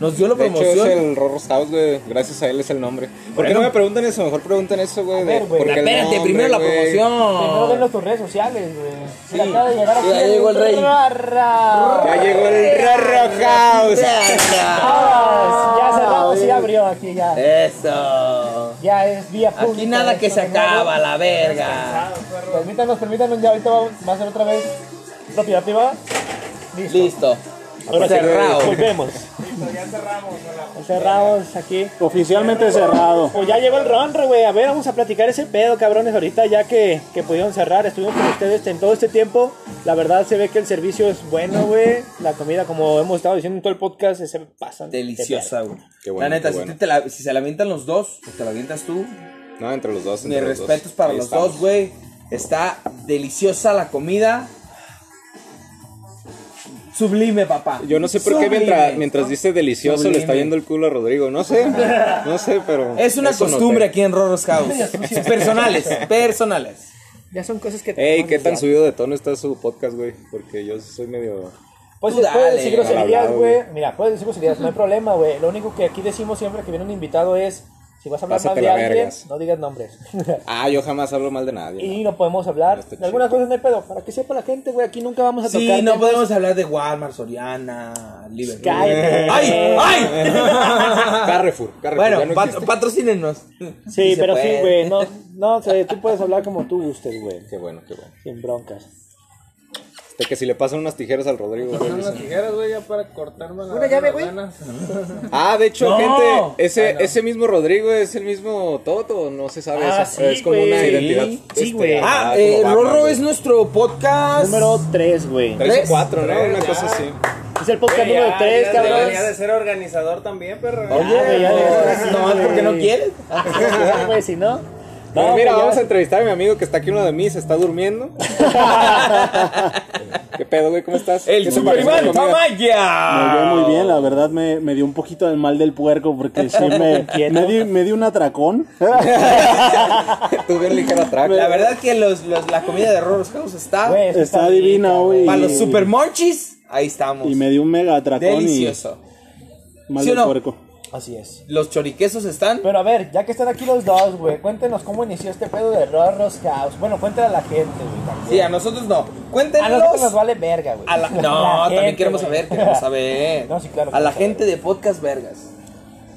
S2: Nos dio la
S10: De hecho es
S2: promoción.
S10: el Rorro's House, güey, gracias a él es el nombre. ¿Por qué no me preguntan eso? Mejor pregunten eso, güey. de-
S1: ver, güey.
S10: porque el
S2: Espérate,
S10: nombre,
S2: primero la
S10: güey.
S1: Primero
S2: promoción.
S1: venos tus redes sociales, güey. Sí. Acaba de llegar aquí.
S2: Ya llegó el rey.
S1: Rarra.
S10: Ya llegó el Rorro House.
S1: Ah, Ya cerramos y abrió aquí ya.
S2: Eso.
S1: Ya es vía pública.
S2: Aquí nada que se
S1: esto, claro.
S2: acaba, la verga.
S1: Permítanos, permítanos, ya ahorita vamos va a hacer otra vez propiedad privada. Listo.
S2: Listo.
S1: Ahora sí, eh,
S2: Cerrado.
S1: Volvemos. ya cerramos. Cerramos aquí.
S3: Oficialmente cerrado.
S1: Pues ya llegó el ronro, güey. A ver, vamos a platicar ese pedo, cabrones. Ahorita ya que, que pudieron cerrar, estuvimos con ustedes en todo este tiempo. La verdad se ve que el servicio es bueno, güey. La comida, como hemos estado diciendo en todo el podcast, se pasan.
S2: Deliciosa, güey.
S10: Qué bueno,
S2: la neta,
S10: qué
S2: si,
S10: bueno.
S2: tú te la- si se la avientan los dos, o te la avientas tú.
S10: No, entre los dos.
S2: Mis
S10: entre los dos.
S2: respetos para
S10: Ahí
S2: los
S10: estamos.
S2: dos, güey. Está deliciosa la comida. Sublime, papá.
S10: Yo no sé por qué
S2: Sublime.
S10: mientras, mientras dice delicioso
S2: Sublime.
S10: le está yendo el culo a Rodrigo. No sé, no sé, pero.
S2: Es una
S10: eso
S2: costumbre
S10: noté.
S2: aquí en Rorro's House. personales, personales.
S1: Ya son cosas que
S10: Ey, qué tan subido de tono está su podcast, güey. Porque yo soy medio.
S1: Pues
S2: Tú
S1: si puedes
S2: dale,
S1: decir
S2: mal
S1: groserías,
S10: hablado,
S1: güey. Mira, puedes decir groserías, no hay problema, güey. Lo único que aquí decimos siempre que viene un invitado es, si vas a hablar mal
S10: Pásate
S1: de
S10: la
S1: alguien,
S10: vergas.
S1: no digas nombres.
S10: Ah, yo jamás hablo mal de nadie.
S1: y no podemos hablar
S10: Este
S1: de algunas cosas, no hay pedo. Para que sepa la gente, güey, aquí nunca vamos a pues.
S2: Sí,
S1: tocar.
S2: no
S1: temas.
S2: podemos hablar de Walmart, Soriana, Liverpool.
S1: Cállate.
S2: ¡Ay! ¡Ay!
S10: Carrefour, Carrefour. ya
S2: bueno,
S10: no
S2: pat-
S10: existe.
S2: patrocínenos.
S1: Sí,
S2: se
S1: pero sí,
S2: puede.
S1: güey. No, no, o sea, tú puedes hablar como tú gustes, güey.
S10: Qué bueno, qué bueno.
S1: Sin broncas.
S10: Este, que si le pasan unas tijeras al Rodrigo. güey.
S12: Son las tijeras, güey, ya para cortarme la.
S1: Una llave, güey.
S10: Ah, de hecho,
S2: No.
S10: gente, ese, ese mismo Rodrigo es el mismo Toto. No se sabe
S1: Ah,
S10: eso.
S1: sí,
S10: es como una
S1: güey.
S10: identidad.
S1: Sí,
S10: este,
S1: güey.
S2: Ah,
S10: como
S2: eh,
S10: Batman,
S2: Rorro
S10: güey.
S2: es nuestro podcast.
S1: Número 3, güey.
S10: Tres
S2: tres.
S10: o cuatro, ¿no? Una cosa así.
S1: Es el podcast número 3,
S12: Debería de
S1: cabrón.
S12: ser organizador también, perro.
S2: Oye,
S1: ya, ya, ya, ya,
S2: no,
S1: sí,
S2: porque no
S1: güey.
S2: quieres.
S1: Ah, güey, si no.
S10: Pero
S13: No,
S10: mira,
S13: pues ya-
S10: vamos a entrevistar a mi amigo que está aquí, uno de mí, se está durmiendo. ¿Qué pedo, güey? ¿Cómo estás? ¿Qué
S2: El
S10: te pareció
S2: Superman
S10: la comida?
S2: Tamaya.
S3: Me dio muy bien, la verdad me, me dio un poquito del mal del puerco porque sí me, me, di, me di un atracón.
S10: Tuve un ligero atraco.
S2: La verdad que los, los- la comida de Rorros House está
S13: Güey, es que
S3: Está
S13: está
S3: divina,
S13: rica,
S3: güey.
S2: para los super monchis. Ahí estamos.
S3: Y me dio un mega atracón
S2: Delicioso.
S3: y mal
S2: ¿Sí o
S3: del
S2: no?
S3: puerco.
S13: Así es.
S2: Los choriquesos están.
S13: Pero a ver, ya que están aquí los dos, güey, cuéntenos cómo inició este pedo de Rorros House. Bueno, cuéntale a la gente, güey. también.
S2: Sí, a nosotros no.
S13: A nosotros nos
S2: Cuéntenos.
S13: vale verga, güey.
S2: a la-
S13: La
S2: no, también
S13: gente,
S2: queremos
S13: güey.
S2: saber, queremos saber.
S13: No, sí, claro,
S2: a la
S13: claro.
S2: gente de Podcast Vergas.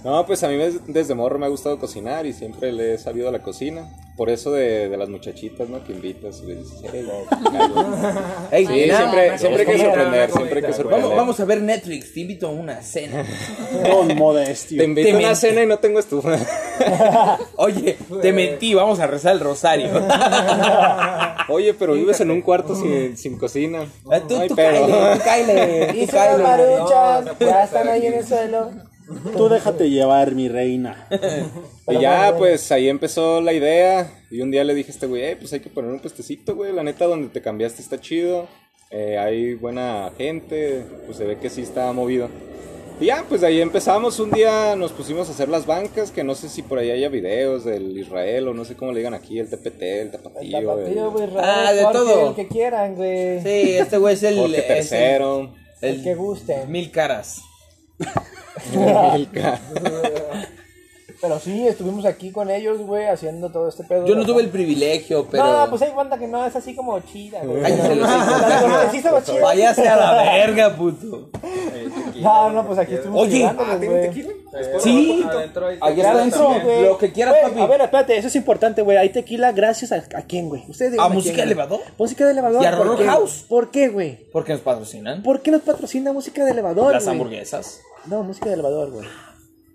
S10: No, pues a mí me- desde morro me ha gustado cocinar y siempre le he sabido a la cocina. Por eso de, de las muchachitas, ¿no? Que invitas y le dices, "Eres guapo".
S2: Ey,
S10: Sí,
S2: mira,
S10: siempre, siempre hay que
S2: vamos
S10: ¿eh?
S2: a-
S10: sorprender, siempre hay que
S2: Vamos,
S10: sorprender.
S2: vamos a ver Netflix, te invito a una cena.
S3: Con
S10: Te
S3: modestio.
S10: invito a
S2: Te
S10: una
S2: men-
S10: cena y no tengo estufa.
S2: Oye,
S13: Pues.
S2: te mentí, vamos a rezar el rosario.
S10: Oye, pero vives en un cuarto sin, sin cocina.
S2: Eh, tú,
S10: No hay
S2: tú
S10: pedo.
S2: cáele, tú cáele, tú
S13: Y se
S2: cáele.
S13: maruchan, ya están ahí en el suelo.
S3: Tú déjate llevar, mi reina.
S10: Y ya, pues ahí empezó la idea. Y un día le dije a este güey, "Eh, pues hay que poner un puestecito, güey. La neta, donde te cambiaste está chido. Eh, hay buena gente. Pues se ve que sí está movido. Y ya, pues de ahí empezamos. Un día nos pusimos a hacer las bancas. Que no sé si por ahí haya videos del Israel o no sé cómo le digan aquí. El TPT, el
S13: El
S10: Tapatío.
S13: tapatío,
S10: el
S13: güey,
S2: Ah,
S13: ah,
S2: de
S13: de
S2: todo.
S13: El que quieran, güey.
S2: Sí, este güey es el.
S10: Jorge
S2: es el-
S10: Tercero.
S13: El, que gusten.
S2: Mil caras.
S10: el Ca-
S13: Pero sí, estuvimos aquí con ellos, güey, haciendo todo este pedo.
S2: Yo no tuve el privilegio, pero.
S13: No, pues hay banda que no es así como chida, güey.
S2: Cállese el hocico.
S13: La de Rorros sí estaba chida.
S2: Váyase a la verga, puto.
S13: No, no, pues aquí estuvimos
S2: Oye,
S13: ayudándoles, güey.
S2: Sí, ahí está adentro.
S13: güey.
S2: Lo que quieras,
S13: Güey,
S2: papi.
S13: a ver,
S1: espérate, eso es importante, güey. Hay tequila gracias a, a quién, güey. Ustedes digan
S2: ¿A
S1: quién,
S2: música
S1: güey.
S2: elevador?
S1: Música de elevador.
S2: ¿Y a
S1: ¿por
S2: Rolo
S1: qué?
S2: House?
S1: ¿Por qué, güey?
S2: Porque nos patrocinan.
S1: ¿Por qué nos patrocina música de elevador,
S2: Las
S1: güey?
S2: hamburguesas.
S1: No, música de elevador, güey.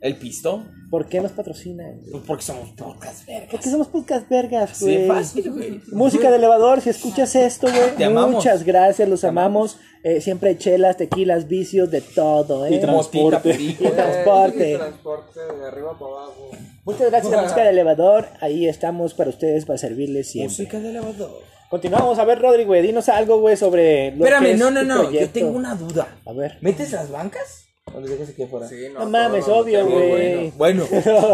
S2: El pisto.
S1: ¿Por qué nos patrocina? güey?
S2: Pues porque somos pocas vergas.
S1: Porque somos pocas vergas, güey.
S2: Sí, fácil, güey.
S1: Música de elevador, si escuchas esto,
S2: Te
S1: güey.
S2: amamos.
S1: Muchas gracias, los amamos. Eh, siempre hay chelas, tequilas, vicios, de todo, ¿eh?
S3: Y
S2: Motita,
S3: transporte.
S1: Y
S2: perico.
S1: transporte.
S14: de arriba para abajo.
S1: Muchas gracias a Música del Elevador. Ahí estamos para ustedes, para servirles siempre.
S2: Música de elevador.
S1: Continuamos. A ver, Rodri, güey, dinos algo, güey, sobre. Lo que
S2: Espérame,
S1: es
S2: no, no,
S1: tu
S2: no. Yo
S1: proyecto.
S2: tengo una duda.
S1: A ver.
S2: ¿Metes las bancas? ¿O les dejas aquí afuera?
S14: Sí, no,
S1: No mames,
S14: todo lo
S1: obvio,
S14: metemos,
S1: güey.
S2: Bueno,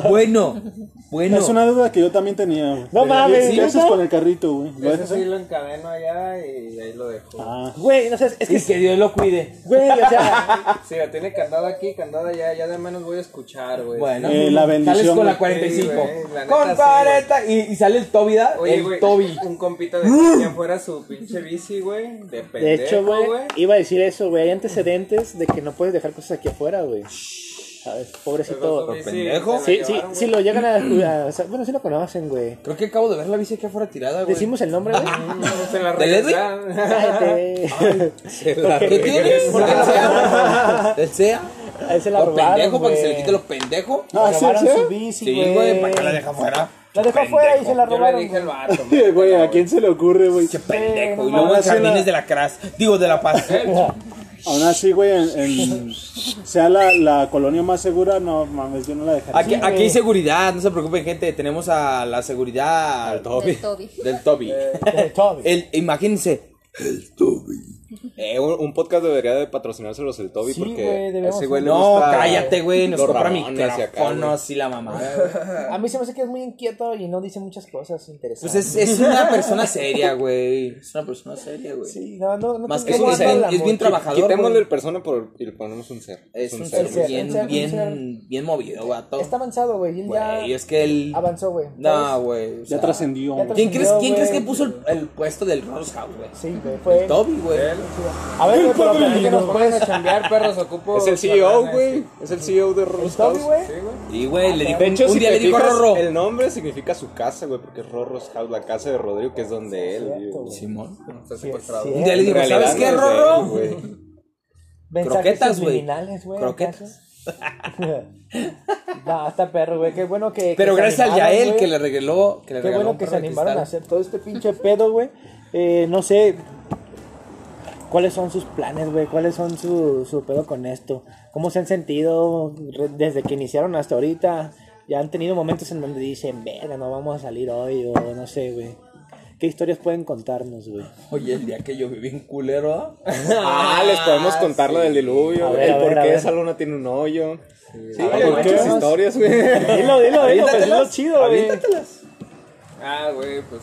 S2: bueno, bueno.
S3: Es una duda que yo también tenía. güey.
S1: No mames,
S3: ¿Qué haces
S1: ¿neta?
S3: con el carrito, güey? ¿Lo
S14: Eso
S3: dejas
S14: sí
S3: ahí?
S14: lo encadeno allá y ahí lo dejo.
S3: Ah,
S1: Güey, no sé, es
S2: Y
S1: que.
S2: que Dios lo cuide.
S1: Güey, o sea.
S14: Sí, la tiene candado aquí, candado allá, ya de menos voy a escuchar, güey.
S2: Bueno,
S3: Eh, la bendición,
S2: Sales con la
S3: güey.
S2: 45.
S14: Sí, güey, la neta,
S2: con
S14: sí,
S2: 40 y, y sale el Toby, ¿da?
S14: Oye,
S2: el
S14: güey,
S2: Toby.
S14: un compita
S10: Mm.
S14: de que afuera su pinche bici, güey, de pendejo,
S1: De hecho, güey,
S14: güey.
S1: iba a decir eso, güey. Hay antecedentes de que no puedes dejar cosas aquí afuera, güey. ¿Sabes? Pobrecito.
S14: Sí,
S2: pendejo.
S14: se
S1: Sí,
S14: la
S1: sí,
S14: llevaron,
S1: sí lo llegan a. a- o sea, bueno, sí lo conocen, güey.
S2: Creo que acabo de ver la bici aquí afuera tirada, güey.
S1: Decimos el nombre, güey.
S14: güey. Se la
S2: ¿De Ledwin?
S14: regresaron.
S1: Cállate.
S2: ¿Qué tienes?
S1: ¿Por qué
S2: ¿El
S1: la
S2: SEA? ¿El SEA?
S1: A él se la
S2: Por
S1: robaron,
S2: pendejo, para que se le
S1: güey.
S2: quite lo pendejo.
S3: Ah, ¿sí,
S13: Grabaron
S3: sí?
S13: su bici,
S2: Sí, güey, ¿para qué la deja afuera?
S13: La dejó afuera y se la
S14: Yo le
S13: robaron.
S14: dije al
S13: güey.
S14: vato,
S3: Sí, güey,
S14: güey.
S3: ¿a quién se le ocurre, güey?
S2: Qué pendejo. Y
S3: no
S2: Pues luego en
S3: mames,
S2: jardines
S3: la-
S2: de la Cras. Digo, de la Paz.
S3: Aún así, güey, en, en- sea la, la colonia más segura, no mames, yo no la dejaría.
S2: Aquí, aquí hay seguridad, no se preocupen, gente. Tenemos a la seguridad al
S11: Toby. Del Toby.
S2: Del Toby.
S13: Eh, Toby.
S2: El, imagínense,
S10: Eh, un, un podcast debería de patrocinárselos el Toby
S13: Sí,
S10: porque
S13: güey,
S10: a
S13: debemos
S10: ese güey le
S2: No,
S10: gusta
S2: cállate, güey. Nos
S10: los
S2: compra
S10: Ramones y acá,
S2: micrófonos y la mamá.
S13: A mí se me hace que es muy inquieto y no dice muchas cosas interesantes.
S2: Pues es, es una persona seria, güey. Es una persona seria, güey.
S13: Sí, no, no, no
S2: Más
S13: tengo
S2: que
S13: nada
S2: es bien-
S13: de
S2: es bien
S13: amor.
S2: trabajador,
S10: Quitémosle
S2: güey.
S10: el persona por, y le ponemos un ser.
S2: Es un
S10: ser,
S2: ser
S13: ser,
S10: güey.
S13: un
S2: bien,
S13: ser,
S2: bien, bien movido, vato.
S13: Está avanzado, güey. él ya
S2: Güey, es que él.
S13: avanzó, güey.
S2: No,
S13: ¿sabes?
S2: güey. o
S3: Ya
S2: sea,
S3: trascendió.
S13: ya
S3: güey.
S2: ¿Quién, crees, ¿quién
S13: Trascendió,
S2: crees que
S13: Pues güey.
S2: puso el, el puesto del Rose House, güey?
S13: Sí, güey, fue.
S2: Toby, güey.
S13: A ver, güey, pero platícanos,
S14: No
S13: pues.
S14: puedes chambear, perros, ocupo...
S10: Es el
S2: E
S10: CEO,
S14: ciudadanos.
S10: güey. Es el CEO de
S13: El
S10: Rorro's
S13: Toby,
S10: House.
S13: güey.
S2: Y, güey, le dijo.
S10: De hecho,
S2: un
S10: si
S2: día
S10: te
S2: le dijo a
S10: fijas,
S2: Rorro.
S10: el nombre significa su casa, güey, porque es Rorro's House, la casa de Rodrigo, que es donde él vive. güey.
S2: Simón.
S14: Está secuestrado.
S13: Sí,
S2: Un día le
S3: eh.
S13: güey.
S2: dijo,
S10: realidad
S2: ¿sabes qué,
S10: no es de él,
S2: Rorro?
S10: güey.
S13: Mensajes
S2: Croquetas, güey.
S13: subliminales, güey.
S2: Croquetas.
S13: ¿acaso? no, está perro, güey. Qué bueno que. que
S2: Pero
S13: se
S2: gracias al
S13: animaron,
S2: Yael
S13: güey.
S2: que le regaló. Que le
S13: Qué
S2: regaló
S13: bueno
S2: un
S13: que se
S2: perro de
S13: animaron a
S2: cristal.
S13: hacer todo este pinche pedo, güey. Eh, no sé. ¿Cuáles son sus planes, güey? ¿Cuáles son su, su pedo con esto? ¿Cómo se han sentido re- desde que iniciaron hasta ahorita?
S1: Ya han tenido momentos en donde dicen, verga, no vamos a salir hoy, o no sé, güey. ¿Qué historias pueden contarnos, güey?
S2: Oye, el día que yo viví en culero.
S10: Ah, les podemos contar lo del diluvio,
S1: A ver,
S10: el
S1: a ver,
S10: por
S1: a
S10: qué
S1: ver.
S10: esa luna tiene un hoyo. Sí,
S3: ver,
S10: hay muchas
S3: cuéntanos.
S10: historias, güey.
S1: Dilo, dilo, dilo, pues es lo
S2: Aviéntatelas,
S1: chido, güey.
S2: aviéntatelas.
S15: Ah, güey, pues.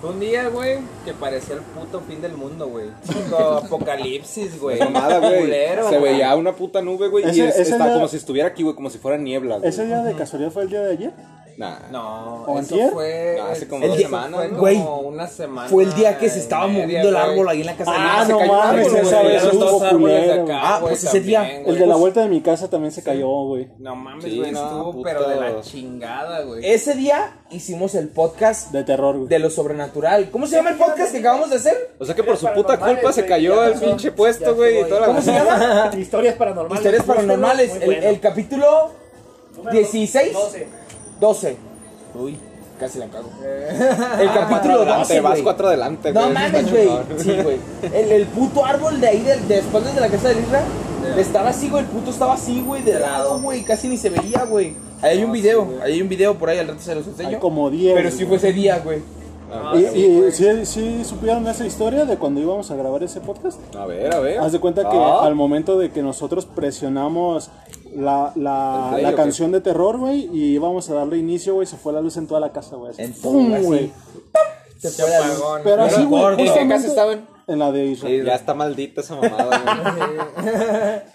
S15: fue Un día, güey, que parecía el puto fin del mundo, güey. Puto apocalipsis, güey.
S10: Mamada, güey.
S15: Culero,
S10: Se
S15: güey.
S10: veía una puta nube, güey, y
S3: Ese-
S10: es-
S3: ese
S10: está
S3: día-
S10: como si estuviera aquí, güey, como si fuera niebla, güey.
S3: ¿Ese día de casualidad fue el día de ayer?
S10: Nah.
S15: No,
S3: ¿O
S15: eso
S3: antier?
S15: fue.
S10: No, hace como
S15: eso
S10: dos
S15: fue
S10: semanas,
S15: como
S2: güey.
S15: una semana.
S2: Fue el día que se estaba
S15: y media,
S2: moviendo el
S15: güey.
S2: árbol ahí en la casa de
S3: Ah,
S2: mi
S3: no
S2: mamá. Se cayó un
S3: mames,
S2: árbol,
S3: esa
S2: güey.
S3: vez
S15: Los
S3: hubo
S15: dos árboles acá,
S3: culero,
S2: güey. Ah,
S15: güey,
S2: pues ese día,
S15: también,
S3: El
S15: güey.
S3: de la vuelta de mi casa también se cayó, güey.
S15: No mames,
S10: Sí,
S15: güey,
S10: no,
S15: estuvo
S10: puto.
S15: pero de la chingada, güey.
S2: Ese día hicimos el podcast
S3: De terror, güey.
S2: de lo sobrenatural. ¿Cómo se llama el podcast que acabamos de hacer?
S10: O sea que por su puta culpa se cayó el pinche puesto, güey, y toda la
S2: ¿Cómo se llama?
S1: Historias paranormales.
S2: Historias paranormales. El, el capítulo 16. 12. Uy, casi la cago.
S15: Ah,
S2: El capítulo 12.
S10: Te vas
S2: Ah, güey.
S10: cuatro adelante, güey.
S2: No mames, güey. Sí, güey. El, el puto árbol de ahí, del- de espaldas de la casa de Isra, estaba así, güey. El puto estaba así, güey, de lado, güey. Casi ni se veía, güey. Ahí hay un video, ahí hay un video por ahí, al rato se los
S3: Hay
S2: enseño.
S3: como 10.
S2: Pero sí fue ese día, güey.
S10: Ah,
S3: Y, y sí, sí supieron esa historia de cuando íbamos a grabar ese podcast.
S10: A ver, a ver.
S3: Haz de cuenta que
S10: Ah.
S3: al momento de que nosotros presionamos la, la,
S10: ¿El play
S3: la
S10: o qué?
S3: canción de terror, güey, y íbamos a darle inicio, güey, se fue la luz en toda la casa, güey. así,
S2: En todo,
S3: ¡pum!,
S2: así.
S3: güey.
S2: Se fue la luz.
S15: Apagón.
S3: Pero así, güey.
S2: ¿En qué
S3: justamente
S10: casa estaban?
S3: En la de
S10: Sí,
S3: Israel.
S10: ya está maldita esa mamada, güey.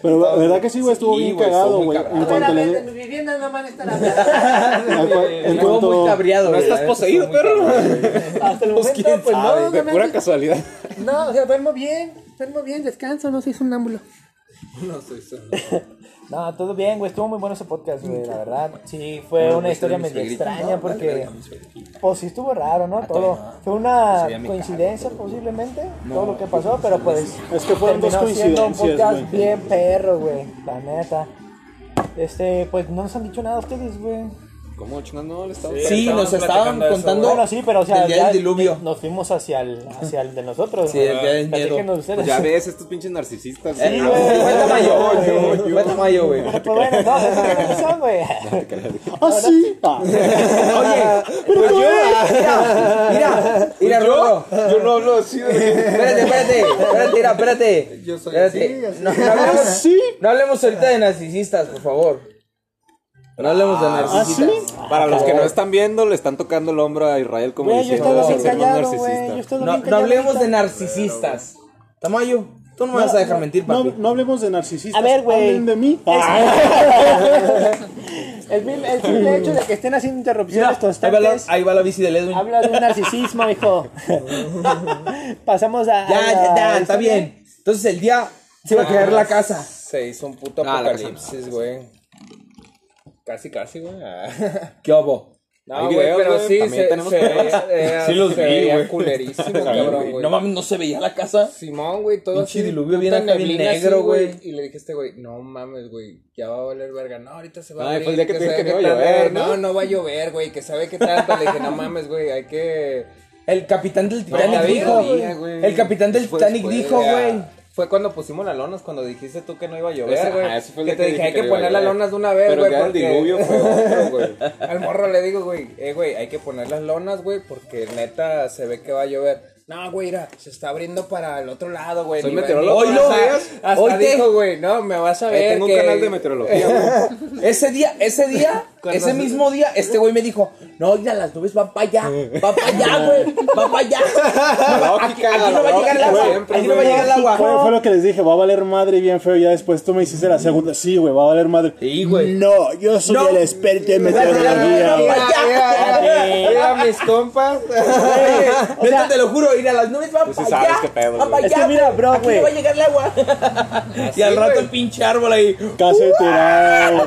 S3: Pero la verdad que sí, güey, estuvo
S10: Sí,
S3: bien
S10: güey, estuvo
S3: cagado,
S10: muy
S3: güey.
S10: cagado.
S3: En cuanto le...
S1: mi vivienda no van a estar
S3: en cua- en
S2: Estuvo muy
S3: cuanto...
S2: cabreado,
S10: No
S2: güey.
S10: estás
S2: la neta,
S10: poseído,
S2: estuvo muy
S10: perro.
S2: cabreado, güey.
S1: Hasta el
S2: Pues,
S1: momento,
S2: ¿quién
S1: pues
S2: sabe?
S1: no,
S10: De
S1: no me
S10: pura casualidad.
S1: han- No, o sea, duermo bien, duermo bien, descanso, no soy sonámbulo. No, todo bien, güey. Estuvo muy bueno ese podcast, güey, la verdad. Sí, fue una historia medio extraña porque. Pues sí, estuvo raro, ¿no? Todo. Fue una coincidencia, posiblemente, todo lo que pasó, pero pues.
S3: Es que fueron dos
S1: terminó siendo un
S3: coincidencias,
S1: podcast bien perro, güey, la neta. Este, pues no nos han dicho nada ustedes, güey.
S10: ¿Cómo chingas no le estaba
S2: Sí, nos estaban
S15: platicando eso,
S2: contando.
S1: Bueno, sí, pero o sea,
S2: del día
S1: ya
S2: del diluvio.
S1: nos fuimos hacia el, hacia el de nosotros.
S2: Sí,
S1: güey.
S2: el día del miedo.
S1: Platíquenos ustedes.
S10: Ya ves, estos pinches narcisistas.
S2: Eh,
S10: güey.
S2: no, Fue Tamayo, güey. Fue Tamayo, güey.
S1: Pues bueno, no, eso es lo que son, güey.
S3: ¡Ah, sí! Ah.
S2: Oye, pues yo. Mira, mira, mira, Rorro.
S10: Yo no hablo así de...
S2: Espérate, espérate, espérate, mira, espérate. Yo soy No, no hablemos, no hablemos ahorita de narcisistas, por favor. No hablemos de
S3: Ah,
S2: narcisistas.
S10: Para los que no están viendo, le están tocando el hombro a Israel como
S1: Güey, yo
S10: diciendo
S1: estaba bien
S10: "Sin ser un
S1: callado, güey. Yo
S10: narcisista.
S1: estaba
S2: No,
S1: bien
S2: no
S1: callado.
S2: hablemos de
S1: ahorita.
S2: narcisistas. Tamayo, tú no me vas a dejar mentir,
S3: No,
S2: papi.
S3: no hablemos de narcisistas.
S1: A ver, güey.
S3: Hablen de mí. Ah.
S1: El simple, el simple hecho de que estén haciendo interrupciones
S2: Mira, ahí, va la,
S1: constantes
S2: ahí va la bici de Edwin.
S1: habla de un narcisismo, hijo. Pasamos a.
S2: Ya,
S1: a
S2: ya,
S1: la-
S2: ya, está bien. Entonces el día se iba a caer la casa.
S15: Ah, Se hizo un puto
S10: Ah, la casa
S15: apocalipsis, güey. Casi, casi, güey. Ah.
S2: ¿Qué hubo?
S15: No,
S10: Hay
S15: güey,
S10: videos,
S15: pero
S10: güey,
S15: sí,
S10: también
S15: se,
S10: tenemos
S15: se veía,
S10: videos.
S15: eh,
S10: Sí los
S15: se
S10: vi,
S15: veía
S10: güey.
S15: culerísimo, cabrón, güey.
S2: No mames, no se veía la casa.
S15: Simón, güey, todo
S2: Pinche
S15: así.
S2: diluvio bien
S15: puta
S2: acá, bien
S15: neblina
S2: negro,
S15: así,
S2: güey.
S15: Y le dije a este güey, no mames, güey, ya va a valer verga. No, ahorita se va a
S10: Ay,
S15: abrir.
S10: fue el día que te dije
S15: sabe
S10: que no
S15: qué
S10: iba a
S15: tal,
S10: llover,
S15: güey.
S10: ¿no?
S15: No, no va a llover, güey, que sabe qué tanto. Le dije, no mames, güey, hay que...
S2: El capitán del Titanic
S15: la vi,
S2: dijo.
S15: la vi, güey.
S2: El capitán del
S15: Fue
S2: Titanic
S15: después,
S2: dijo,
S15: ah,
S2: güey.
S15: Fue cuando pusimos las lonas, cuando dijiste tú que no iba a
S10: Ese-
S15: llover, güey.
S10: ah, ese fue el
S15: que
S10: día
S15: te dije,
S10: que dije
S15: hay
S10: que
S15: que
S10: iba a
S15: poner las
S10: llover".
S15: lonas de una vez,
S10: Pero
S15: güey.
S10: el
S15: porque-
S10: día del diluvio fue otro, güey.
S15: Al morro le digo, güey, eh, güey, hay que poner las lonas, güey, porque neta se ve que va a llover. No, güey, mira, se está abriendo para el otro lado, güey.
S10: Soy
S15: Ni va-
S10: meteorólogo.
S15: Hoy lo
S2: Hasta-
S15: veas. Hasta
S2: hoy te-
S15: dijo, güey, no, me vas a
S10: Eh,
S15: ver
S10: tengo
S15: que-
S10: un canal de meteorología, güey.
S2: Ese día, ese día,
S15: Con
S2: ese
S15: razón.
S2: mismo día, este güey me dijo, no, oiga, las nubes van para allá, van para allá, güey, van para allá. No, aquí,
S10: lógica,
S2: aquí no va a llegar
S10: la
S2: el
S10: lógica
S2: agua,
S10: siempre,
S2: aquí no va a
S10: güey.
S2: llegar el agua.
S3: Fue, fue lo que les dije, va a valer madre bien feo. Ya después tú me hiciste la segunda. Sí, güey, va a valer madre.
S2: Sí, güey.
S3: No, yo soy
S2: No.
S3: el experto en
S2: Mira,
S3: meteorología, güey.
S2: mira, mira, mira, mis compas. Neta, te lo juro, ir a las nubes van
S10: sí
S2: para
S10: sabes
S2: allá.
S10: qué pedo,
S2: van
S10: güey.
S2: para
S1: Es que
S2: allá,
S1: mira, bro,
S2: aquí
S1: güey.
S2: no va a llegar el agua. Y al rato el pinche árbol ahí. Uh,
S3: Casi tirado.
S15: No,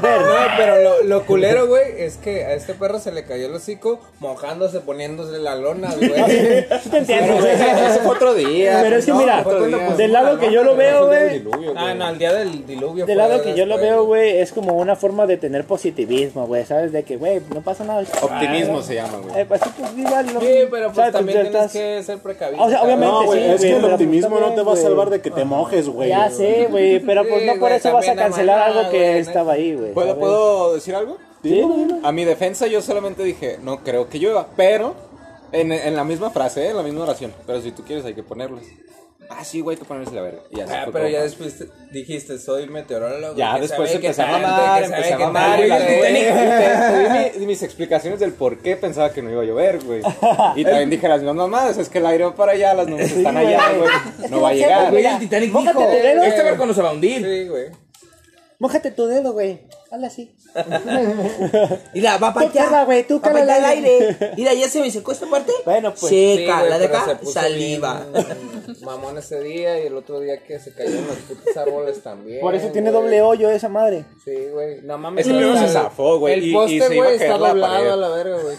S15: pero lo, lo culero, güey, es que a este perro se le cayó el hocico mojándose, poniéndose la lona, güey.
S1: Sí te entiendo, güey.
S10: Ese fue otro día.
S1: Pero es que
S15: No,
S1: mira,
S15: fue cuando pusimos
S1: del lado
S15: la
S1: que yo
S15: lona,
S1: lo veo,
S10: Fue el día del
S1: güey.
S10: diluvio,
S15: Ah,
S10: güey.
S15: no, el día del diluvio.
S1: Del
S15: fue
S1: lado que yo lo
S15: después,
S1: veo, güey, es como una forma de tener positivismo, güey, ¿sabes? De que, güey, no pasa nada.
S10: Optimismo se llama, güey.
S1: Eh, pues sí, pues viva lo-
S15: Sí, pero pues
S1: ¿sabes?
S15: también
S1: Tú
S15: tienes
S1: estás-
S15: que ser precavido.
S1: O sea,
S15: cabrón.
S1: obviamente
S3: No, güey,
S1: sí,
S3: es
S1: güey,
S3: que el
S1: pero
S3: optimismo no
S1: también,
S3: te va a
S1: güey.
S3: salvar de que te mojes, güey.
S1: Ya sé, güey, pero pues
S15: Sí,
S1: no por
S15: güey,
S1: eso vas a
S15: también, no
S1: cancelar
S15: mames,
S1: algo que
S15: güey,
S1: estaba ahí, güey.
S10: ¿Puedo,
S1: ¿sabes?
S10: ¿Puedo decir algo? A mi defensa yo solamente dije, no creo que llueva, pero en, en la misma frase, ¿eh? en la misma oración. Pero si tú quieres hay que ponerles. Ah, sí, güey, hay que ponerles la verga. Y así
S14: Ah,
S10: fue
S14: pero
S10: como-
S14: ya después te- dijiste, soy meteorólogo.
S10: Ya
S14: que
S10: después
S14: sabe que
S10: empecé a
S14: tanto,
S10: mamar,
S14: que sabe
S10: empecé a
S14: que
S10: mamar.
S14: tal,
S10: güey.
S14: que
S10: Te-
S14: tal.
S10: te- te di mi- mis explicaciones del por qué pensaba que no iba a llover, güey. Y también dije las mismas mamadas, es que el aire va para allá, las nubes están allá,
S1: güey.
S10: güey. No va a llegar.
S2: Ah, Güey, el Titanic
S1: mójate
S2: dijo,
S1: tu dedo.
S2: este barco no se va a hundir.
S14: Sí, güey.
S1: Mójate tu dedo, güey. Habla así.
S2: Mira, va para
S1: Tú cala,
S2: allá.
S1: güey, tú
S2: va para
S1: cala
S2: allá
S1: el
S2: el aire. Mira, ya se me secó esta parte.
S1: Bueno, pues.
S2: Seca,
S14: Sí,
S2: la
S14: güey,
S2: de
S14: pero se
S2: acá,
S14: puso
S2: saliva.
S14: bien Mamón ese día y el otro día que se cayeron los putos árboles también.
S1: Por
S10: Eh,
S1: eso tiene
S14: güey.
S1: doble hoyo esa madre.
S14: Sí, güey. No mames.
S10: Ese
S14: no
S10: luego se zafó, güey, y-
S14: El
S10: y
S14: poste,
S10: se iba a
S14: güey,
S10: caer
S14: está
S10: la pared.
S14: doblado a la verga, güey.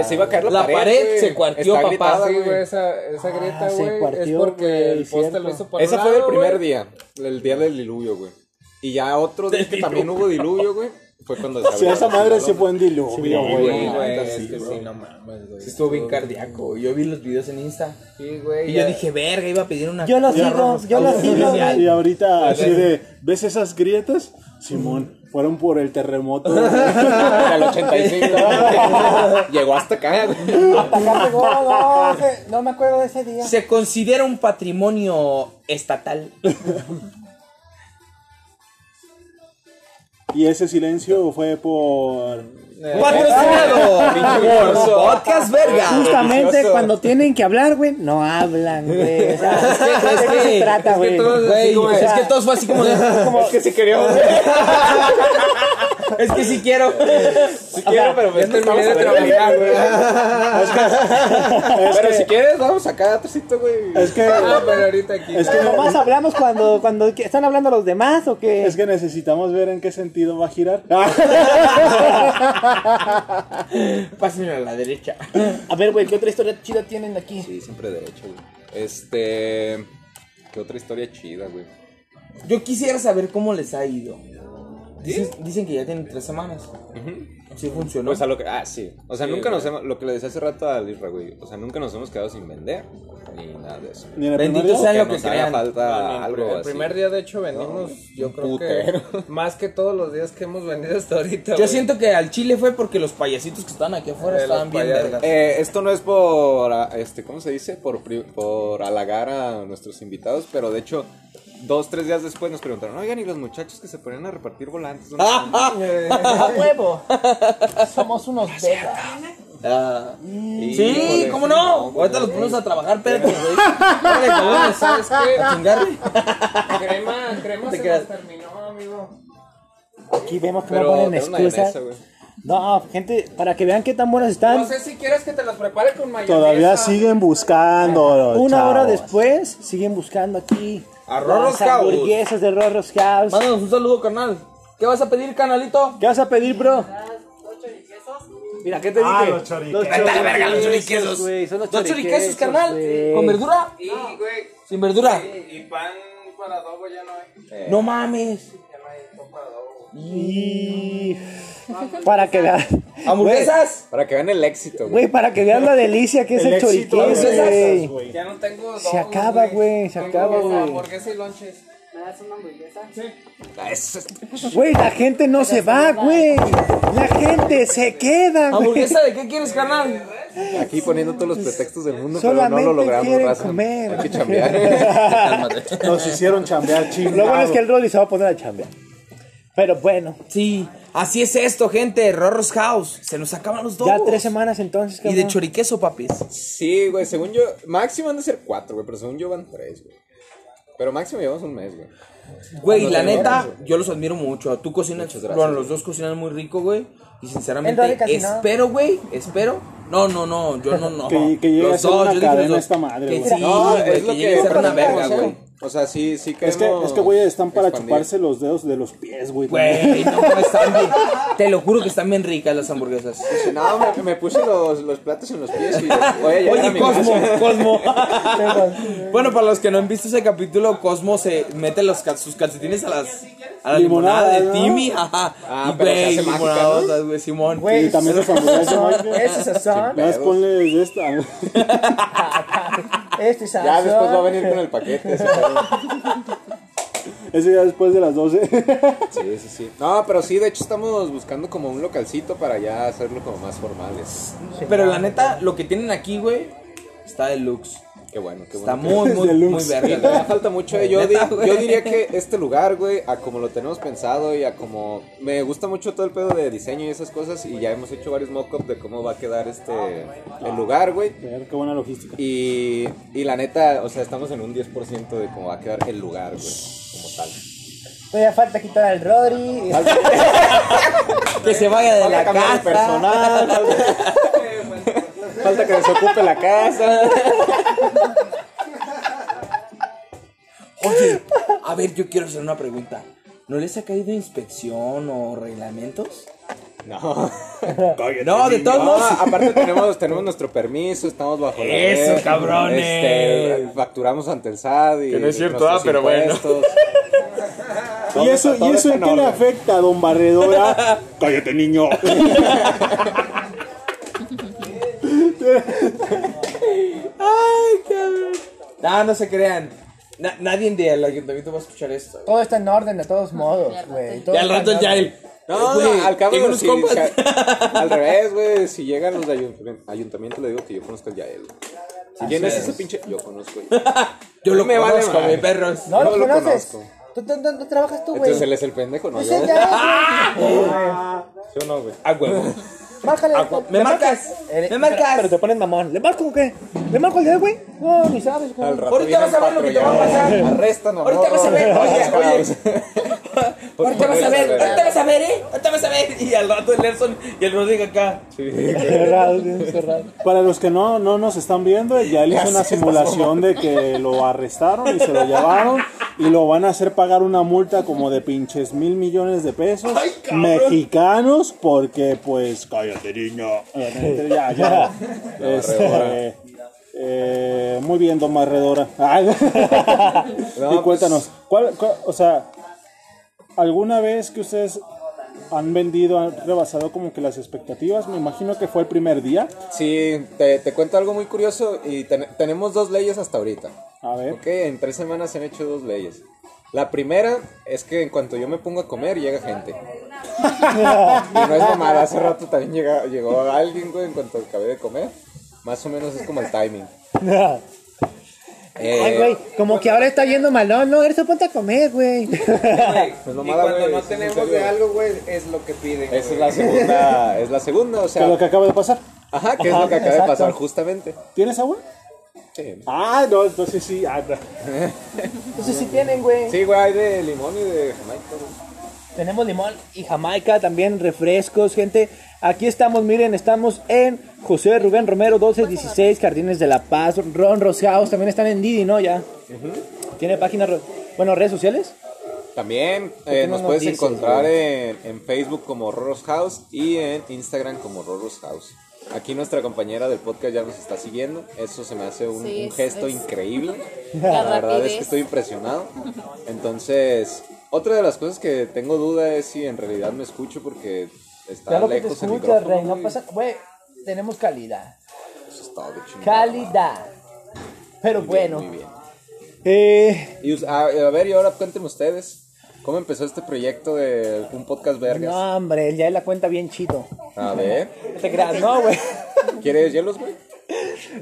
S10: Eh, se iba a caer la,
S2: La pared
S10: güey.
S2: se cuartió,
S10: Está
S2: papá.
S10: gritada,
S14: Sí,
S10: güey.
S14: güey, esa, esa grieta,
S1: se
S14: güey, es
S1: cuartió,
S14: porque
S1: güey,
S14: el poste
S1: cierto.
S14: lo hizo para
S10: Ese
S14: un
S10: fue el
S14: lado,
S10: primer
S14: güey.
S10: día, el día del diluvio, güey. Y ya otro día que también hubo diluvio, güey, fue cuando se
S3: Si
S10: abrió
S3: esa
S10: la
S3: madre sí
S10: lona.
S3: fue en diluvio,
S14: Sí,
S3: güey.
S14: güey,
S3: no
S14: güey,
S3: mames,
S14: es que
S3: güey.
S14: sí, no mames, güey.
S2: Sí, Estuvo bien cardíaco. Yo vi los videos en Insta.
S14: Sí, güey.
S2: Y yo
S14: ya-
S2: dije, verga, iba a pedir una.
S1: Yo lo
S2: una
S1: sigo,
S2: roja".
S1: yo lo sigo,
S3: Y
S1: güey.
S3: ahorita así de, ¿ves esas grietas? Simón, fueron por el terremoto. güey.
S10: Hasta el 85, güey. Llegó hasta acá, güey.
S1: Atacarme gordo. güey. No me acuerdo de ese día.
S2: Se considera un patrimonio estatal.
S3: Y ese silencio fue por...
S2: ¡Patrocinado! por ¡Podcast verga!
S1: Justamente
S10: delicioso.
S1: cuando tienen que hablar, güey, no hablan, güey. O sea,
S2: Es
S1: ¿de
S2: que-
S1: qué se
S2: es
S1: trata, güey?
S2: Güey,
S1: O sea,
S2: es que todos fue así como de,
S10: Es que si queríamos,
S2: Es que sí quiero.
S10: si quiero, pero pues,
S14: terminé de
S10: estamos a la verga, güey. Pero si quieres, vamos acá, trocito, güey.
S3: Es que,
S14: Ah, pero ahorita aquí.
S3: es que,
S1: ¿Nomás hablamos cuando, cuando que- están hablando los demás o qué?
S3: es que necesitamos ver en qué sentido va a girar.
S2: Pásenme a la derecha.
S13: A ver, güey, ¿qué otra historia chida tienen aquí?
S10: Sí, siempre derecho, güey. Este. ¿Qué otra historia chida, güey?
S2: Yo quisiera saber cómo les ha ido. Dicen, dicen que ya tienen tres semanas. Sí funcionó.
S10: O sea, lo que, ah, sí. O sea, nunca nos hemos, lo que le decía hace rato a Lirra, güey. O sea, nunca nos hemos quedado sin vender ni nada de eso.
S3: Ni en el primer
S2: Bendito
S3: día.
S2: sea lo
S10: que
S2: que
S10: nos haga
S2: crean.
S10: falta
S14: El
S10: algo
S14: pr- el
S10: así.
S14: primer día, de hecho, vendimos, yo creo
S10: putero.
S14: que más que todos los días que hemos vendido hasta ahorita.
S2: Yo
S14: güey.
S2: siento que al Chile fue porque los payasitos que estaban aquí afuera
S14: Eh,
S2: estaban
S14: los
S2: bien
S14: payasos.
S2: vergas.
S10: Eh, esto no es por, ah, este, ¿cómo se dice? Por, pri- por halagar a nuestros invitados, pero de hecho, dos, tres días después nos preguntaron, oigan, ¿y los muchachos que se ponían a repartir volantes? dónde
S2: Ah,
S10: están?"
S13: ¡A huevo! Somos unos betas.
S2: Ah. Sí,
S10: Híjole,
S2: ¿cómo no?
S10: güey.
S2: Ahorita los ponemos a trabajar, espérate, güey. Órale, cabrón,
S14: ¿Sabes qué?
S2: A chingarle.
S14: crema, crema
S2: Te
S14: se
S2: quedas-
S14: nos terminó, amigo.
S1: Aquí vemos que no
S10: Pero
S1: ponen
S10: era una mayonesa,
S1: excusas.
S10: güey.
S1: No, gente, para que vean qué tan buenas
S14: No
S1: están.
S14: sé si quieres que te las prepare con mayonesa.
S3: Todavía siguen buscando.
S1: Una
S3: chavos.
S1: hora después, siguen buscando aquí.
S2: A Rorro's
S1: las
S2: House.
S1: hamburguesas de Rorro's House.
S2: Mándanos un saludo, carnal. ¿Qué vas a pedir, canalito?
S1: ¿Qué vas a pedir, bro?
S2: Mira, ¿qué te dije?
S3: Ah, los choriquesos.
S2: Vete a la verga, los choriquesos.
S1: güey, son los
S2: Dos choriquesos,
S1: choriquesos,
S2: carnal.
S1: güey.
S2: ¿Con verdura?
S14: Y, güey,
S2: pues, Sin verdura. Eh.
S14: y pan para adobo ya no hay.
S2: No mames.
S14: Ya no hay pan para adobo.
S1: Y... Para que vean.
S2: ¿Hamburguesas?
S10: Para que vean el éxito, güey.
S1: Güey, para que vean la delicia que es el,
S3: El éxito
S1: choriqueso,
S3: de esas,
S1: güey.
S3: güey.
S14: Ya no tengo adobo.
S1: acaba, güey, se acaba, güey.
S14: Hamburguesa y lonches.
S10: Ah, eso es-
S1: Güey, la gente no se va, güey. La gente se queda, güey.
S2: ¿Hamburguesa de qué quieres, carnal?
S10: Aquí poniendo todos los pretextos del mundo, pero no
S1: Solamente
S10: lo logramos,
S1: quieren
S10: raza.
S1: comer.
S10: Hay que chambear.
S3: Nos hicieron chambear chingado.
S1: Lo bueno es que el Rolly se va a poner a chambear. Pero bueno,
S2: Sí, así es esto, gente. Rorros House. Se nos acaban los dos.
S1: ya tres semanas entonces,
S2: Y de
S1: cabrón.
S2: choriqueso, papis.
S10: Sí, güey, según yo, máximo han de ser cuatro, güey, pero según yo van tres, güey. Pero máximo llevamos un mes, güey.
S2: Güey, la neta, yo los admiro mucho. Tú cocinas,
S10: gracias,
S2: bueno, los dos cocinan muy rico, güey. Y
S1: El Dori
S2: sinceramente,
S1: casi no.
S2: espero, güey, espero. No, no, no, yo no, no.
S3: Que- que llegue a
S2: los
S3: ser una
S2: yo dije los
S3: cadena
S2: dos.
S3: esta madre,
S2: Que
S3: güey.
S2: sí,
S10: No,
S2: güey,
S10: es lo
S2: que llegue
S10: que
S2: a ser una verga,
S10: proponemos,
S2: güey.
S10: ¿eh? O sea, sí, sí
S3: Es que,
S10: queremos
S3: es que, güey, están para
S10: expandir.
S3: chuparse los dedos de los pies, güey.
S2: Güey, no, están bien. Te lo juro que están bien ricas las hamburguesas.
S10: No, me, me puse los, los platos en los pies y voy a llegar a
S2: Oye,
S10: mi
S2: Cosmo,
S10: casa.
S2: Cosmo. bueno, para los que no han visto ese capítulo, Cosmo se mete los cal- sus calcetines a las a la limonada, de
S3: Limonada, ¿no?
S2: Timmy, ajá.
S10: Ah,
S2: y
S10: pero se
S2: güey,
S10: hace mágica,
S2: limonadas, güey, Simón.
S3: Y también los hamburguesas, güey.
S13: Ese sazón,
S3: Nada más ponle esta.
S1: Este
S13: este sazón.
S10: Ya después va a venir con el paquete. ese pedo.
S3: Eso ya después de las 12.
S10: Sí, sí, sí. No, pero sí, de hecho estamos buscando como un localcito para ya hacerlo como más formales.
S2: Pero la neta, lo que tienen aquí, güey, está deluxe.
S10: Qué bueno, qué bueno.
S2: Está muy, muy, muy
S10: Deluxe. Y todavía
S2: verga.
S10: falta mucho. eh. Yo, di-
S2: Neta, güey.
S10: yo diría que este lugar, güey, a como lo tenemos pensado y a como... Me gusta mucho todo el pedo de diseño y esas cosas y ya hemos hecho varios mock-ups de cómo va a quedar este... El lugar, güey.
S3: Ver, Qué buena logística.
S10: Y, y la neta, o sea, estamos en un 10% de cómo va a quedar el lugar, güey, como tal.
S1: Todavía falta quitar al Rodri.
S2: Que se vaya de la
S10: cambiar de
S2: casa.
S10: personal, falta- falta que desocupe la casa.
S2: Oye, a ver, yo quiero hacer una pregunta. ¿No les ha caído inspección o reglamentos?
S10: No.
S2: No, de todos modos.
S10: No, aparte tenemos, tenemos nuestro permiso, estamos bajo la
S2: Eso,
S10: ley,
S2: cabrones.
S10: este, facturamos ante el SAD y
S16: Que no es cierto,
S10: nuestros
S16: ah, pero bueno.
S10: impuestos. Todo
S3: ¿Y eso,
S10: está-
S3: y
S10: todo
S3: eso
S10: está
S3: en qué le
S10: orden.
S3: afecta a don Barredora? Cállate, niño.
S2: Ay, cabrón. No, no se crean. Na- nadie del ayuntamiento va a escuchar esto.
S1: Todo está en orden de todos modos, güey. Todo
S2: Y al rato
S1: está en
S2: ya
S1: orden.
S2: él.
S10: No,
S2: güey,
S10: al cabo
S2: tengo unos
S10: si-
S2: compas.
S10: si- al revés, güey, si llegan los de ayuntamiento, ayuntamiento le digo que yo conozco a Yael.
S2: Ah,
S10: Si vienes ese pinche, yo conozco. Yo,
S2: Yo lo
S10: me vale
S2: conozco,
S10: madre.
S2: mi perro.
S1: No
S10: No
S1: lo
S10: lo
S1: conoces.
S10: conozco.
S1: Tú, tú- tú- tú trabajas tú, güey.
S10: Entonces él es el pendejo, ¿no?
S1: Pues
S10: Yo,
S1: él ya
S2: Ah,
S1: es, güey.
S10: ¿Sí o no, güey?
S2: A huevo.
S1: Márcale.
S2: ¿Me marcas? ¿Me marcas?
S1: Pero te pones mamón. ¿Le marco o qué? ¿Le marco al día, güey? No, ni sabes, güey.
S10: Al rato
S2: Ahorita vas a ver lo que te va a pasar.
S10: Arrestan,
S2: Ahorita vas a ver, oye, oye. Ahorita vas a ver,
S10: Ahorita
S2: ahorita vas a ver, eh. Ahorita vas a ver. Y al rato el Nelson y el Rodrigo acá.
S1: Cerrado, güey, cerrado.
S3: Para los que no, no nos están viendo, ya le hizo una simulación de que lo arrestaron y se lo llevaron y lo van a hacer pagar una multa como de pinches mil millones de pesos mexicanos porque pues cállate niño. Eh, Ya, ya. Este, eh, muy bien, don Marredora. Ay. y cuéntanos, ¿cuál, cuál- o sea, alguna vez que ustedes han vendido, han rebasado como que las expectativas, me imagino que fue el primer día.
S10: Sí, te, te cuento algo muy curioso y ten- tenemos dos leyes hasta ahorita.
S3: A ver.
S10: Ok, en tres semanas se han hecho dos leyes. La primera es que en cuanto yo me pongo a comer llega gente. y no es mamada, hace rato también llega- llegó alguien, güey, en cuanto acabé de comer. Más o menos es como el timing. Eh,
S1: Ay, güey, como que ahora está yendo mal. No, no, eres ponte a comer, güey.
S10: Pues
S17: y
S10: nomada,
S17: cuando
S10: güey,
S17: no
S10: sí, en
S17: tenemos
S10: serio.
S17: de algo, güey, es lo que piden.
S10: Esa es
S17: güey.
S10: la segunda, es la segunda, o
S3: Que es lo
S10: sea,
S3: que acaba de pasar.
S10: ajá, que es lo que acaba de pasar justamente.
S3: ¿Tienes agua?
S10: Sí.
S3: Ah, no, entonces sí. ah, no.
S1: Entonces sí tienen, güey.
S10: Sí, güey, hay de limón y de jamaica. güey.
S1: Tenemos limón y Jamaica, también refrescos, gente. Aquí estamos, miren, estamos en José Rubén Romero 1216, Jardines de la Paz, Ron Roseados, también están en Didi, ¿no? Ya. Tiene páginas, ro- bueno, redes sociales.
S10: También
S1: qué
S10: eh,
S1: no
S10: nos
S1: nos
S10: puedes
S1: dices,
S10: encontrar en, en Facebook como Roros House y en Instagram como Roros House. Aquí nuestra compañera del podcast ya nos está siguiendo. Eso se me hace un,
S4: Sí,
S10: un
S4: es-
S10: gesto
S4: es-
S10: increíble.
S4: La
S10: La verdad es que
S4: rapidez.
S10: estoy impresionado. Entonces, otra de las cosas que tengo duda es si en realidad me escucho porque está
S1: Claro que te
S10: lejos el
S1: escuchas,
S10: micrófono.
S1: Rey, no
S10: güey.
S1: pasa. Güey, tenemos calidad.
S10: Eso está de chingada
S1: Calidad. Pero
S10: madre.
S1: bueno.
S10: Muy bien.
S1: Eh,
S10: Y, us- a, a ver, y ahora cuéntenme ustedes. ¿Cómo empezó este proyecto de un podcast vergas?
S1: no, hombre, él ya la cuenta bien chido.
S10: A ver.
S1: No te creas, no, güey.
S10: ¿Quieres hielos, güey?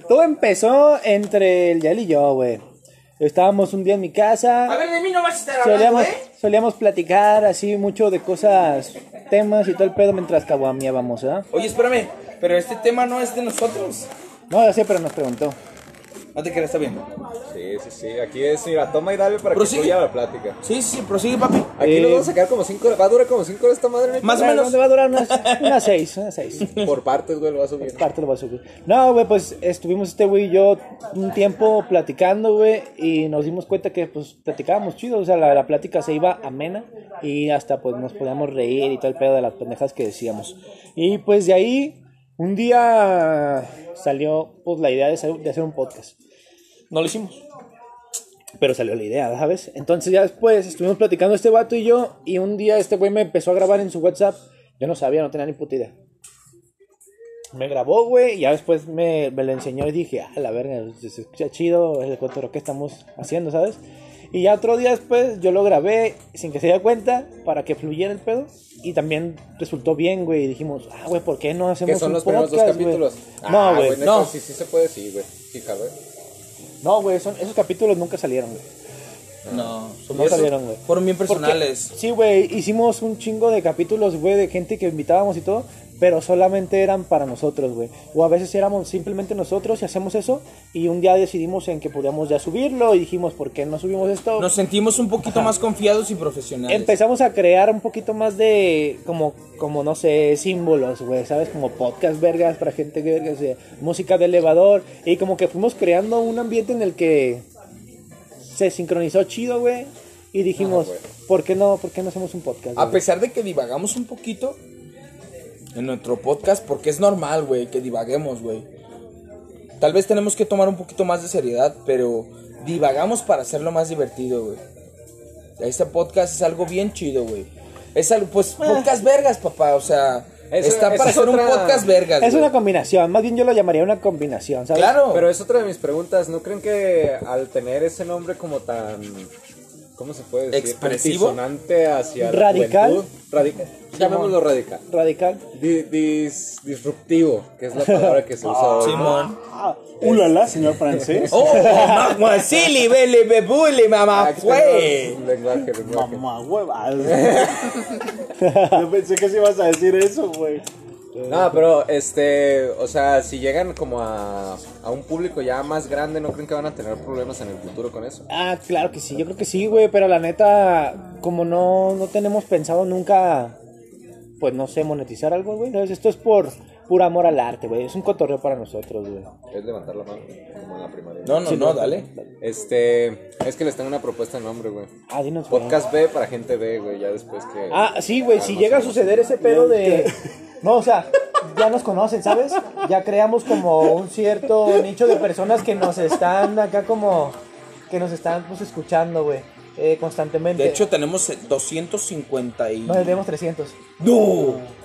S1: Todo empezó entre el Yael y yo, güey. Estábamos un día en mi casa.
S2: A ver, de mí no vas a estar hablando,
S1: Solíamos,
S2: eh.
S1: solíamos platicar así mucho de cosas, temas y todo el pedo mientras caguameábamos, ¿verdad?
S2: Oye, espérame, pero este tema no es de nosotros.
S1: No, ya sé, pero nos preguntó.
S2: No te creas, está bien.
S10: Sí, sí, sí. Aquí es, mira, toma y dale para que
S2: Prosigue.
S10: fluya la plática.
S2: Sí, sí, sí, prosigue, papi.
S10: Aquí nos vamos a quedar como 5 horas. Va a durar como 5 horas esta madre. ¿no?
S2: Más o
S1: Bueno,
S2: menos.
S1: te va a durar unas, unas seis, unas seis.
S10: Por partes, güey, lo vas a subir.
S1: Parte lo voy a subir. No, güey, pues estuvimos este güey y yo un tiempo platicando, güey, y nos dimos cuenta que pues platicábamos chido, o sea, la, la plática se iba amena y hasta pues nos podíamos reír y todo el pedo de las pendejas que decíamos. Y pues de ahí un día salió pues la idea de, hacer- de hacer un podcast.
S2: No lo hicimos.
S1: Pero salió la idea, ¿sabes? Entonces ya después estuvimos platicando este vato y yo y un día este güey me empezó a grabar en su WhatsApp. Yo no sabía, no tenía ni puta idea. Me grabó, güey, y ya después me, me lo enseñó y dije, ah, la verga, se escucha chido, es el cotorro que estamos haciendo, ¿sabes? Y ya otro día después yo lo grabé sin que se diera cuenta para que fluyera el pedo. Y también resultó bien, güey. Y dijimos, ah, güey, ¿por qué no hacemos
S18: Que son
S1: un
S18: los primeros
S1: podcast,
S18: dos capítulos.
S1: güey? No,
S18: Ah,
S1: güey,
S18: neta,
S1: no.
S18: Sí, sí se puede, sí, güey. Fija, güey.
S1: No, güey, son- esos capítulos nunca salieron, güey.
S2: No,
S1: Pues, No salieron, güey.
S2: Fueron bien
S1: Porque-
S2: personales.
S1: sí, güey, hicimos un chingo de capítulos, güey, de gente que invitábamos y todo, pero solamente eran para nosotros, güey. O a veces éramos simplemente nosotros y hacemos eso, y un día decidimos en que podíamos ya subirlo y dijimos, ¿por qué no subimos esto?
S2: Nos sentimos un poquito más confiados y profesionales.
S1: Empezamos a crear un poquito más de, como, como no sé, símbolos, güey, ¿sabes? Como podcast vergas para gente que vergas, eh, música de elevador, y como que fuimos creando un ambiente en el que se sincronizó chido, güey, y dijimos, ¿por qué no, por qué no hacemos un podcast?
S2: A
S1: güey?
S2: pesar de que divagamos un poquito en nuestro podcast, porque es normal, güey, que divaguemos, güey. Tal vez tenemos que tomar un poquito más de seriedad, pero divagamos para hacerlo más divertido, güey. Este podcast es algo bien chido, güey. Es algo, pues, podcast vergas, papá, o sea,
S10: Ah. Eso-
S2: está
S10: eso
S2: para
S10: es
S2: hacer un
S10: otra-
S2: podcast vergas.
S1: Es
S2: güey.
S1: una combinación, más bien yo lo llamaría una combinación, ¿sabes?
S2: Claro,
S10: Pero es otra de mis preguntas. ¿No creen que al tener ese nombre como tan. ¿Cómo se puede decir?
S2: ¿Expresivo?
S10: Antisonante hacia. la
S1: ¿Radical?
S10: juventud. Radical. Llamémoslo radical.
S1: Radical.
S10: Di- dis- disruptivo, que es la palabra que se usa hoy.
S2: Simón.
S3: Ah, Ulala, señor francés.
S2: Oh, mamá, sili, bele, bebuli, mamá, pues.
S10: Ah, que
S2: güey.
S10: es Lenguaje, lenguaje.
S3: Mamá huevas. Yo pensé que sí ibas a decir eso, güey.
S10: No, Ah, pero este, o sea, si llegan como a, a un público ya más grande, ¿no creen que van a tener problemas en el futuro con eso?
S1: Ah, claro que sí, yo creo que sí, güey, pero la neta, como no, no tenemos pensado nunca, pues no sé, monetizar algo, güey, ¿sabes? Esto es por puro amor al arte, güey, es un cotorreo para nosotros, güey.
S10: Es levantar la mano, como en la primaria.
S2: No, no, no, dale.
S10: Este, es que les tengo una propuesta de nombre, güey.
S1: Ah, dinos, güey.
S10: Podcast B para gente B, güey, ya después que...
S1: Ah, sí, güey, si
S10: Algo
S1: llega a
S10: así.
S1: suceder ese pedo de... No, o sea, ya nos conocen, ¿sabes? Ya creamos como un cierto nicho de personas que nos están acá como... Que nos están, pues, escuchando, güey, eh, constantemente.
S2: De hecho, tenemos eh, 250 y...
S1: No, tenemos 300.
S2: ¡No!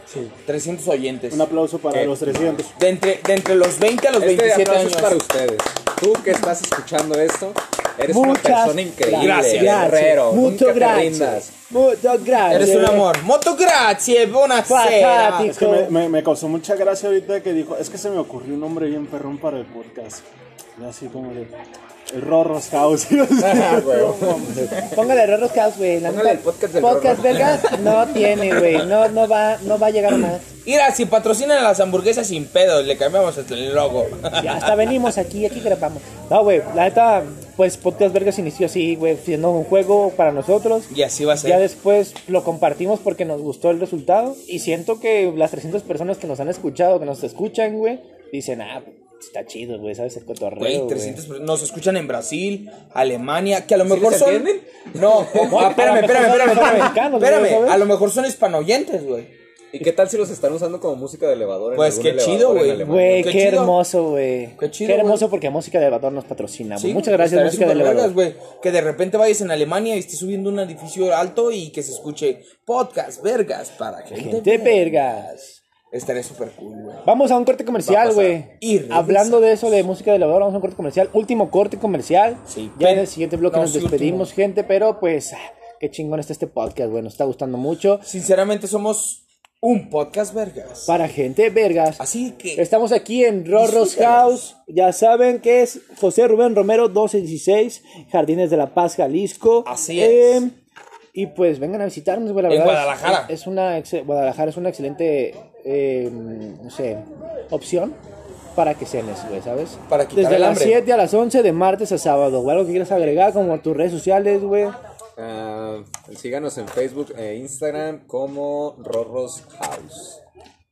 S2: 300 oyentes.
S3: Un aplauso para
S2: ¿Qué?
S3: los 300.
S2: De entre, de entre los 20 a los
S10: Este
S2: 27
S10: aplauso
S2: años.
S10: es para ustedes. Tú que estás escuchando esto, eres
S1: Muchas
S10: una persona increíble.
S2: gracias.
S10: guerrero, nunca
S1: Muchas
S10: te
S1: gracias.
S10: rindas.
S1: Muchas gracias.
S2: Eres un amor. Moto grazie, buonasera.
S1: Facati.
S3: Es que me, me- me causó mucha gracia ahorita que dijo, es que se me ocurrió un nombre bien perrón para el podcast. Y así como de, el Rorros House. Ah,
S1: Póngale Rorros House, güey. La
S10: Póngale
S1: neta,
S10: el podcast del
S1: Podcast
S10: Rorros.
S1: belgas no tiene, güey. No, no, va, no va a llegar más.
S2: Mira, si patrocinan las hamburguesas sin pedo, le cambiamos hasta el logo.
S1: Y hasta venimos aquí, aquí grabamos. No, güey, la neta, pues Podcast Vergas inició así, güey, siendo un juego para nosotros.
S2: y así va a ser.
S1: Ya después lo compartimos porque nos gustó el resultado. Y siento que las 300 personas que nos han escuchado, que nos escuchan, güey, dicen, ah, está chido, güey, ¿sabes? Es cotorreo.
S2: Güey,
S1: güey".
S2: 300 personas. nos escuchan en Brasil, Alemania, que a lo mejor
S10: les
S2: son.
S10: entienden?
S2: No, ah, espérame,
S1: a lo mejor
S2: espérame, espérame,
S1: son
S2: espérame.
S1: mexicanos,
S2: Espérame,
S1: güey, ¿sabes?
S2: a lo mejor son hispanoyentes, güey.
S10: ¿Y qué tal si los están usando como música de elevador? en
S2: Pues,
S10: algún
S2: qué
S10: elevador
S2: chido,
S10: en
S2: güey.
S10: Alemania?
S1: Güey,
S2: Qué
S1: qué,
S2: chido.
S1: hermoso, güey.
S2: Qué chido,
S1: hermoso
S2: güey.
S1: porque música de elevador nos patrocina. güey.
S2: Sí,
S1: Ah, Muchas
S2: güey,
S1: gracias,
S2: estaría
S1: música de
S2: súper
S1: elevador.
S2: vergas, güey. Que de repente vayas en Alemania y estés subiendo un edificio alto y que se escuche podcast, vergas, para gente.
S1: Gente vergas.
S2: Estaría súper cool, güey.
S1: Vamos a un corte
S2: Va
S1: comercial,
S2: a pasar.
S1: güey.
S2: Y regresa.
S1: Hablando de eso, de música de elevador, vamos a un corte comercial. Último corte comercial.
S2: Sí,
S1: Ya
S2: pen-
S1: en el siguiente bloque
S2: no,
S1: nos
S2: sí,
S1: despedimos, gente, pero pues, ah, qué chingón está este podcast, güey. Nos está gustando mucho.
S2: Sinceramente, somos un podcast, vergas.
S1: Para gente vergas.
S2: Así que.
S1: Estamos aquí en Rorros House. Ya saben que es José Rubén Romero 1216, Jardines de la Paz, Jalisco. Eh,
S2: Así es.
S1: y pues vengan a visitarnos, güey. la
S2: En
S1: verdad es-
S2: Guadalajara.
S1: Es, una ex- Guadalajara es una excelente, eh, no sé, opción para que cenes, güey, ¿sabes?
S2: Para quitar
S1: Desde
S2: el
S1: las
S2: hambre.
S1: 7 a las 11 de martes a sábado, güey. Algo que quieras agregar, como tus redes sociales, güey.
S10: Ah, síganos en Facebook e Instagram como Rorros House.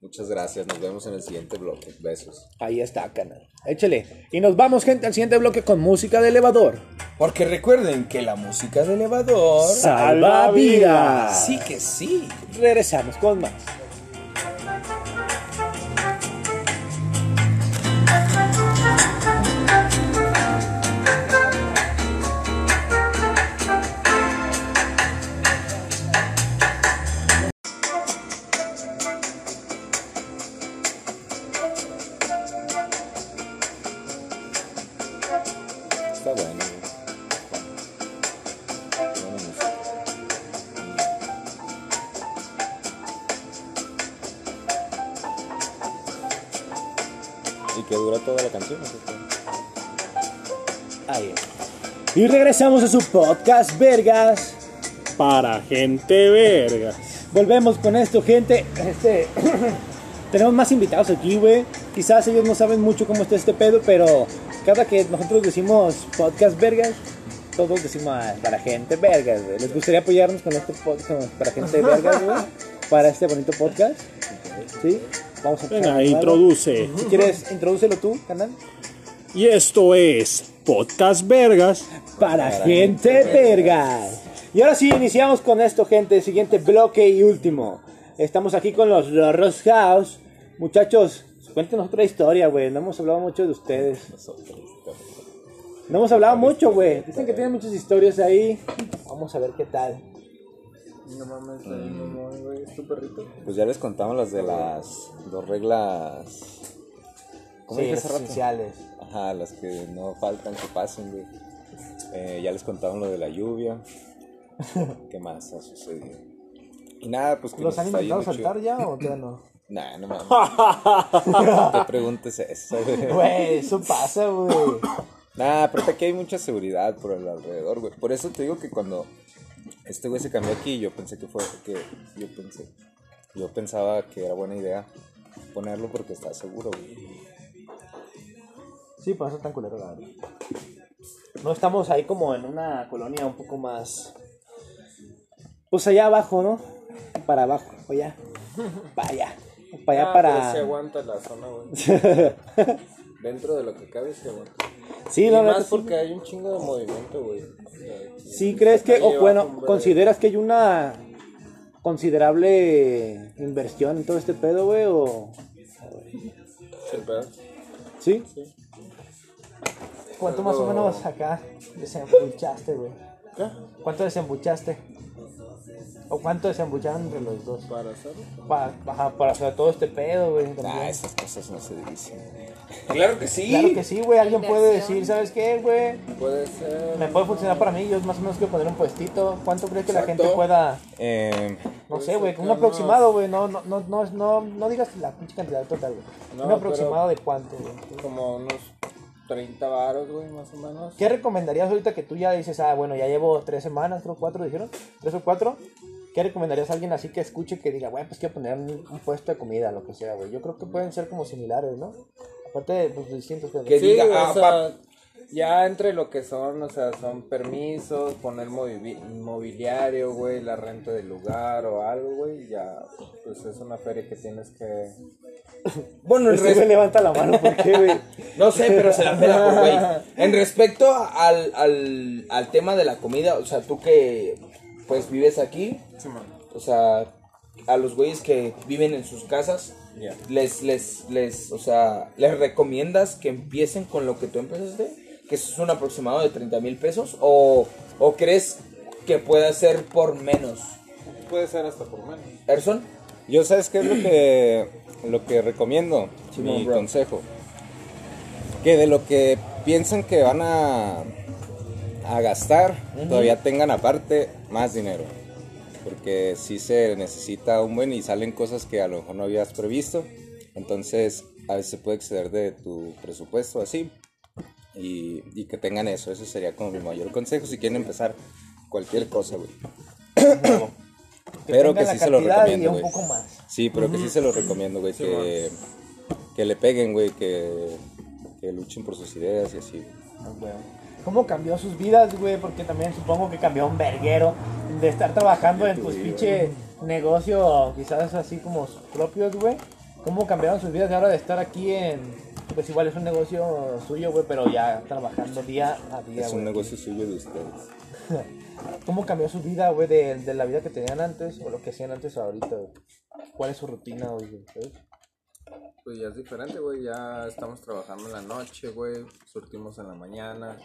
S10: Muchas gracias, nos vemos en el siguiente bloque. Besos.
S1: Ahí está, canal. Échale. Y nos vamos, gente, al siguiente bloque con música de elevador.
S2: Porque recuerden que la música de elevador.
S1: Salva vidas.
S2: Sí que sí.
S1: Regresamos con más.
S10: Está bueno.
S2: Y que dura toda la canción. así que-
S1: Ahí. Y regresamos a su podcast, vergas.
S3: Para gente verga.
S1: Volvemos con esto, gente. Este, tenemos más invitados aquí, güey. Quizás ellos no saben mucho cómo está este pedo, pero cada que nosotros decimos podcast vergas, todos decimos "Ah, para gente vergas, güey. ¿Les gustaría apoyarnos con este podcast para gente vergas, güey? Para este bonito podcast. ¿Sí? Vamos a
S3: Venga,
S1: empezar.
S3: introduce.
S1: Si quieres, introdúcelo tú, canal.
S3: Y esto es Podcast Vergas.
S1: Para gente verga. Y ahora sí, iniciamos con esto, gente. Siguiente bloque y último. Estamos aquí con los Rorros House. Muchachos, cuéntenos otra historia, güey. No hemos hablado mucho de ustedes. No hemos hablado mucho, güey. Dicen que tienen muchas historias ahí. Vamos a ver qué tal.
S2: Pues ya les contamos las de las dos reglas. ¿Cómo dije hace rato? Ajá, las que no faltan que pasen, güey. Eh, ya les contaron lo de la lluvia. ¿Qué más ha sucedido? Y nada, pues que
S1: ¿Los han
S2: nos está
S1: intentado
S2: yendo
S1: saltar ¿eh?
S2: chido.
S1: ya o todavía no?
S2: Nah, no mames. no te preguntes eso, güey.
S1: Güey, eso pasa, güey.
S2: Nah, pero aquí hay mucha seguridad por el alrededor, güey. Por eso te digo que cuando este güey se cambió aquí, yo pensé que fue que yo pensé, yo pensaba que era buena idea ponerlo porque está seguro, güey.
S1: Sí, por eso es tan culero, la verdad. No estamos ahí como en una colonia un poco más. Pues allá abajo, ¿no? Para abajo, allá. Para allá. Para
S10: Ah,
S1: allá, para.
S10: Se aguanta la zona, güey. Dentro de lo que cabe se aguanta.
S1: Sí,
S10: Y
S1: no,
S10: más
S1: no.
S10: porque hay un chingo de movimiento, güey.
S1: Sí, crees que. O
S10: Lleva
S1: bueno,
S10: con verde.
S1: ¿consideras que hay una considerable inversión en todo este pedo, güey? O.
S10: Sí, ¿verdad?
S1: ¿Sí? ¿Cuánto más o menos acá desembuchaste, güey?
S10: ¿Qué?
S1: ¿Cuánto desembuchaste? ¿O cuánto desembucharon entre los dos?
S10: Para hacerlo.
S1: Para, ajá, para hacer todo este pedo, güey. también.
S2: Nah, esas cosas no se dicen.
S10: Claro que sí.
S1: Claro que sí, güey. Alguien puede decir, ¿sabes qué, güey?
S10: Puede ser.
S1: Me puede funcionar para mí. Yo más o menos quiero poner un puestito. ¿Cuánto crees que la gente
S10: Exacto.
S1: pueda.?
S2: Eh,
S1: No
S10: Pues
S1: sé, güey. Un aproximado, güey. No, no, no, no, no, no digas la pinche cantidad total, güey.
S10: No,
S1: un aproximado de cuánto, güey.
S10: Como unos 30 varos, güey, más o menos.
S1: ¿Qué recomendarías ahorita que tú ya dices, ah, bueno, ya llevo tres semanas, creo cuatro, dijeron? ¿Tres o cuatro? ¿Qué recomendarías a alguien así que escuche que diga, güey, pues quiero poner un, un puesto de comida, lo que sea, güey? Yo creo que pueden ser como similares, ¿no? Aparte de pues, distintos, pero.
S10: Que
S2: Sí,
S10: diga,
S2: o
S10: ah,
S2: sea,
S10: pa- ya entre lo que son, o sea, son permisos, poner movi- mobiliario, güey, la renta del lugar o algo, güey, ya, pues es una feria que tienes que...
S19: Bueno, en
S1: Este
S19: res-
S1: güey levanta la mano, ¿por qué, güey?
S19: No sé, pero se la pela, pues, güey. En respecto al, al, al tema de la comida, o sea, tú que pues vives aquí, o sea, a los güeyes que viven en sus casas,
S10: Ya.
S19: les, les, les, o sea, les recomiendas que empiecen con lo que tú empezaste, que eso es un aproximado de 30 mil pesos, o, o crees que pueda ser por menos.
S10: Puede ser hasta por menos.
S19: Erson,
S2: yo sabes qué es lo que lo que recomiendo,
S19: Simón,
S2: mi
S19: bro.
S2: consejo. Que de lo que piensan que van a a gastar, todavía tengan aparte más dinero. Porque si se necesita un buen y salen cosas que a lo mejor no habías previsto. Entonces, a veces se puede exceder de tu presupuesto así. Y, y que tengan eso, eso sería como mi mayor consejo si quieren empezar cualquier cosa, güey. Pero
S1: tenga
S2: que
S1: la
S2: sí se lo
S1: cantidad y
S2: recomiendo,
S1: un
S2: güey.
S1: poco más.
S2: Sí, pero que sí se lo recomiendo, güey. que, que le peguen, güey. Que, que luchen por sus ideas y así.
S1: Ah, güey. ¿Cómo cambió sus vidas, güey? Porque también supongo que cambió un verguero de estar trabajando en pues pinche negocio, quizás así como sus propios, güey. ¿Cómo cambiaron sus vidas de ahora de estar aquí en... Pues igual es un negocio suyo, güey, pero ya trabajando día a día,
S2: Es un
S1: güey.
S2: negocio suyo de ustedes.
S1: ¿Cómo cambió su vida, güey, de, de la vida que tenían antes o lo que hacían antes a ahorita, güey? ¿Cuál es su rutina hoy, güey? ¿Sabes?
S10: Pues ya es diferente, güey, ya estamos trabajando en la noche, güey, surtimos en la mañana,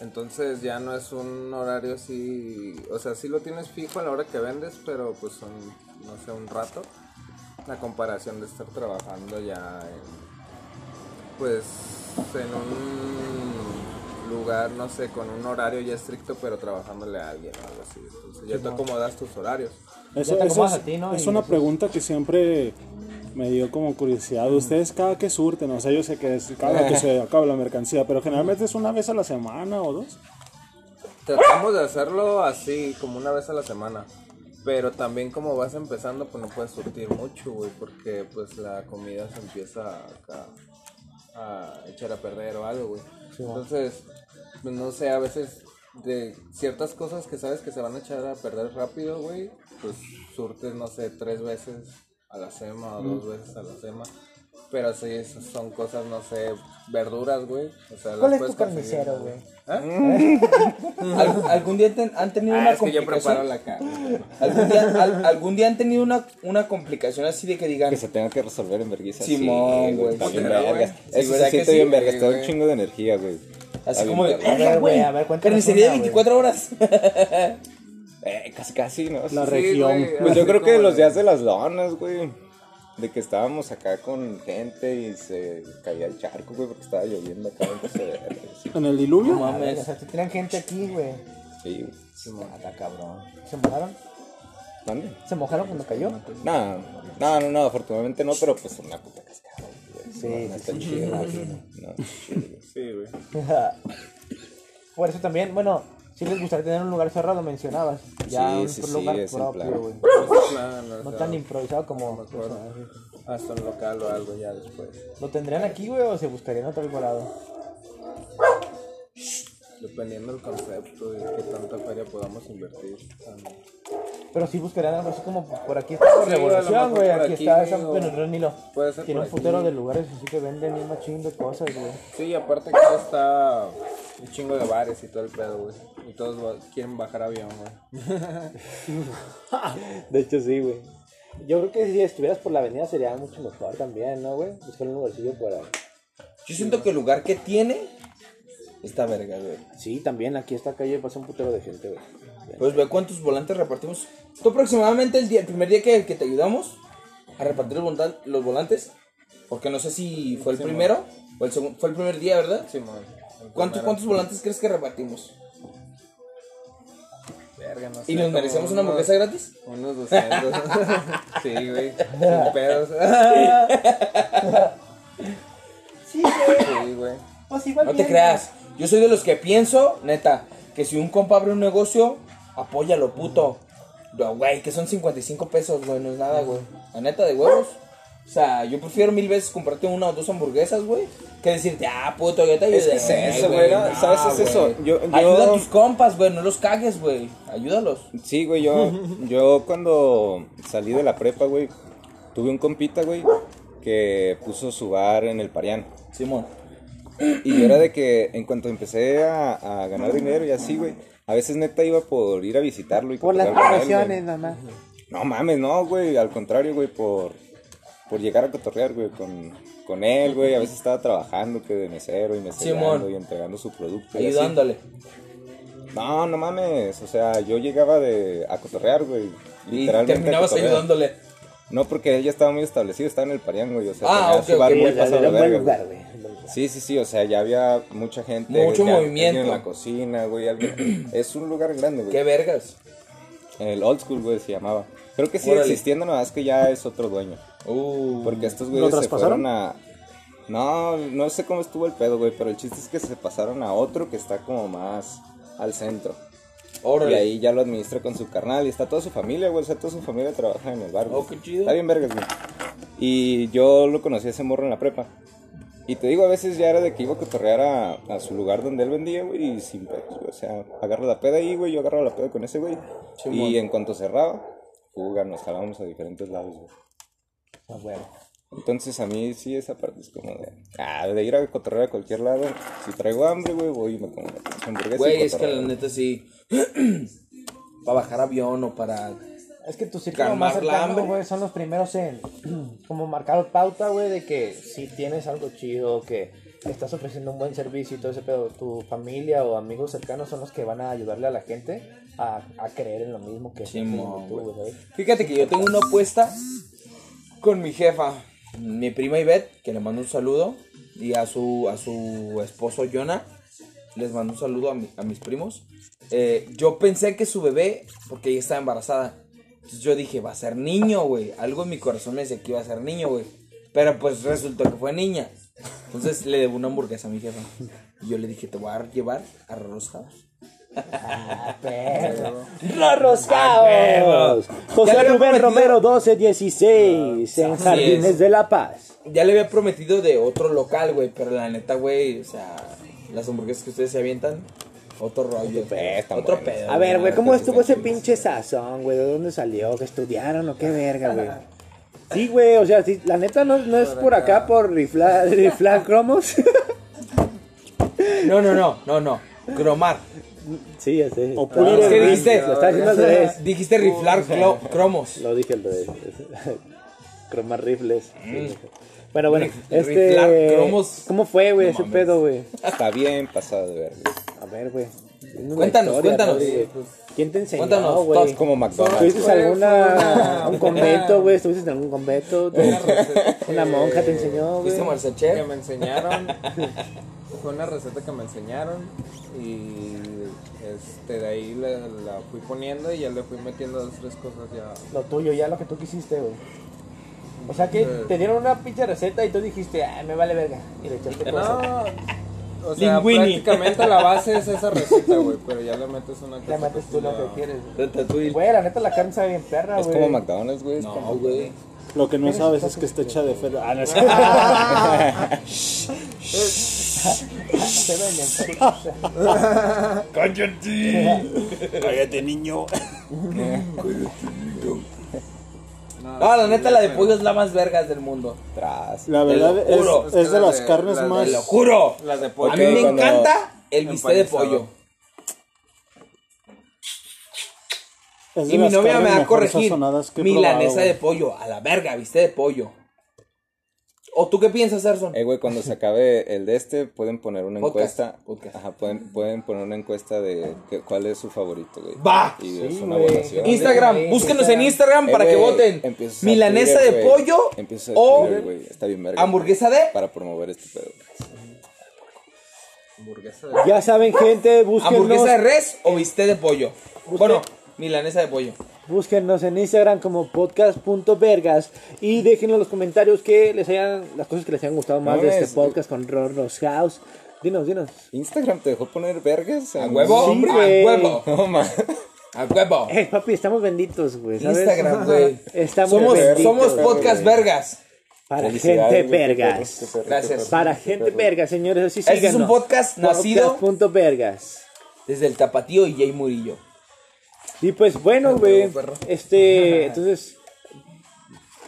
S10: entonces ya no es un horario así, o sea, sí lo tienes fijo a la hora que vendes, pero pues son, no sé, un rato, la comparación de estar trabajando ya en, pues, en un lugar, no sé, con un horario ya estricto, pero trabajándole a alguien o algo así, entonces ya te acomodas tus horarios.
S1: Ya
S3: Eso,
S1: te
S3: eso
S1: acomodas
S3: es,
S1: a ti, ¿no?
S3: es
S1: Y
S3: una
S1: eso-
S3: pregunta que siempre Me dio como curiosidad. Ustedes cada que surten, o sea, yo sé que es cada que se acaba la mercancía, pero generalmente es una vez a la semana o dos.
S20: Tratamos de hacerlo así, como una vez a la semana. Pero también como vas empezando, pues no puedes surtir mucho, güey, porque pues la comida se empieza acá a echar a perder o algo, güey. Entonces, pues, no sé, a veces de ciertas cosas que sabes que se van a echar a perder rápido, güey, pues surtes, no sé, tres veces a la sema o
S1: Mm.
S20: dos veces a la sema. Pero sí, esas son cosas, no sé, verduras, güey. O sea,
S1: ¿Cuál
S20: las
S1: es tu
S20: puedes conseguir,
S1: carnicero,
S20: ¿no?
S1: güey?
S2: Al- ¿Algún día ten- han tenido
S20: Ah,
S2: una
S20: es que yo preparo
S2: complicación?
S20: la carne.
S2: ¿Algún día, al- algún día han tenido una, una complicación así de que digan,
S10: Que se tenga que resolver en vergüenza.
S2: Simón,
S10: sí,
S2: güey.
S10: Está bien
S20: Pero,
S10: vergas.
S20: güey,
S2: sí,
S10: Eso
S2: ¿verdad
S10: se
S2: que
S10: siente
S2: sí?
S10: bien vergas. Te da un
S20: Sí,
S10: chingo de energía, güey. Está
S2: así
S10: bien
S2: como de,
S10: verga.
S1: "Verga,
S2: "Verga,
S1: güey,
S2: güey,
S1: a ver, cuéntanos
S2: carnicería de
S1: una, güey".
S2: 24 horas.
S10: Eh, casi, casi, ¿no?
S3: La
S10: Sí,
S3: región.
S20: güey.
S10: Pues yo
S20: Así
S10: creo que
S20: como
S10: los
S20: de-
S10: días de las lonas, güey. De que estábamos acá con gente y se caía el charco, güey, porque estaba lloviendo acá. entonces, eh, sí,
S3: ¿En el diluvio?
S2: No mames.
S1: O sea, te tiran gente aquí, güey.
S10: Sí, güey.
S2: Nada, cabrón.
S1: ¿Se mojaron?
S10: ¿Dónde?
S1: ¿Se mojaron cuando cayó?
S10: No, no, no, no, afortunadamente no, pero pues una puta cascada. güey.
S1: Sí,
S10: no,
S1: sí,
S10: no está chido, no, no está chido, güey.
S20: Sí, güey.
S1: Por eso también, bueno, si les gustaría tener un lugar cerrado, mencionabas. Ya
S10: Sí,
S1: un
S10: sí, sí,
S1: lugar
S10: es el plan.
S1: propio, güey.
S20: Claro,
S1: No
S20: o sea,
S1: tan improvisado como...
S20: hasta un local o algo ya después.
S1: ¿Lo tendrían aquí, güey, o se buscarían otro lado?
S20: Dependiendo del concepto y qué tanta feria podamos invertir. um, también.
S1: Pero sí buscarían algo así como por aquí está por
S20: Sí, a lo mejor
S1: Revolución, güey.
S20: por
S1: Aquí
S20: aquí,
S1: está esa.
S20: o-
S1: Bueno, el Río Nilo.
S20: Puede ser
S1: Tiene
S20: por
S1: un putero
S20: aquí.
S1: de lugares así que venden un machín de cosas, güey.
S20: Sí, y aparte que está un chingo de bares y todo el pedo, güey. Y todos va- quieren bajar avión, güey.
S1: De hecho, sí, güey. Yo creo que si estuvieras por la avenida sería mucho mejor también, ¿no, güey? Buscar un lugarcillo para.
S2: Yo siento que el lugar que tiene está verga, güey.
S1: Sí, también aquí esta calle pasa un putero de gente, güey.
S2: Pues ve cuántos volantes repartimos. Tú aproximadamente el, día, el primer día que, que te ayudamos a repartir los, volta- los volantes, porque no sé si fue el primero o el segundo, fue el primer día, ¿verdad?
S20: Simón. el
S2: ¿Cuántos,
S20: primero.
S2: ¿Cuántos volantes crees que repartimos?
S20: Verga, no sé,
S2: ¿Y nos
S20: como
S2: merecemos una
S20: unos-
S2: hamburguesa gratis?
S20: Unos 200. sí, güey. Sin pedos.
S1: Sí, güey.
S20: sí, güey.
S1: Pues igual.
S2: No te creas. Yo soy de los que pienso, neta, que si un compa abre un negocio, apóyalo, puto. No, güey, que son 55 pesos, güey, no es nada, güey. La neta, de huevos. O sea, yo prefiero mil veces comprarte una o dos hamburguesas, güey, que decirte, ah, puto, yo te ayudé.
S10: Es que es eso, güey, ¿no? ¿Sabes? Es eso. Yo- yo-
S2: Ayuda a tus compas, güey, no los cagues, güey. Ayúdalos.
S10: Sí, güey, yo, yo cuando salí de la prepa, güey, tuve un compita, güey, que puso su bar en el Parián.
S2: Simón.
S10: Y yo era de que en cuanto empecé a, a ganar dinero y así, güey, a veces neta iba por ir a visitarlo y
S1: Por las
S10: cotorrear con él, güey.
S1: promociones, mamá.
S10: No mames, no, güey, al contrario, güey, por, por llegar a cotorrear, güey, con, con él, güey. A veces estaba trabajando, que de mesero y meserando
S2: Simón.
S10: y entregando su producto. y así.
S2: Ayudándole.
S10: No, no mames, o sea, yo llegaba de, a cotorrear, güey.
S2: Y
S10: literalmente a
S2: terminabas
S10: cotorrear.
S2: ayudándole.
S10: No, porque él ya estaba muy establecido, estaba en el Parián, güey. O sea,
S2: Ah,
S10: tenía
S2: ok,
S10: su bar
S2: ok,
S10: muy
S2: ya,
S10: pasado
S1: Era
S10: de
S1: un buen
S10: verga,
S1: lugar,
S10: güey.
S1: güey.
S10: Sí, sí, sí, o sea, ya había mucha gente.
S2: Mucho
S10: ya-
S2: movimiento.
S10: alguien en la cocina, güey. alguien- es un lugar grande,
S2: Qué
S10: güey.
S2: vergas.
S10: El Old School, güey, se llamaba. Creo que sigue
S2: Órale.
S10: existiendo, nada más que ya es otro dueño.
S2: Uh,
S10: Porque estos
S3: ¿Lo
S10: güeyes se
S3: traspasaron?
S10: fueron a... No, no sé cómo estuvo el pedo, güey, pero el chiste es que se pasaron a otro que está como más al centro. Y
S2: órale.
S10: ahí ya lo administra con su carnal y está toda su familia, güey. O sea, toda su familia trabaja en el bar. güey.
S2: Oh, qué chido.
S10: Está bien vergas, güey. Y yo lo conocí a ese morro en la prepa. Y te digo, a veces ya era de que iba a cotorrear a, a su lugar donde él vendía, güey, y sin pedos, güey. O sea, agarro la peda ahí, güey, yo agarro la peda con ese, güey. y en cuanto cerraba, fuga, nos jalábamos a diferentes lados, güey.
S1: Ah, güey.
S10: Entonces a mí sí esa parte es como de... Ah, de ir a cotorrear a cualquier lado. Si traigo hambre, güey, voy y me como una pinche hamburguesa y
S2: Güey, es que
S10: cotorreo,
S2: la
S10: güey.
S2: neta sí. para bajar avión o para.
S1: Es que tu círculo
S2: Calmar
S1: más
S2: la hambre.
S1: cercano, güey, son los primeros en como marcar pauta, güey, de que si tienes algo chido, que estás ofreciendo un buen servicio y todo ese pedo, tu familia o amigos cercanos son los que van a ayudarle a la gente a, a creer en lo mismo que
S2: Simón,
S1: crees tú,
S2: güey.
S1: güey, ¿sabes?
S2: Fíjate que yo tengo una apuesta con mi jefa, mi prima Ivette, que le mando un saludo, y a su, a su esposo Jonah, les mando un saludo a, mi- a mis primos. Eh, yo pensé que su bebé, porque ella estaba embarazada, Entonces yo dije, va a ser niño, güey. Algo en mi corazón me decía que iba a ser niño, güey. Pero pues resultó que fue niña. Entonces le debo una hamburguesa a mi jefa. Y yo le dije, te voy a llevar a Rosca.
S1: Los roscados.
S2: Ah, Ya
S1: José
S2: le había
S1: Rubén
S2: prometido-
S1: Romero 1216 en
S2: Ah, es.
S1: Jardines de la Paz.
S2: Ya le había prometido de otro local, güey. Pero la neta, güey, o sea, las hamburguesas que ustedes se avientan, otro rollo. otro pedo.
S1: A ver, güey, ¿cómo
S2: La neta,
S1: estuvo ese
S2: sí.
S1: pinche sazón, güey? ¿De dónde salió? ¿Que estudiaron o qué verga, güey? Sí, güey, o sea, sí, la neta no, no es por acá por riflar, riflar cromos.
S2: No, no, no, no, no. Cromar.
S1: sí, ya sé.
S3: O
S2: No,
S3: pulir
S2: es que
S3: el
S2: dijiste,
S1: Lo está haciendo al revés.
S2: dijiste riflar clo- cromos.
S1: Lo dije al revés. Cromar rifles. Bueno, bueno,
S2: Mm. Rif-
S1: este.
S2: riflar cromos.
S1: ¿Cómo fue, güey,
S2: No
S1: ese
S2: mames.
S1: pedo, güey?
S10: Está bien pasado de verga.
S1: A ver, güey. Dime una
S2: Cuéntanos, cuéntanos.
S1: güey. ¿Quién te enseñó,
S2: Cuéntanos,
S1: güey?
S2: todos
S10: Como McDonald's.
S1: ¿Tuviste alguna un convento, güey? ¿Estuviste en algún convento?
S21: Una receta que-
S2: eh,
S1: Una monja te enseñó, güey.
S2: ¿Viste Marcel
S21: que
S2: Chef?
S21: me enseñaron. Fue una receta que me enseñaron y este, de ahí la, la fui poniendo y ya le fui metiendo dos, tres cosas ya.
S1: Lo tuyo, ya lo que tú quisiste, güey. O sea que te dieron una pinche receta y tú dijiste, ah, me vale verga. Y le echaste cosas.
S21: No, o sea,
S2: Linguini.
S21: prácticamente la base es esa receta, güey, pero ya le metes una
S1: Te
S21: cosa
S1: mates
S21: que
S1: tú lo
S21: ya-
S1: que quieres, güey.
S2: Ratatouille.
S1: Güey, la neta la carne sabe bien perra,
S10: Es
S1: güey.
S10: como McDonald's, güey. es
S2: Ah, No,
S10: como-
S2: güey.
S3: Lo que no sabes es que está hecha de fer. Ah, no es-
S1: Se venden.
S2: No, la neta, la de pollo es la más vergas del mundo.
S10: Tras.
S3: La
S2: Te
S3: verdad
S2: lo
S3: es,
S2: juro.
S3: es de las carnes
S21: Las de
S3: más.
S2: Te lo juro.
S21: Las de
S2: a
S21: pollo.
S2: mí me
S10: cuando-
S2: encanta el bistec de pollo.
S3: es de
S2: Y mi
S3: las
S2: novia me
S3: carnes
S2: va a
S3: mejor
S2: corregir.
S3: sazonadas que he
S2: Milanesa
S3: probado,
S2: de pollo. A la verga, bistec de pollo. ¿O tú qué piensas, Arson?
S10: Eh, güey, cuando se acabe el de este, pueden poner una
S2: Podcast,
S10: encuesta.
S2: podcast.
S10: Ajá, pueden, pueden poner una encuesta de que- cuál es su favorito, güey.
S2: Va.
S10: Y es una
S1: güey.
S10: votación.
S2: Instagram, búsquenos en Instagram
S10: Eh,
S2: para que
S10: güey,
S2: voten.
S10: empiezas a
S2: Milanesa de
S10: Twitter, güey.
S2: pollo
S10: Empiezas a
S2: o
S10: Twitter, güey. Está bien verga.
S2: hamburguesa de
S10: Para promover este pedo.
S21: Hamburguesa
S1: güey. Ya saben, gente, búsquennos,
S2: hamburguesa de res o bistec de pollo. Bueno, milanesa de pollo.
S1: búsquennos en Instagram como podcast.vergas y déjenos en los comentarios que les hayan, las cosas que les hayan gustado más
S10: No
S1: de este
S10: es-
S1: podcast con Rorros House. Dinos, dinos.
S10: Instagram te dejó poner vergas.
S2: A huevo,
S1: Sí,
S2: a
S1: güey.
S2: huevo,
S10: No, man.
S2: a huevo.
S1: Hey, papi, estamos benditos, güey. ¿sabes?
S2: Instagram, güey.
S1: Estamos
S2: Somos,
S1: benditos.
S2: somos podcast vergas.
S1: Para
S10: Felicidades,
S1: gente
S10: güey, qué perro, qué
S1: vergas.
S10: perro, qué
S2: Gracias.
S10: perro.
S1: Para gente vergas, señores. Así
S2: Este es un podcast nacido
S1: Punto vergas.
S2: desde el Tapatío y Jay Murillo.
S1: Y pues bueno, güey. Este, entonces.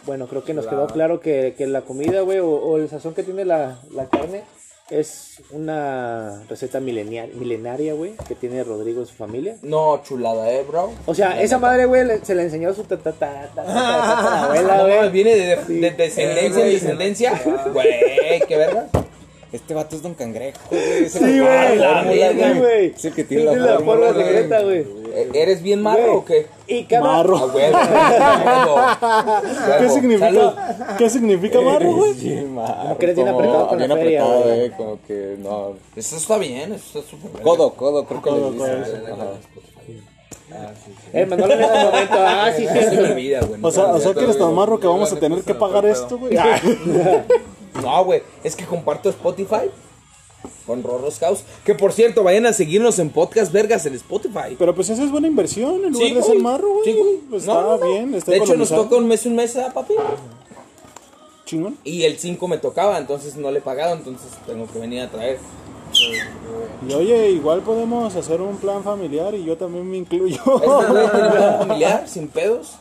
S1: Bueno, creo que nos quedó claro que, que la comida, güey, o, o el sazón que tiene la, la carne es una receta milenial- milenaria, güey, que tiene Rodrigo y su familia.
S2: No, chulada, eh, bro.
S1: O sea, esa madre, güey, le- se la enseñó a su
S3: Ah,
S1: abuela,
S2: No,
S1: güey.
S2: viene de, de- de descendencia en descendencia. Güey, qué verga.
S10: Este vato es don cangrejo. güey. Es el
S1: Sí,
S10: que-
S1: güey.
S2: la verga.
S1: Sí, güey.
S10: Es el que tiene la
S1: la
S10: forma,
S1: forma
S10: güey.
S1: secreta, güey.
S2: Eh, ¿Eres bien marro
S1: Güey,
S2: o qué? Ah,
S1: Y cada,
S2: A huevo, a huevo.
S3: ¿Qué significa?
S2: Salud.
S3: ¿Qué significa marro, güey?
S10: Sí, man.
S1: Como que eres bien
S10: Como-
S1: apretado con la
S10: bien
S1: feria,
S10: apretado,
S1: güey.
S10: eh, Como que no.
S2: Eso está bien, eso está súper bien.
S10: Codo, codo, creo que
S3: Codo,
S10: le
S3: codo,
S10: dicen. Ajá.
S1: Eh, mandó en ese momento. Ah, sí,
S2: Se
S1: sí.
S2: me olvida, güey. no
S3: O sea,
S2: me
S3: o sea
S2: olvida.
S3: que eres tan marro que vamos a tener que pagar esto, güey.
S2: No, güey, es que comparto Spotify con Rorros House. Que por cierto, vayan a seguirnos en Podcast Vergas en Spotify.
S3: Pero pues esa es buena inversión en lugar de
S2: güey.
S3: ser marro, güey.
S2: Sí, güey.
S3: Pues
S2: No,
S3: está
S2: no, no.
S3: bien, está
S2: de hecho, nos
S3: economizado.
S2: toca un mes, un mes, ¿ah, papi?
S3: Chingón.
S2: Y el 5 me tocaba, entonces no le he pagado, entonces tengo que venir a traer.
S3: Y oye, igual podemos hacer un plan familiar y yo también me incluyo.
S2: Ahí está, güey, un plan familiar, sin pedos.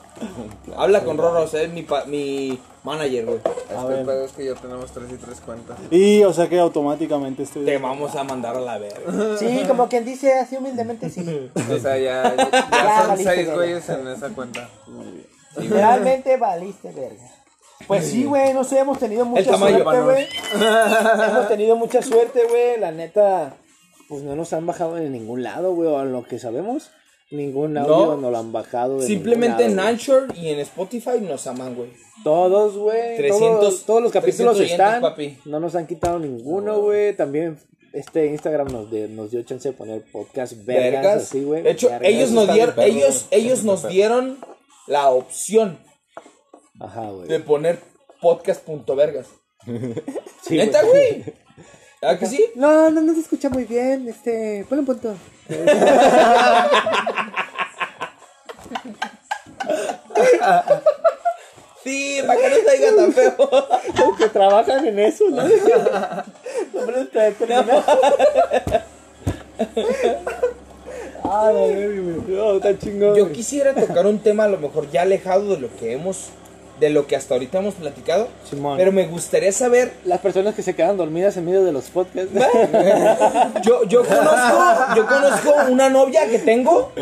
S2: Habla con Rorros, es mi, pa- mi manager, güey.
S21: Es
S10: Este
S21: que el pedo es que ya tenemos tres y tres cuentas.
S3: y o sea que automáticamente estoy.
S2: Te vamos a mandar a la verga.
S1: Sí, como quien dice así humildemente, sí.
S21: O sea, ya, ya- ya
S1: Ya
S21: son
S1: valiste,
S21: seis
S1: verga.
S21: güeyes en esa cuenta.
S1: Realmente valiste, verga. Pues sí, güey, no sé, hemos tenido mucha
S2: tamaño,
S1: suerte, güey. hemos tenido mucha suerte, güey. La neta, pues no nos han bajado de ningún lado, güey, o a lo que sabemos. Ningún audio
S2: No.
S1: no, lo han bajado. de
S2: Simplemente
S1: ningún
S2: en
S1: lado, güey.
S2: Anchor y en Spotify nos aman, güey.
S1: Todos, güey.
S2: 300,
S1: todos, todos los capítulos
S2: 300 oyentes,
S1: están.
S2: papi.
S1: No nos han quitado ninguno, güey. También este Instagram nos, de- nos dio chance de poner podcast vergas,
S2: Vergas.
S1: así, güey.
S2: De hecho,
S1: Vergas.
S2: ellos nos dieron, ellos, ellos nos dieron la opción
S1: Ajá,
S2: de
S1: güey.
S2: poner podcast.vergas.
S1: Sí,
S2: ¿Neta, güey? ¿Ah que sí?
S1: No, no, no se escucha muy bien. Este, ponle un punto.
S2: Sí, para que no se diga tan feo.
S1: Los que trabajan en eso, ¿no? Hombre, te terminas. Ah, la verga, güey. No, está chingón.
S2: Yo
S1: güey.
S2: quisiera tocar un tema a lo mejor ya alejado de lo que hemos, de lo que hasta ahorita hemos platicado.
S1: Simón.
S2: Pero me gustaría saber
S1: Las personas que se quedan dormidas en medio de los podcasts.
S2: Yo, yo conozco, yo conozco una novia que tengo,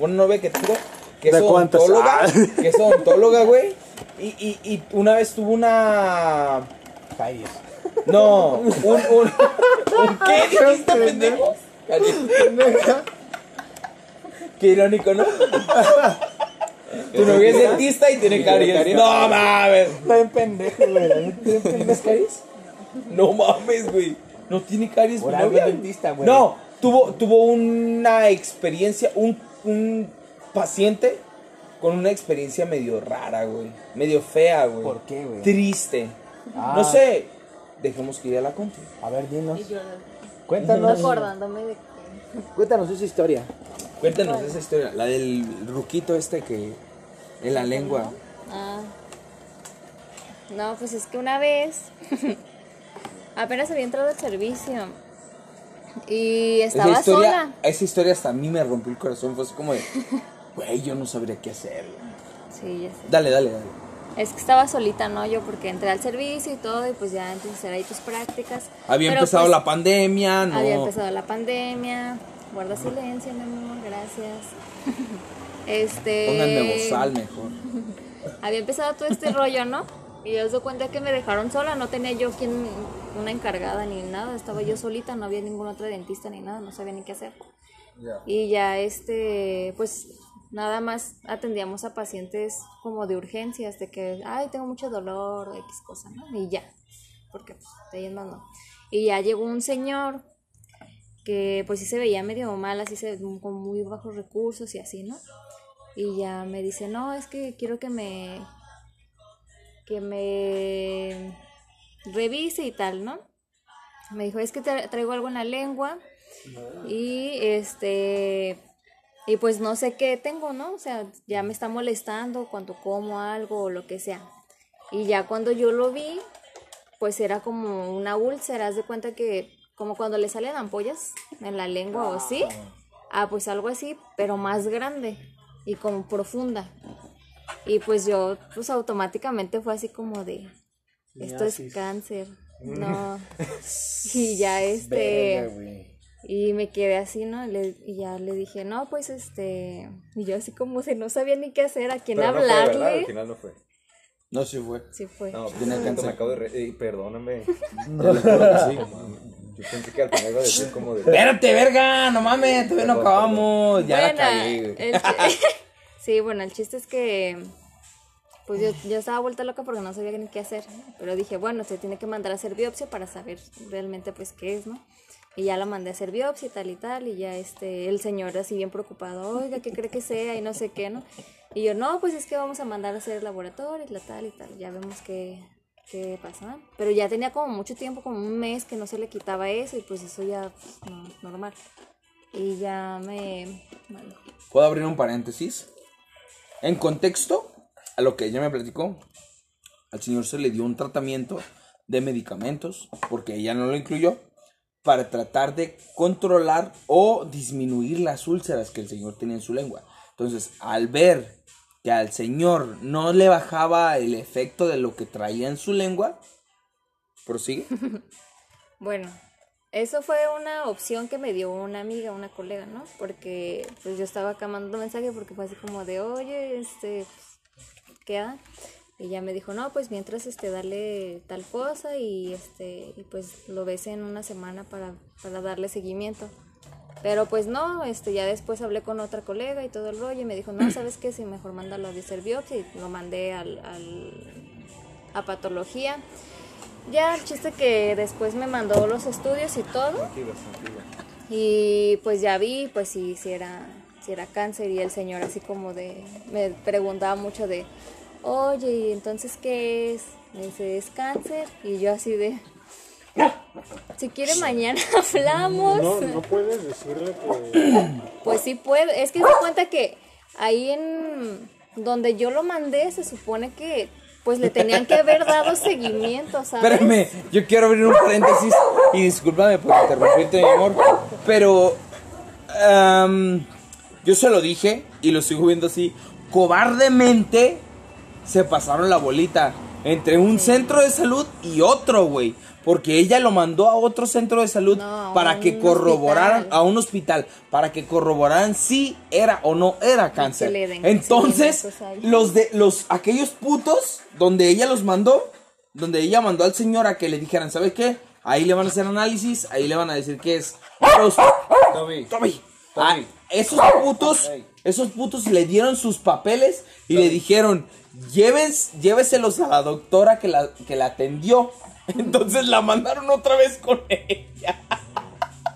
S2: una novia que tengo, que es
S1: ¿De cuántas?
S2: odontóloga,
S1: Ah.
S2: que es odontóloga, güey, y, y, y una vez tuvo una,
S13: Caries.
S2: no, un, un, un- ¿qué dijiste, pendejo? Cali- Qué irónico, ¿no? Tu novia es dentista y tiene caries. No mames.
S1: Está bien pendejo, güey.
S2: ¿Tienes caries? No mames, güey. No tiene caries mi
S13: Por algo
S2: novia.
S13: es dentista, güey.
S2: No, tuvo, tuvo una experiencia, un, un paciente con una experiencia medio rara, güey. Medio fea, güey.
S13: ¿Por qué, güey?
S2: Triste.
S13: Ah.
S2: No sé. Dejemos que ya la conte.
S13: A ver, dinos.
S11: Y yo
S13: Cuéntanos.
S11: acordándome de que
S1: Cuéntanos esa historia.
S2: Cuéntanos esa historia, la del ruquito este que en la lengua.
S4: Ah. No, pues es que una vez apenas había entrado al servicio y estaba
S2: esa historia,
S4: sola.
S2: esa historia hasta a mí me rompió el corazón, fue así como de, güey, yo no sabría qué hacer. güey".
S4: Sí, ya sé.
S2: Dale, dale, dale.
S4: Es que estaba solita, ¿no? Yo porque entré al servicio y todo y pues ya antes hacer ahí tus prácticas.
S2: Había
S4: Pero,
S2: empezado
S4: pues,
S2: la pandemia, no.
S4: Había empezado la pandemia. Guarda silencio, mi amor, gracias. Este.
S2: Pónganme bozal mejor.
S4: Había empezado todo este rollo, ¿no? Y yo se cuenta que me dejaron sola, no tenía yo quien, una encargada ni nada, estaba yo solita, no había ningún otro dentista ni nada, no sabía ni qué hacer. Y ya este, pues nada más atendíamos a pacientes como de urgencias, de que, ay, tengo mucho dolor, o X cosa, ¿no? Y ya, porque pues de ahí en más no. Y ya llegó un señor que pues sí se veía medio mal, así se, con muy bajos recursos y así, ¿no? Y ya me dice, no, es que quiero que me. que me. revise y tal, ¿no? Me dijo, es que tra- traigo algo en la lengua. Y este. Y pues no sé qué tengo, ¿no? O sea, ya me está molestando cuando como algo o lo que sea. Y ya cuando yo lo vi, pues era como una úlcera. Haz de cuenta que, como cuando le salen ampollas en la lengua o así. Ah, pues algo así, pero más grande y como profunda. Y pues yo, pues automáticamente fue así como de, esto es cáncer. No. Y ya este... Y me quedé así, ¿no? Y le- y ya le dije, no, pues este. Y yo, así como se no sabía ni qué hacer, a quién
S10: Pero no fue,
S4: hablarle.
S10: ¿verdad? Al final no fue.
S2: No se fue.
S4: sí, fue.
S10: No,
S2: Tiene
S10: me
S2: cáncer.
S10: acabo de re- Ey, perdóname. Yo, les juro que sí. Yo pensé que al final iba a decir como de.
S2: Espérate, verga, no mames, todavía no
S10: Perdón, perdón.
S2: acabamos. Pues Ya la
S4: Bueno,
S2: cagué, güey.
S4: el chi- sí, bueno, el chiste es que. Pues yo, yo estaba vuelta loca porque no sabía ni qué hacer. Pero dije, bueno, se tiene que mandar a hacer biopsia para saber realmente, pues, qué es, ¿no? Y ya la mandé a hacer biopsia y tal y tal. Y ya este, el señor así bien preocupado, oiga, ¿qué cree que sea? Y no sé qué, ¿no? Y yo, no, pues es que vamos a mandar a hacer laboratorios, la tal y tal. Ya vemos qué, qué pasa. ¿no? Pero ya tenía como mucho tiempo, como un mes que no se le quitaba eso. Y pues eso ya, pues, no, normal. Y ya me. bueno,
S2: ¿Puedo abrir un paréntesis? En contexto a lo que ella me platicó, al señor se le dio un tratamiento de medicamentos, porque ella no lo incluyó, para tratar de controlar o disminuir las úlceras que el señor tenía en su lengua. Entonces, al ver que al señor no le bajaba el efecto de lo que traía en su lengua, prosigue.
S4: Bueno, eso fue una opción que me dio una amiga, una colega, ¿no? Porque pues yo estaba acá mandando mensaje porque fue así como de, oye, este, pues, queda. Y ya me dijo, no, pues mientras este, dale tal cosa y este, y pues lo ves en una semana para, para darle seguimiento. Pero pues no, este, ya después hablé con otra colega y todo el rollo y me dijo, no, ¿sabes qué? Si mejor mándalo a hacer biopsia y lo mandé al, al, a patología. Ya, el chiste que después me mandó los estudios y todo. Y pues ya vi, pues sí, sí era si era cáncer y el señor así como de, me preguntaba mucho de, oye, ¿y entonces qué es? Me dice, es cáncer y yo así de, si quiere mañana hablamos.
S3: No, no puedes decirle que.
S4: Pues sí puede. Es que se cuenta que ahí en donde yo lo mandé se supone que pues le tenían que haber dado seguimiento, ¿sabes?
S2: Espérame, yo quiero abrir un paréntesis y discúlpame por interrumpirte, mi amor. Pero am, yo se lo dije y lo sigo viendo así. Cobardemente se pasaron la bolita entre un centro de salud y otro, güey. Porque ella lo mandó a otro centro de salud
S4: No, a
S2: para
S4: un
S2: que corroboraran
S4: hospital.
S2: a un hospital, para que corroboraran si era o no era cáncer.
S4: le den
S2: Entonces,
S4: seguimientos ahí.
S2: los de los aquellos putos donde ella los mandó, donde ella mandó al señor a que le dijeran, ¿sabes qué? Ahí le van a hacer análisis, ahí le van a decir que es. Los-
S10: Toby.
S2: Tommy. Ah, esos putos, esos putos le dieron sus papeles y le dijeron, "Llévens- lléveselos a la doctora que la, que la atendió. Entonces la mandaron otra vez con ella.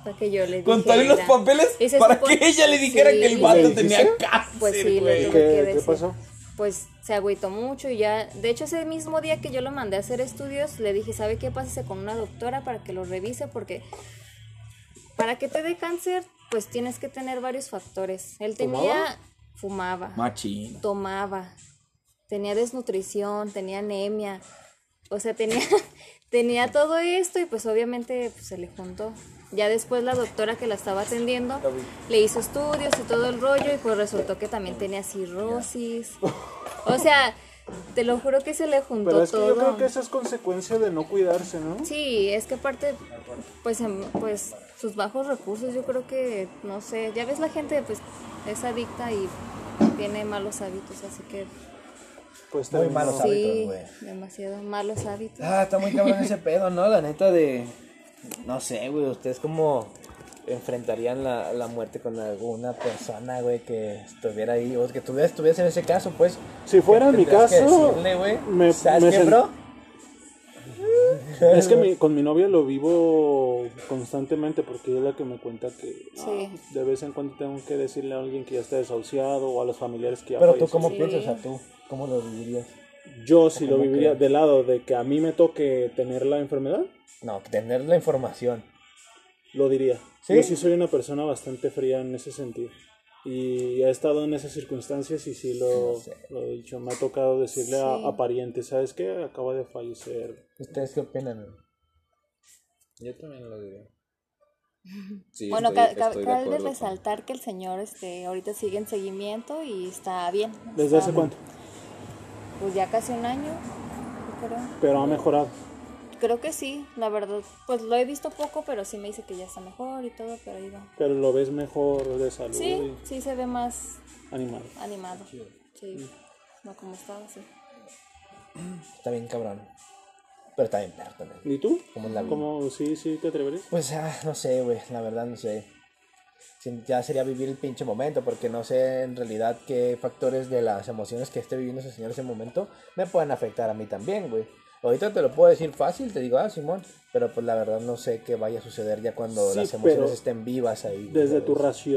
S4: Fue que yo le
S2: Con
S4: dije,
S2: todos los
S4: era-
S2: papeles
S4: Y se
S2: para
S4: supo-
S2: que ella le dijera
S4: Sí,
S2: que el
S4: y
S2: vato
S4: se-
S2: tenía cáncer.
S4: Pues sí, le
S2: güey.
S4: tuve
S3: ¿Qué-
S4: que
S3: qué
S4: decir.
S3: pasó?
S4: Pues se agüitó mucho y ya, de hecho ese mismo día que yo lo mandé a hacer estudios, le dije, ¿sabe qué? Pásese con una doctora para que lo revise porque para que te dé cáncer, pues tienes que tener varios factores. Él tenía, fumaba,
S2: Machín.
S4: tomaba, tenía desnutrición, tenía anemia, o sea, tenía, tenía todo esto y pues obviamente pues, se le juntó. Ya después la doctora que la estaba atendiendo le hizo estudios y todo el rollo y pues resultó que también tenía cirrosis. O sea, te lo juro que se le juntó
S3: Pero es que
S4: todo.
S3: yo creo que esa es consecuencia de no cuidarse, ¿no? Pues,
S4: Sí, es que aparte, pues, em- pues sus bajos recursos, yo creo que, no sé, ya ves la gente, pues, es adicta y tiene malos hábitos, así que
S3: Pues
S1: Muy malos hábitos,
S4: sí,
S1: güey.
S4: demasiado malos hábitos.
S1: Ah, está muy cabrón ese pedo, ¿no? La neta de. No sé, güey. ¿Ustedes cómo enfrentarían la, la muerte con alguna persona, güey, que estuviera ahí? O que tuvieras, estuvieras en ese caso, pues.
S3: Si fuera mi
S1: tendrías que
S3: caso,
S1: decirle, güey,
S3: me-
S1: ¿Sabes
S3: me
S1: qué,
S3: sen-
S1: bro?
S3: Es que mi- con mi novia lo vivo constantemente porque ella es la que me cuenta que ah,
S4: Sí.
S3: de vez en cuando tengo que decirle a alguien que ya está desahuciado o a los familiares que ya
S1: Pero tú,
S3: fallecieron.
S1: ¿cómo
S4: Sí.
S1: piensas? O sea, tú, ¿cómo lo vivirías?
S3: Yo si lo
S1: ¿Cómo
S3: viviría
S1: que?
S3: de lado de que a mí me toque tener la enfermedad,
S1: No, tener la información.
S3: lo diría.
S1: ¿Sí?
S3: Yo sí soy una persona bastante fría en ese sentido. Y he estado en esas circunstancias y sí lo, lo he dicho. Me ha tocado decirle a-
S4: Sí.
S3: a, parientes, ¿sabes qué? Acaba de fallecer.
S1: ¿Ustedes qué opinan? güey?
S10: Yo también lo diría. Sí,
S4: bueno,
S10: estoy-
S4: ca- ca-
S10: estoy de
S4: cabe
S10: acuerdo con-
S4: resaltar que el señor, este, ahorita sigue en seguimiento y está bien.
S3: ¿Desde hace
S4: Está-
S3: cuánto?
S4: Pues ya casi un año, yo creo.
S3: Pero ha mejorado.
S4: Creo que sí, la verdad, pues lo he visto poco, pero sí me dice que ya está mejor y todo, pero ahí va.
S3: Pero lo ves mejor de salud
S4: Sí,
S3: y
S4: sí se ve más
S3: animado.
S4: animado. Sí. No como estaba, sí.
S1: Está bien cabrón. Pero está bien perro también.
S3: ¿Y tú?
S1: ¿Cómo la vi?
S3: ¿Cómo sí, sí te atreverías?
S1: Pues ah, no sé, güey, la verdad no sé. Sí, Ya sería vivir el pinche momento, porque no sé en realidad qué factores de las emociones que esté viviendo ese señor ese momento me pueden afectar a mí también, güey. Ahorita te lo puedo decir fácil, te digo, ah, Simón, pero pues la verdad no sé qué vaya a suceder ya cuando
S3: Sí,
S1: las
S3: pero
S1: emociones estén vivas ahí. güey,
S3: Desde
S1: ¿sabes?
S3: tu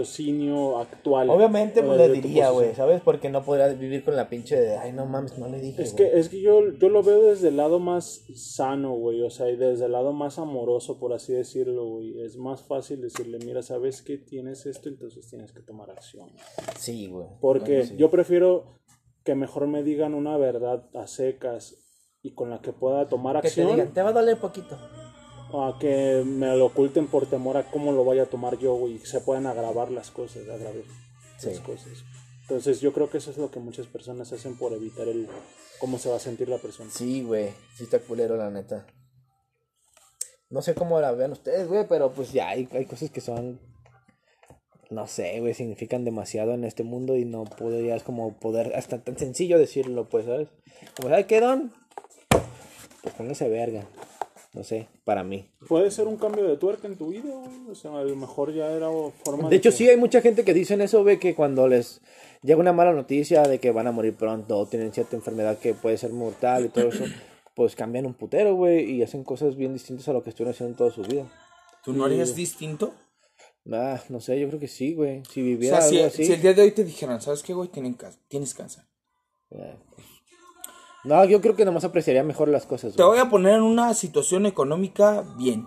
S3: raciocinio actual.
S1: Obviamente
S3: o
S1: pues, le
S3: desde tu
S1: diría, güey,
S3: posición.
S1: ¿sabes? Porque no podría vivir con la pinche de, ay, no mames, no le dije.
S3: Es
S1: güey".
S3: que, es que yo, yo lo veo desde el lado más sano, güey. O sea, y desde el lado más amoroso, por así decirlo, güey. Es más fácil decirle, mira, sabes que tienes esto, entonces tienes que tomar acción.
S1: Sí, güey.
S3: Porque
S1: Bueno, sí.
S3: yo prefiero que mejor me digan una verdad a secas y con la que pueda tomar
S1: Que te
S3: acción.
S1: digan, te va a doler poquito.
S3: a que me lo oculten por temor a cómo lo vaya a tomar yo güey, y que se puedan agravar las cosas, agravar las
S1: Sí.
S3: cosas. Entonces yo creo que eso es lo que muchas personas hacen por evitar el cómo se va a sentir la persona.
S1: Sí, güey. Sí está culero, la neta. No sé cómo la vean ustedes, güey, pero pues ya hay, hay cosas que son... No sé, güey, significan demasiado en este mundo y no podrías como poder... Hasta tan sencillo decirlo, pues, ¿sabes? Como, ¿sabes qué, Don? Pues póngase verga. No sé, para mí.
S3: Puede ser un cambio de tuerca en tu vida, güey? o sea, a lo mejor ya era forma
S1: De hecho,
S3: que-
S1: sí hay mucha gente que dicen eso, güey, que cuando les llega una mala noticia de que van a morir pronto o tienen cierta enfermedad que puede ser mortal y todo eso, pues cambian un putero, güey, y hacen cosas bien distintas a lo que estuvieron haciendo toda su vida.
S2: ¿Tú no harías distinto?
S22: Ah, no sé, yo creo que sí, güey. Si
S2: O
S22: viviera
S2: sea, si,
S22: algo así.
S2: si el día de hoy te dijeran, ¿sabes qué, güey? Tienen ca- Tienes cáncer.
S22: Ah, pues. No, yo creo que nomás apreciaría mejor las cosas,
S2: Te
S22: güey.
S2: voy a poner en una situación económica bien.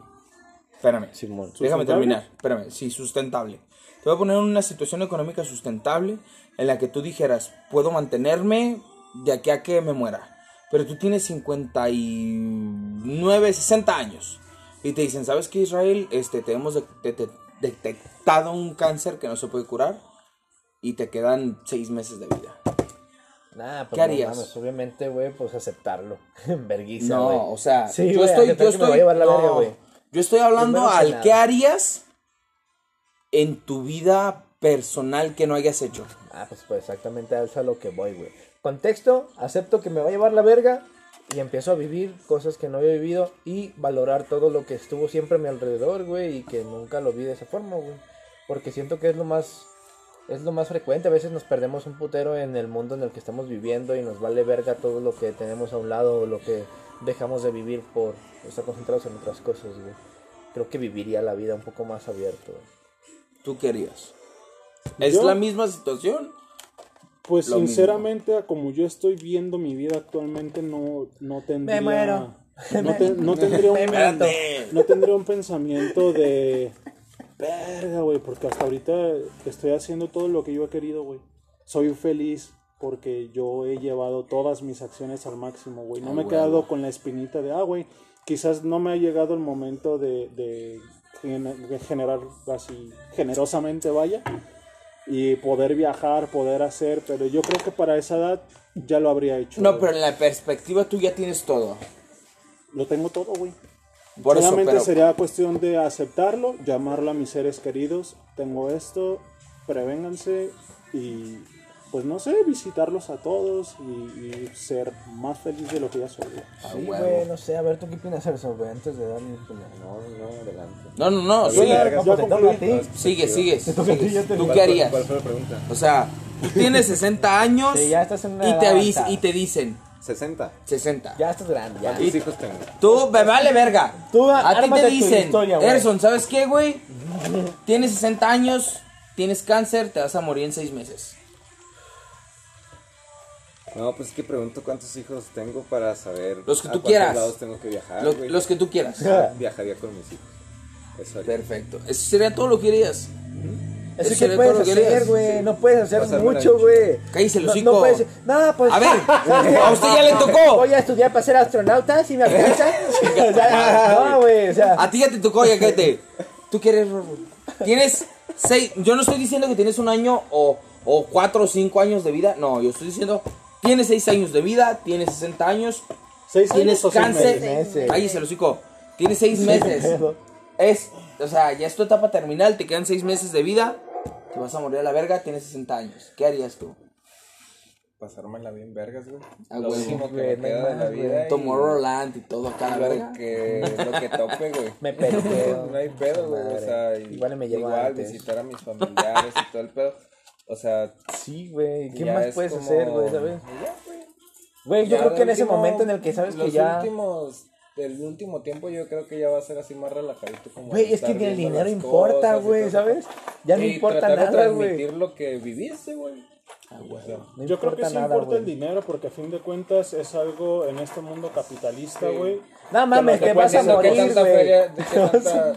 S2: Espérame.
S22: Simón.
S2: Déjame terminar. Espérame. Sí, sustentable. Te voy a poner en una situación económica sustentable en la que tú dijeras, puedo mantenerme de aquí a que me muera. Pero tú tienes 59, 60 años. Y te dicen, ¿sabes qué, Israel? Este, te hemos de- de- de- detectado un cáncer que no se puede curar. Y te quedan 6 meses de vida.
S1: Nah, pues
S2: ¿Qué
S1: no
S2: harías?
S1: mames, obviamente, güey, pues aceptarlo. Verguiza,
S2: no,
S1: güey.
S2: o sea,
S1: Sí,
S2: yo
S1: güey,
S2: estoy,
S1: aceptar
S2: yo
S1: que me va a
S2: estoy,
S1: llevar la
S2: no,
S1: verga, güey.
S2: yo estoy hablando
S1: Primero que
S2: al
S1: nada.
S2: qué harías en tu vida personal que no hayas hecho.
S1: Ah, pues, pues exactamente a eso a lo que voy, güey. Contexto, acepto que me va a llevar la verga y empiezo a vivir cosas que no había vivido y valorar todo lo que estuvo siempre a mi alrededor, güey, y que nunca lo vi de esa forma, güey. Porque siento que es lo más es lo más frecuente, a veces nos perdemos un putero en el mundo en el que estamos viviendo y nos vale verga todo lo que tenemos a un lado o lo que dejamos de vivir por estar concentrados en otras cosas, güey. Creo que viviría la vida un poco más abierto. güey.
S2: ¿Tú qué harías? ¿Es
S3: ¿Yo?
S2: la misma situación?
S3: Pues
S2: Lo mismo.
S3: sinceramente, a como yo estoy viendo mi vida actualmente, no, no tendría.
S1: muero.
S3: No, te- no tendría
S1: Me mato.
S3: un, no tendría un pensamiento de. Verga, güey, porque hasta ahorita estoy haciendo todo lo que yo he querido, güey. Soy feliz porque yo he llevado todas mis acciones al máximo, güey. No
S2: Ah,
S3: me he
S2: güey.
S3: quedado con la espinita de, ah, güey, quizás no me ha llegado el momento de, de gen- de generar así generosamente, vaya y poder viajar, poder hacer, pero yo creo que para esa edad ya lo habría hecho.
S2: No,
S1: Pues
S3: güey.
S2: pero en la perspectiva tú ya tienes todo.
S3: Lo tengo todo, güey.
S2: Por eso,
S3: Solamente
S2: pero
S3: sería cuestión de aceptarlo, llamarlo a mis seres queridos, tengo esto, prevénganse y pues no sé, visitarlos a todos y, y ser más feliz de lo que ya soy. güey.
S2: a
S1: Sí,
S2: Ah, huevo.
S1: güey, no sé, a ver, ¿tú qué opinas sobre eso, güey? Antes de dar mi opinión.
S10: No, no, adelante.
S2: No, no, no,
S1: Yo
S2: sigue,
S1: la-
S3: yo
S1: te toca a
S3: concluí.
S1: ti.
S2: sigue, sigue,
S1: toca a ti,
S2: sigue.
S1: yo te
S2: ¿Tú
S1: digo.
S2: qué harías?
S10: ¿Cuál fue la pregunta?
S2: O sea, tú tienes 60 años
S1: Sí, ya estás en una
S2: y,
S1: edad
S2: te avis-
S1: avanzada.
S2: y te dicen
S23: 60.
S2: 60.
S1: Ya estás grande, ya.
S23: ¿Cuántos hijos tengo?
S2: Tú, me vale verga.
S1: Tú
S2: a ti
S1: ármate
S2: te
S1: tu
S2: dicen,
S1: historia, güey.
S2: Erson, ¿sabes qué, güey? Tienes 60 años, tienes cáncer, te vas a morir en 6 meses.
S23: No, pues es que pregunto cuántos hijos tengo para saber
S2: Los que
S23: a
S2: tú
S23: cuántos
S2: quieras.
S23: lados tengo que
S10: Ah,
S23: viajar,
S2: Lo-
S23: güey.
S2: los que tú quieras.
S23: Viajaría con mis hijos. Eso haría.
S2: Perfecto. Eso sería todo lo que
S1: Es
S2: harías. Eso
S1: que ¿qué
S2: sería
S1: puedes
S2: todo lo que
S1: hacer,
S2: harías.
S1: güey. No puedes hacer
S23: Pasarme la
S1: mucho,
S23: bicha.
S1: güey.
S2: Cállese el
S1: No-
S2: hocico.
S1: No, puedes. Nada, pues.
S2: A ver, a usted ya le tocó.
S1: Voy a estudiar para ser astronauta, si me alcanza. O sea, no, güey, o sea.
S2: A ti ya te tocó, ya cállate. Tú quieres, Rorro. Tienes 6. Yo no estoy diciendo que tienes un año o, o 4 o 5 años de vida. No, yo estoy diciendo, tienes 6 años de vida, tienes 60 años,
S3: Seis
S2: Tienes
S3: años o seis meses.
S2: cáncer.
S1: meses.
S2: Cállese, el hocico. Tienes seis meses. Es, o sea, ya es tu etapa terminal. Te quedan seis meses de vida. Te vas a morir a la verga. Tienes 60 años. ¿Qué harías tú?
S10: Pasármela bien vergas, güey.
S2: A
S10: Lo
S2: huevo.
S10: último que
S1: Güey,
S10: me
S1: no
S10: queda de la
S1: mames,
S10: vida. y-
S2: Tomorrowland y todo acá, la verga.
S10: Lo que, lo que tope, güey.
S1: Me peleo.
S10: No hay pedo, güey. O
S1: Madre.
S10: sea, y-
S1: Igual me llevo
S10: igual
S1: antes.
S10: visitar a mis familiares y todo el pedo. O sea,
S1: Sí, güey. ¿Qué
S10: ya
S1: más
S10: es
S1: puedes
S10: como-
S1: hacer, güey, sabes?
S10: Y ya, güey.
S1: Güey, yo
S10: Ya
S1: creo que
S10: el
S1: en ese
S10: último-
S1: momento en el que sabes que
S10: los
S1: ya.
S10: Últimos, el último tiempo yo creo que ya va a ser así más relajadito. como
S1: Güey,
S10: de
S1: es que
S10: estar
S1: ni el
S10: viendo
S1: dinero
S10: las
S1: importa,
S10: cosas y
S1: güey,
S10: todo.
S1: ¿sabes? Ya no
S10: Y
S1: importa
S10: tratar de
S1: nada, güey. Ah,
S10: transmitir lo que viviste, güey.
S1: No
S3: Yo creo que
S1: importa
S3: sí
S1: nada,
S3: importa el
S1: güey.
S3: dinero porque a fin de cuentas es algo en este mundo capitalista,
S10: Sí.
S3: güey.
S1: No mames,
S3: Que
S1: te
S3: no
S1: Pues, vas a
S10: Eso, ¿qué
S1: morir,
S10: tanta
S1: güey.
S10: feria- de qué tanta-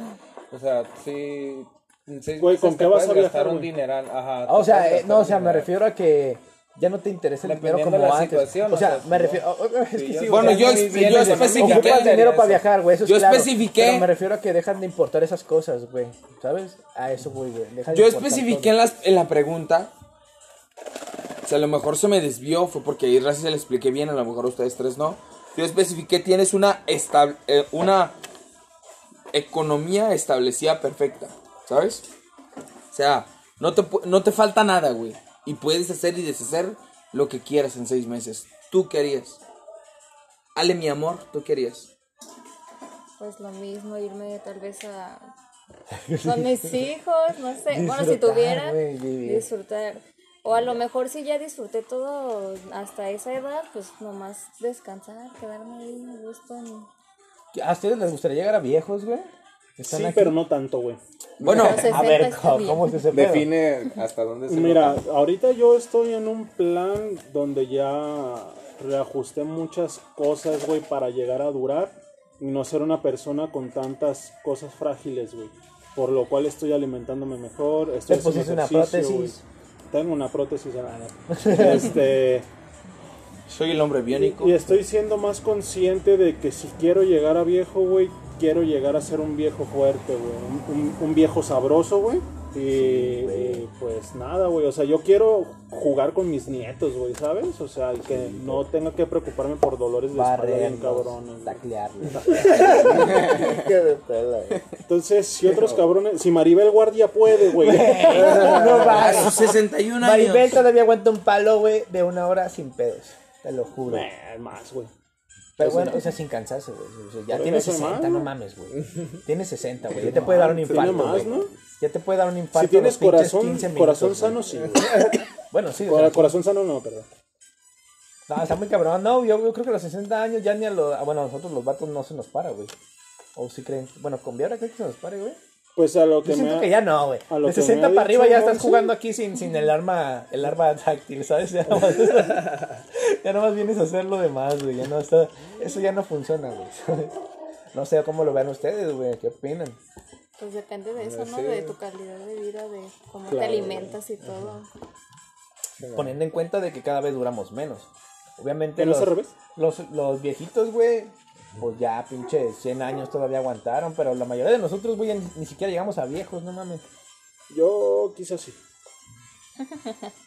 S10: o sea, sí. en seis
S3: Güey,
S10: meses
S3: ¿con qué
S10: te
S3: vas
S10: puedes
S3: a viajar,
S10: gastar un
S3: güey?
S10: dineral? Ajá.
S1: O
S10: te
S1: sea, eh,
S10: puedes gastar
S1: no, o
S10: un
S1: sea, me
S10: dineral.
S1: refiero a que ya no te interesa el dinero
S10: Dependiendo
S1: como
S10: de la
S1: antes.
S10: situación,
S1: O sea,
S10: o sea,
S1: me
S10: sí,
S1: refiero. oh, oh, Es
S10: Sí,
S1: que
S10: yo-
S1: sí,
S2: Bueno,
S1: güey.
S2: yo,
S10: muy
S2: yo
S10: bien, es
S2: especifiqué.
S1: Ocupas dinero para
S10: eso.
S1: viajar, güey, eso es
S2: Yo
S1: claro.
S2: especifiqué-
S1: Pero me refiero a que dejan de importar esas cosas, güey. ¿Sabes? A eso, güey, güey. Deja de
S2: Yo
S1: importar
S2: especifiqué en, las- en la pregunta. O sea, a lo mejor se me desvió, fue porque ahí recién se le expliqué bien, a lo mejor a ustedes tres no. Yo especifiqué, tienes una, estab- eh, una economía establecida perfecta, ¿sabes? O sea, no te, pu- no te falta nada, güey. Y puedes hacer y deshacer lo que quieras en seis meses. Tú querías. Ale, mi amor, tú querías.
S4: Pues lo mismo, irme tal vez a con mis hijos, no sé. Bueno, si
S1: Disfrutar,
S4: tuviera,
S1: güey, vivir.
S4: disfrutar. O a lo mejor si ya disfruté todo hasta esa edad, pues nomás descansar, quedarme ahí me gusto. en-
S1: todo. ¿A ustedes les gustaría llegar a viejos, güey? Están
S3: Sí,
S1: aquí.
S3: pero no tanto, güey.
S10: Bueno,
S4: Los
S1: A ver,
S4: 60
S1: ¿cómo,
S4: está
S1: cómo es ese pedo?
S24: Define hasta dónde se
S3: Mira, ahorita yo estoy en un plan donde ya reajusté muchas cosas, güey, para llegar a durar y no ser una persona con tantas cosas frágiles, güey. Por lo cual estoy alimentándome mejor, estoy
S1: Te pusiste una
S3: ejercicio,
S1: prótesis.
S3: güey. Tengo una prótesis. ah, no. Este,
S10: soy el hombre biónico.
S3: y estoy siendo más consciente de que si quiero llegar a viejo, güey, quiero llegar a ser un viejo fuerte, güey. Un, un- un viejo sabroso, güey. Y, y, pues nada, güey. O sea, yo quiero jugar con mis nietos, güey, ¿sabes? O sea, y que no tenga que preocuparme por dolores de espalda bien cabrones.
S1: Barrernos,
S3: güey.
S1: taclearlos.
S3: Entonces, si otros cabrones, si Maribel Guardia puede, güey.
S1: No
S2: Ah,
S10: A
S1: vas.
S10: sus 61 años.
S1: Maribel todavía aguanta un palo, güey, de una hora sin pedos. Te lo juro.
S3: Eh, más, güey.
S1: Pero bueno, o sea, sin cansarse, güey. O sea, ya
S3: Pero
S1: tiene
S3: eso es
S1: 60,
S3: más,
S1: no
S3: ¿no?
S1: mames, güey. Tiene 60, güey. Ya te puede dar un infarto,
S3: más,
S1: güey.
S3: ¿no?
S1: Ya te puede dar un infarto.
S3: si tienes
S1: a los pinches
S3: corazón,
S1: 15 minutos,
S3: corazón
S1: güey.
S3: sano, sí. güey.
S1: Bueno, sí, o sea,
S3: Cora- corazón sano no, perdón.
S1: no, está muy cabrón. No, yo, yo creo que a los 60 años ya ni a los... ah, Bueno, a nosotros los vatos no se nos para, güey. O si creen... Bueno, con Viagra creo que se nos pare, güey.
S3: Pues a lo que
S1: Yo
S3: me
S1: siento
S3: ha-
S1: que ya no, güey.
S3: a lo
S1: De
S3: que me
S1: 60
S3: ha
S1: para arriba
S3: dicho
S1: ya estás
S3: Monse-
S1: jugando aquí sin, sin el arma el arma táctil, ¿sabes? Ya nomás, ya nomás vienes a hacer lo demás, güey. Ya no está, eso ya no funciona, güey. ¿sabes? No sé cómo lo vean ustedes, güey. ¿Qué opinan?
S4: Pues depende de eso, ¿no? De tu calidad de vida, de cómo te alimentas y todo.
S1: Poniendo en cuenta de que cada vez duramos menos. Obviamente
S3: ¿Que no es
S1: los,
S3: al revés?
S1: los, los viejitos, güey, pues ya pinche 100 años todavía aguantaron. Pero la mayoría de nosotros, güey, ya ni, ni siquiera llegamos a viejos, no mames.
S3: Yo quizás sí.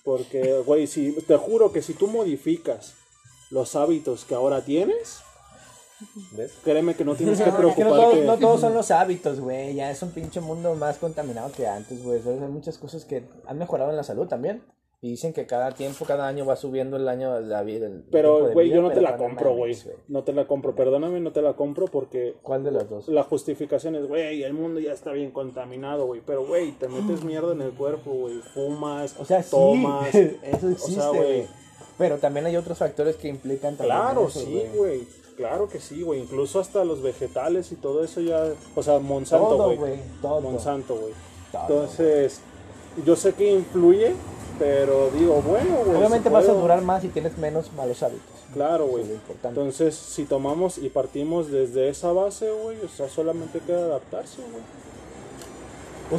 S3: Porque, güey, si, te juro que si tú modificas los hábitos que ahora tienes, créeme que no tienes que
S1: Es que no todos,
S3: preocuparte.
S1: no todos son los hábitos, güey. Ya es un pinche mundo más contaminado que antes, güey. ¿sabes? Hay muchas cosas que han mejorado en la salud también. Y dicen que cada tiempo, cada año va subiendo el año de la vida. el tiempo
S3: Pero,
S1: de
S3: güey,
S1: vida,
S3: yo no te
S1: pero
S3: la compro, güey.
S1: mames,
S3: No te la compro, perdóname, no te la compro porque
S1: ¿Cuál de las dos?
S3: la justificación es, güey, el mundo ya está bien contaminado, güey. Pero, güey, te metes mierda en el cuerpo, güey. Fumas,
S1: O sea, sí,
S3: tomas.
S1: eso
S3: o
S1: existe,
S3: sea,
S1: güey. Pero también hay otros factores que implican también.
S3: Claro,
S1: eso,
S3: sí, güey. Claro que sí, güey. Incluso hasta los vegetales y todo eso ya. O sea, Monsanto,
S1: Todo,
S3: güey.
S1: güey. Todo.
S3: Monsanto, güey.
S1: Todo,
S3: Entonces, yo sé que influye, pero digo, bueno, güey.
S1: Obviamente
S3: si
S1: vas a
S3: puedo-
S1: durar más si tienes menos malos hábitos.
S3: Claro, güey.
S1: Eso es lo importante.
S3: Entonces, si tomamos y partimos desde esa base, güey, o sea, solamente queda adaptarse, güey.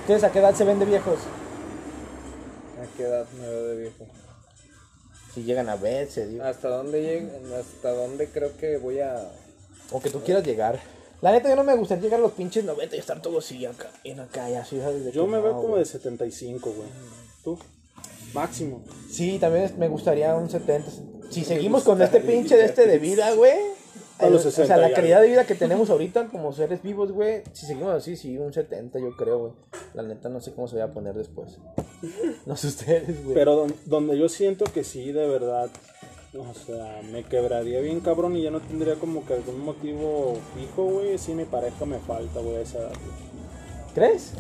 S1: ¿Ustedes a qué edad se ven de viejos?
S25: ¿A qué edad me veo de viejo?
S1: Si llegan a verse, digo.
S25: ¿Hasta dónde, lleg- ¿Hasta dónde creo que voy a...?
S1: O que tú quieras llegar. La neta, yo no me gustaría llegar a los pinches 90 y estar todo así acá, en acá, y así, ¿sabes? De
S3: Yo
S1: que
S3: me
S1: no,
S3: veo como
S1: güey.
S3: de 75, güey. ¿Tú? Máximo.
S1: Sí, también es- me gustaría un 70. Si seguimos
S3: pues,
S1: con este pinche de este de vida, güey. eh,
S3: A los
S1: O sea,
S3: 60
S1: la
S3: ya,
S1: calidad de vida que tenemos ahorita como seres vivos, güey. Si seguimos así, sí, un 70, yo creo, güey. La neta, no sé cómo se va a poner después. No sé ustedes, güey.
S3: Pero don- donde yo siento que sí, de verdad, o sea, me quebraría bien cabrón y ya no tendría como que algún motivo fijo, güey, si mi pareja me falta, güey, a esa edad, güey.
S1: ¿Crees?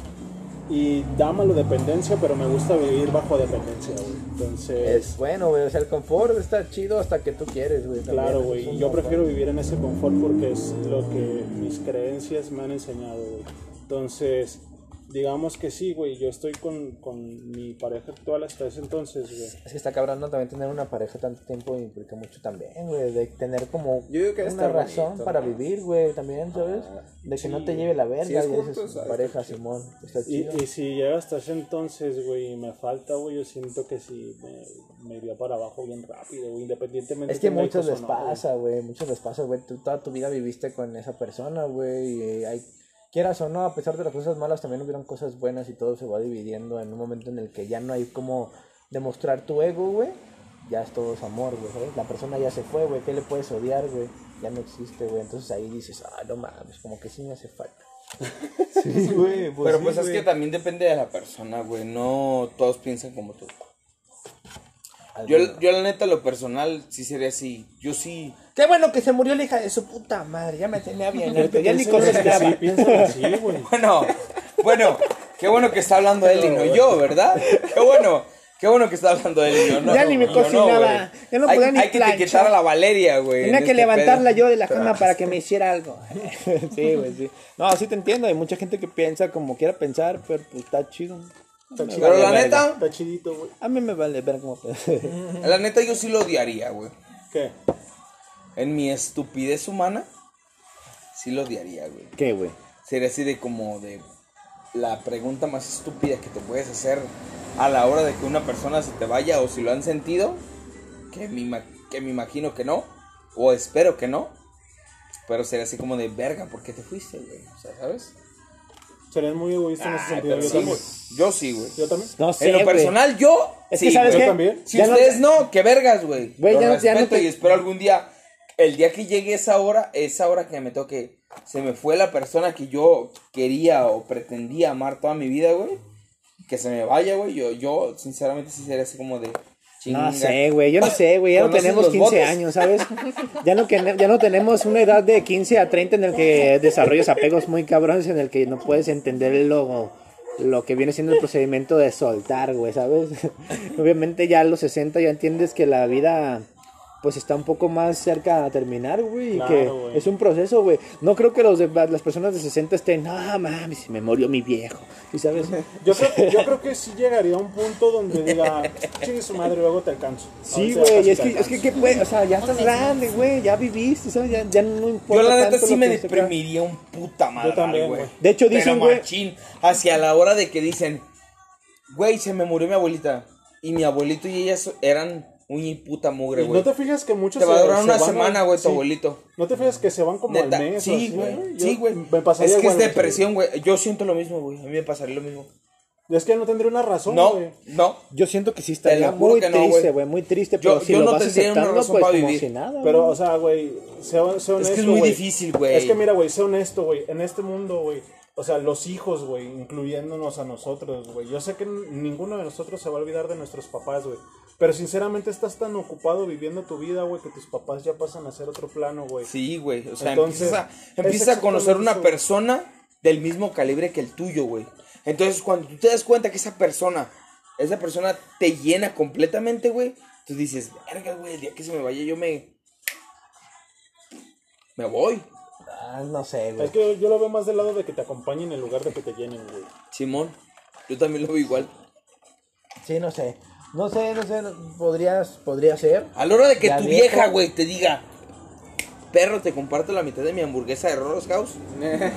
S3: Y da malo dependencia, pero me gusta vivir bajo dependencia, güey. Entonces,
S1: Es bueno, güey. O sea, el confort está chido hasta que tú quieres, güey. también. Eso
S3: claro,
S1: es
S3: güey,
S1: un
S3: y yo
S1: confort.
S3: prefiero vivir en ese confort porque es lo que mis creencias me han enseñado, güey. Entonces, digamos que sí, güey, yo estoy con, con mi pareja actual hasta ese entonces, güey.
S1: Es que está cabrón, ¿no? También tener una pareja tanto tiempo implica mucho también, güey. De tener como
S25: Yo digo que
S1: una
S25: está
S1: razón
S25: bonito,
S1: para
S25: ¿no?
S1: vivir, güey, también, ¿sabes? De que no te lleve la verga,
S25: Si es
S1: güey,
S25: juntos,
S1: esa es
S25: ¿sabes?
S1: pareja, Simón. Está
S3: Y,
S1: chido.
S3: y si llega hasta ese entonces, güey, y me falta, güey, yo siento que si me, me iría para abajo bien rápido, güey, independientemente.
S1: es que
S3: tenga
S1: muchos
S3: hijos
S1: les
S3: o no, güey.
S1: pasa, güey. Muchos les pasa, güey. Tú toda tu vida viviste con esa persona, güey. Y eh, hay, quieras o no, a pesar de las cosas malas, también hubieron cosas buenas y todo se va dividiendo en un momento en el que ya no hay como demostrar tu ego, güey. Ya es todo es amor, güey. ¿sabes? La persona ya se fue, güey. ¿Qué le puedes odiar, güey? Ya no existe, güey. Entonces ahí dices, ah, no mames, como que sí me hace falta. sí, güey.
S10: Pero pues es que también depende de la persona, güey. No todos piensan como tú. Yo, yo la neta, lo personal, sí sería así. Yo sí.
S1: Qué bueno que se murió la hija de su puta madre. Ya me tenía bien. harto, ya ni
S3: Piénsalo así,
S1: coseteaba.
S3: piénsalo así, güey.
S10: Bueno, bueno, qué bueno que está hablando él y no yo, ¿verdad? Qué bueno.
S2: Qué bueno que está hablando de él. Yo no,
S13: Ya ni me
S2: yo no,
S13: cocinaba,
S2: güey.
S13: ya no
S2: hay,
S13: podía ni
S2: Hay que
S13: planchar.
S2: etiquetar a la Valeria, güey.
S13: Tenía
S2: en
S13: que
S2: este
S13: levantarla
S2: pedo.
S13: yo de la cama para que me hiciera algo. sí, güey, sí. No, sí te entiendo. Hay mucha gente que piensa como quiera pensar, pero pues está chido.
S2: Pero la neta,
S3: Está chidito, güey.
S13: A mí me vale ver cómo.
S2: la neta yo sí lo odiaría, güey.
S3: ¿Qué?
S2: En mi estupidez humana, sí lo odiaría, güey.
S13: ¿Qué, güey?
S2: Sería así de como de la pregunta más estúpida que te puedes hacer a la hora de que una persona se te vaya o si lo han sentido, que me, ima- que me imagino que no, o espero que no, pero sería así como de verga, ¿por qué te fuiste, güey? O sea, ¿sabes?
S3: Serías muy egoísta en ese sentido. Yo
S2: Sí,
S3: también.
S2: güey. yo sí, güey.
S3: Yo también.
S13: No sé.
S2: en
S1: pues,
S2: lo
S13: güey.
S2: personal, yo.
S13: Es
S2: sí,
S13: que sabes
S2: güey.
S13: qué?
S3: también.
S2: Si
S13: Ya no-
S2: ustedes no, qué vergas, güey.
S13: Güey,
S2: Lo
S13: ya no- ya no
S2: respeto
S13: te-
S2: y espero algún día, el día que llegue esa hora, esa hora que me toque, se me fue la persona que yo quería o pretendía amar toda mi vida, güey. Que se me vaya, güey. Yo, yo sinceramente, sí sería así como de.
S13: No sé, güey, yo no sé, güey, ya no
S2: ¿Conoces
S13: tenemos
S2: los
S13: 15
S2: botes?
S13: años, ¿sabes? Ya no, que- ya no tenemos una edad de 15 a 30 en el que desarrollas apegos muy cabrones, en el que no puedes entender lo, lo que viene siendo el procedimiento de soltar, güey, ¿sabes? Obviamente ya a los 60 ya entiendes que la vida pues está un poco más cerca a terminar, güey, y
S3: Claro,
S13: que
S3: güey.
S13: es un proceso, güey. No creo que los de, las personas de 60 estén, ah, mames, se me murió mi viejo, ¿y sabes?
S3: Yo creo, yo creo que sí llegaría a un punto donde diga, chingue su madre, luego te alcanzo.
S13: Sí,
S3: Ahorita
S13: güey,
S3: casi
S13: es
S3: te
S13: que, es que,
S3: alcanzo.
S13: ¿qué puede? O sea, ya estás grande, güey, ya viviste, ¿sabes? Ya, ya no importa.
S2: Yo la neta
S13: tanto
S2: sí
S13: lo
S2: me
S13: que se acá.
S2: deprimiría un puta madre,
S3: también,
S2: güey.
S3: güey.
S13: De hecho,
S2: Pero
S13: dicen, güey-
S2: machín, hacia la hora de que dicen, güey, se me murió mi abuelita. Y mi abuelito y ella so- eran un puta mugre,
S3: Y
S2: güey.
S3: no te fijas que muchos
S2: Te va a
S3: se-
S2: durar
S3: se
S2: una
S3: van a-
S2: semana, güey, tu
S3: sí.
S2: abuelito.
S3: No te fijas que se van como
S2: Neta,
S3: al mes. o
S2: sí,
S3: así,
S2: güey.
S3: Yo-
S2: Sí, güey.
S3: Me
S2: Es
S3: pasaría
S2: que es
S3: igual, güey.
S2: depresión, güey. Yo siento lo mismo, güey. A mí me pasaría lo mismo.
S3: Es que no tendría una razón,
S2: No,
S3: güey.
S2: no.
S13: Yo siento que sí
S2: lo
S13: estaría
S2: juro
S13: muy
S2: que no,
S13: triste,
S2: güey.
S13: güey, muy triste,
S2: Yo-
S13: pero si
S2: yo
S13: lo
S2: no
S13: vas
S2: tendría una
S13: aceptando,
S2: razón
S13: pues
S2: para
S13: como
S2: vivir.
S13: si nada,
S3: Pero,
S13: güey.
S3: o sea, güey, sea, sea honesto.
S2: Es que es muy
S3: güey.
S2: difícil, güey.
S3: Es que mira, güey, sea honesto, güey. En este mundo, güey. O sea, los hijos, güey, incluyéndonos a nosotros, güey. Yo sé que n- ninguno de nosotros se va a olvidar de nuestros papás, güey. Pero sinceramente estás tan ocupado viviendo tu vida, güey, que tus papás ya pasan a ser otro plano, güey.
S2: Sí, güey. O sea,
S3: Entonces,
S2: empiezas, a,
S3: es
S2: empiezas a conocer
S3: exactamente
S2: una
S3: eso.
S2: persona del mismo calibre que el tuyo, güey. Entonces, cuando tú te das cuenta que esa persona, esa persona te llena completamente, güey, tú dices, verga, güey, el día que se me vaya yo me... Me voy.
S1: Ah, no sé, güey.
S3: Es que yo lo veo más del lado de que te acompañen en lugar de que te llenen, güey.
S2: Simón, yo también lo veo igual.
S1: Sí, no sé. No sé, no sé. no- Podrías, podría ser.
S2: A la hora de que
S1: Ya
S2: tu
S1: viejo.
S2: vieja, güey, te diga, perro, te comparto la mitad de mi hamburguesa de Roros House.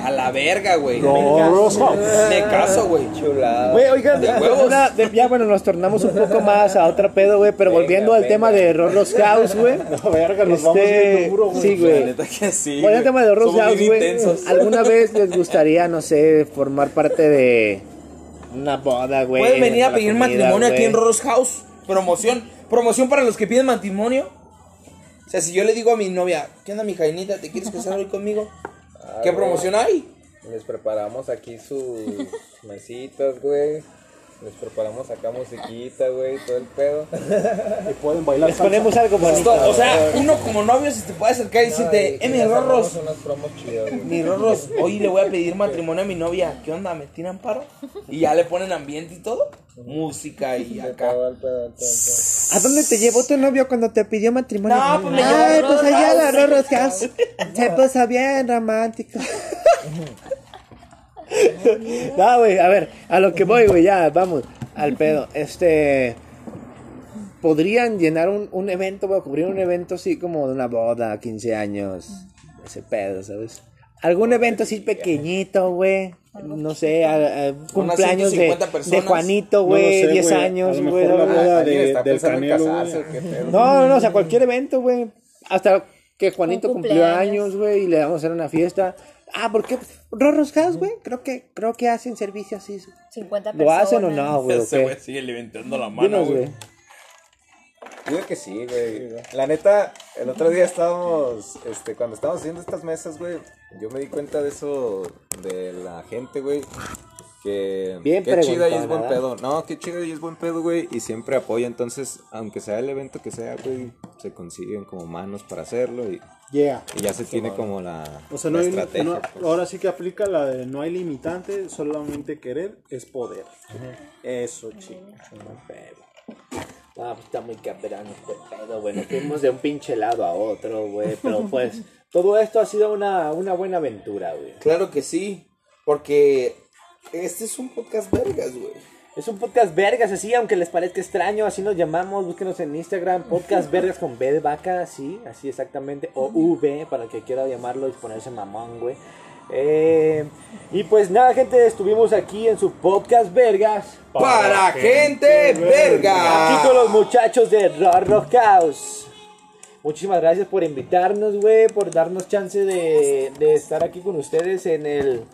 S2: A la verga, güey. Me caso, güey.
S13: Güey, oigan,
S2: De
S13: de-
S2: huevos.
S13: una- de- ya bueno, nos tornamos un poco más a otra pedo, güey, pero volviendo al tema de Rorros House, güey.
S3: No, verga, nos vamos
S13: Este,
S3: bien duro, güey.
S13: sí,
S2: La
S13: güey.
S2: neta que sí.
S13: Bueno, el
S2: güey.
S13: tema de Rorros
S2: Somos
S13: House,
S2: bien
S13: güey.
S2: intensos.
S13: ¿Alguna vez les gustaría, no sé, formar parte de una boda, güey?
S2: Pueden venir a
S13: de la
S2: pedir
S13: comida,
S2: matrimonio aquí
S13: güey?
S2: en Rorros House. Promoción. Promoción para los que piden matrimonio. O sea, si yo le digo a mi novia, ¿qué onda, mi jainita? ¿Te quieres casar hoy conmigo? ¿Qué promoción hay?
S10: Ah, Les preparamos aquí sus mesitas, güey. Les preparamos acá musiquita, güey, todo el pedo.
S3: Y pueden bailar
S13: Les ponemos algo bonito.
S2: Esto- o sea, uno como novio se te puede acercar y decirte, eh, mi Rorros,
S10: Unas promos chidas, güey.
S2: mi Rorros, hoy le voy a pedir matrimonio a mi novia. ¿Qué onda? ¿Me tiran paro? Y ya le ponen ambiente y todo. Música y acá.
S10: Todo el pedo, todo el pedo.
S13: ¿A dónde te llevó tu novio cuando te pidió matrimonio?
S2: No, pues me llevó
S13: Ay,
S2: a
S13: pues
S2: Rorros
S13: allá la
S2: House.
S13: Rorros House. Se puso bien romántico. no, güey, a ver, a lo que voy, güey, ya, vamos, al pedo. Este. Podrían llenar un, un evento, güey, cubrir un evento así como de una boda, 15 años, ese pedo, ¿sabes? Algún evento así pequeñito, güey. No sé, a- a- cumpleaños de,
S2: 150
S13: de
S2: personas.
S13: Juanito,
S3: No lo
S13: güey,
S3: sé,
S13: 10
S3: güey,
S13: años,
S3: a lo
S13: güey.
S3: mejor la
S13: ¿no?
S3: boda
S10: Ah, Alguien
S3: de-
S10: está
S3: del
S10: pensando en
S3: Canelo, güey.
S10: casarse, ¿qué pedo?
S13: No, no, no, o sea, cualquier evento, güey. Hasta que Juanito
S26: Un
S13: cumplió
S26: cumpleaños.
S13: años, güey, y le vamos a hacer una fiesta. Ah, ¿por qué? Rorros House, güey, creo que, creo que hacen servicio así.
S4: 50
S13: ¿Lo
S4: personas.
S13: hacen o no, güey? o
S2: Ese
S13: qué?
S2: güey sigue levantando la mano,
S13: Dinos,
S2: güey.
S13: güey.
S10: Yo Digo que sí, güey. La neta, el otro día estábamos, este, cuando estábamos haciendo estas mesas, güey, yo me di cuenta de eso, de la gente, güey. Que,
S13: Bien
S10: que chida y es
S13: preguntona,
S10: buen
S13: ¿verdad?
S10: pedo. No, qué chida y es buen pedo, güey. Y siempre apoya. Entonces, aunque sea el evento que sea, güey, se consiguen como manos para hacerlo y,
S3: Yeah.
S10: y ya se tiene como la,
S3: O sea, no
S10: la
S3: hay,
S10: estrategia.
S3: no-
S10: pues.
S3: ahora sí que aplica la de no hay limitante, solamente querer es poder. Eso, chicos.
S1: Ah, pues está muy caperano este pedo, güey. Nos fuimos de un pinche lado a otro, güey. Pero pues, todo esto ha sido una, una buena aventura, güey.
S2: Claro que sí, porque este es un podcast vergas, güey.
S13: Es un podcast vergas, así, aunque les parezca extraño, así nos llamamos, búsquenos en Instagram, podcast vergas con B de vaca, así, así exactamente, o V, para el que quiera llamarlo y ponerse mamón, güey. Eh, y pues nada, gente, estuvimos aquí en su podcast vergas,
S2: Para gente verga.
S13: aquí con los muchachos de Rorro Caos. Muchísimas gracias por invitarnos, güey, por darnos chance de, de estar aquí con ustedes en el,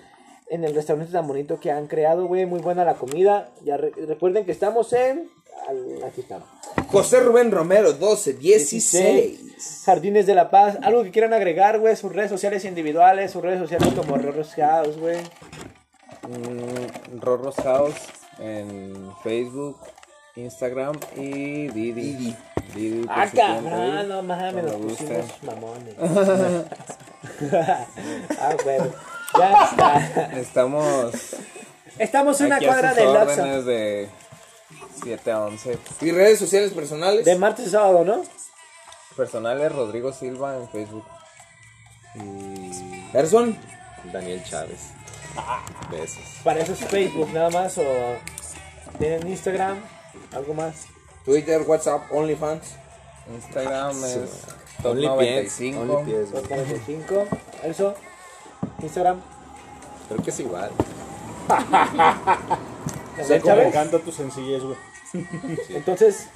S13: en el restaurante tan bonito que han creado, güey. Muy buena la comida. Ya re- recuerden que estamos en... al- Aquí estamos.
S2: José Rubén Romero, 12, 16.
S13: Jardines de la Paz. Algo que quieran agregar, güey. Sus redes sociales individuales, sus redes sociales como Rorros House, güey.
S14: Mm, Rorros House en Facebook, Instagram y Didi. Didi. por
S13: Ah,
S14: su cuenta,
S13: cabrón,
S14: Didi.
S13: no mames, nos
S14: Cuando gusten.
S13: pusimos mamones. ah, güey. Ya está.
S14: Estamos
S13: Estamos una
S14: aquí
S13: cuadra
S14: a
S13: de
S14: sus
S13: Loxo.
S14: órdenes de 7 a 11.
S2: Y redes sociales personales.
S13: De martes a sábado, ¿no?
S14: Personales Rodrigo Silva en Facebook. Y
S2: Garzón.
S14: Daniel Chávez. Besos.
S13: Para eso es Facebook nada más o tienen Instagram, algo más.
S2: Twitter, WhatsApp, OnlyFans.
S14: Instagram es Top
S10: Only pies,
S14: 95.
S10: only pies, güey.
S13: 45, eso. Instagram.
S10: Creo que es igual.
S13: Daniel
S3: Me
S13: Chávez.
S3: encanta tu sencillez, güey.
S13: Entonces,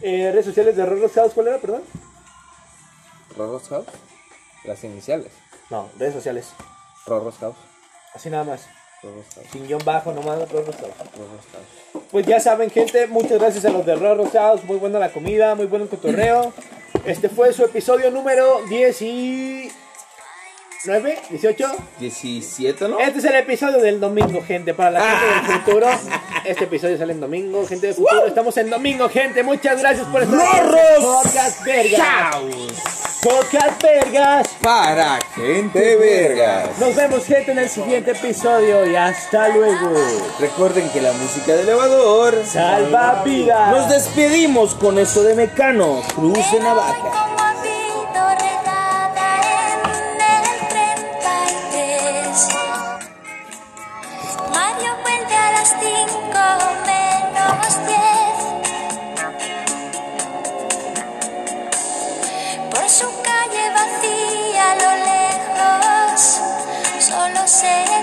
S13: eh, redes sociales de Rorros House, ¿cuál era, perdón?
S14: Rorros House. Las iniciales.
S13: No, redes sociales.
S14: Rorros House.
S13: Así nada más.
S14: Rorros House.
S13: Sin guión bajo, nomás Rorros House.
S14: Rorros House.
S13: Pues ya saben, gente, muchas gracias a los de Raro House. Muy buena la comida, muy buen el cotorreo. Este fue su episodio número 19, 18.
S2: 17, ¿no?
S13: Este es el episodio del domingo, gente. Para la gente del futuro, este episodio sale en domingo, gente del futuro. Estamos en domingo, gente. Muchas gracias por estar aquí. Podcast Vergas. Podcast Vergas.
S2: Para gente verga.
S13: Nos vemos, gente, en el siguiente episodio. Y hasta luego.
S2: Recuerden que la música de elevador.
S13: Salva vidas.
S2: Nos despedimos con esto de Mecano, Cruz de Navaja.
S27: Como Tito Renata en el 33. Mario vuelve a las 5 menos 10. Por su calle vacía a lo lejos, solo se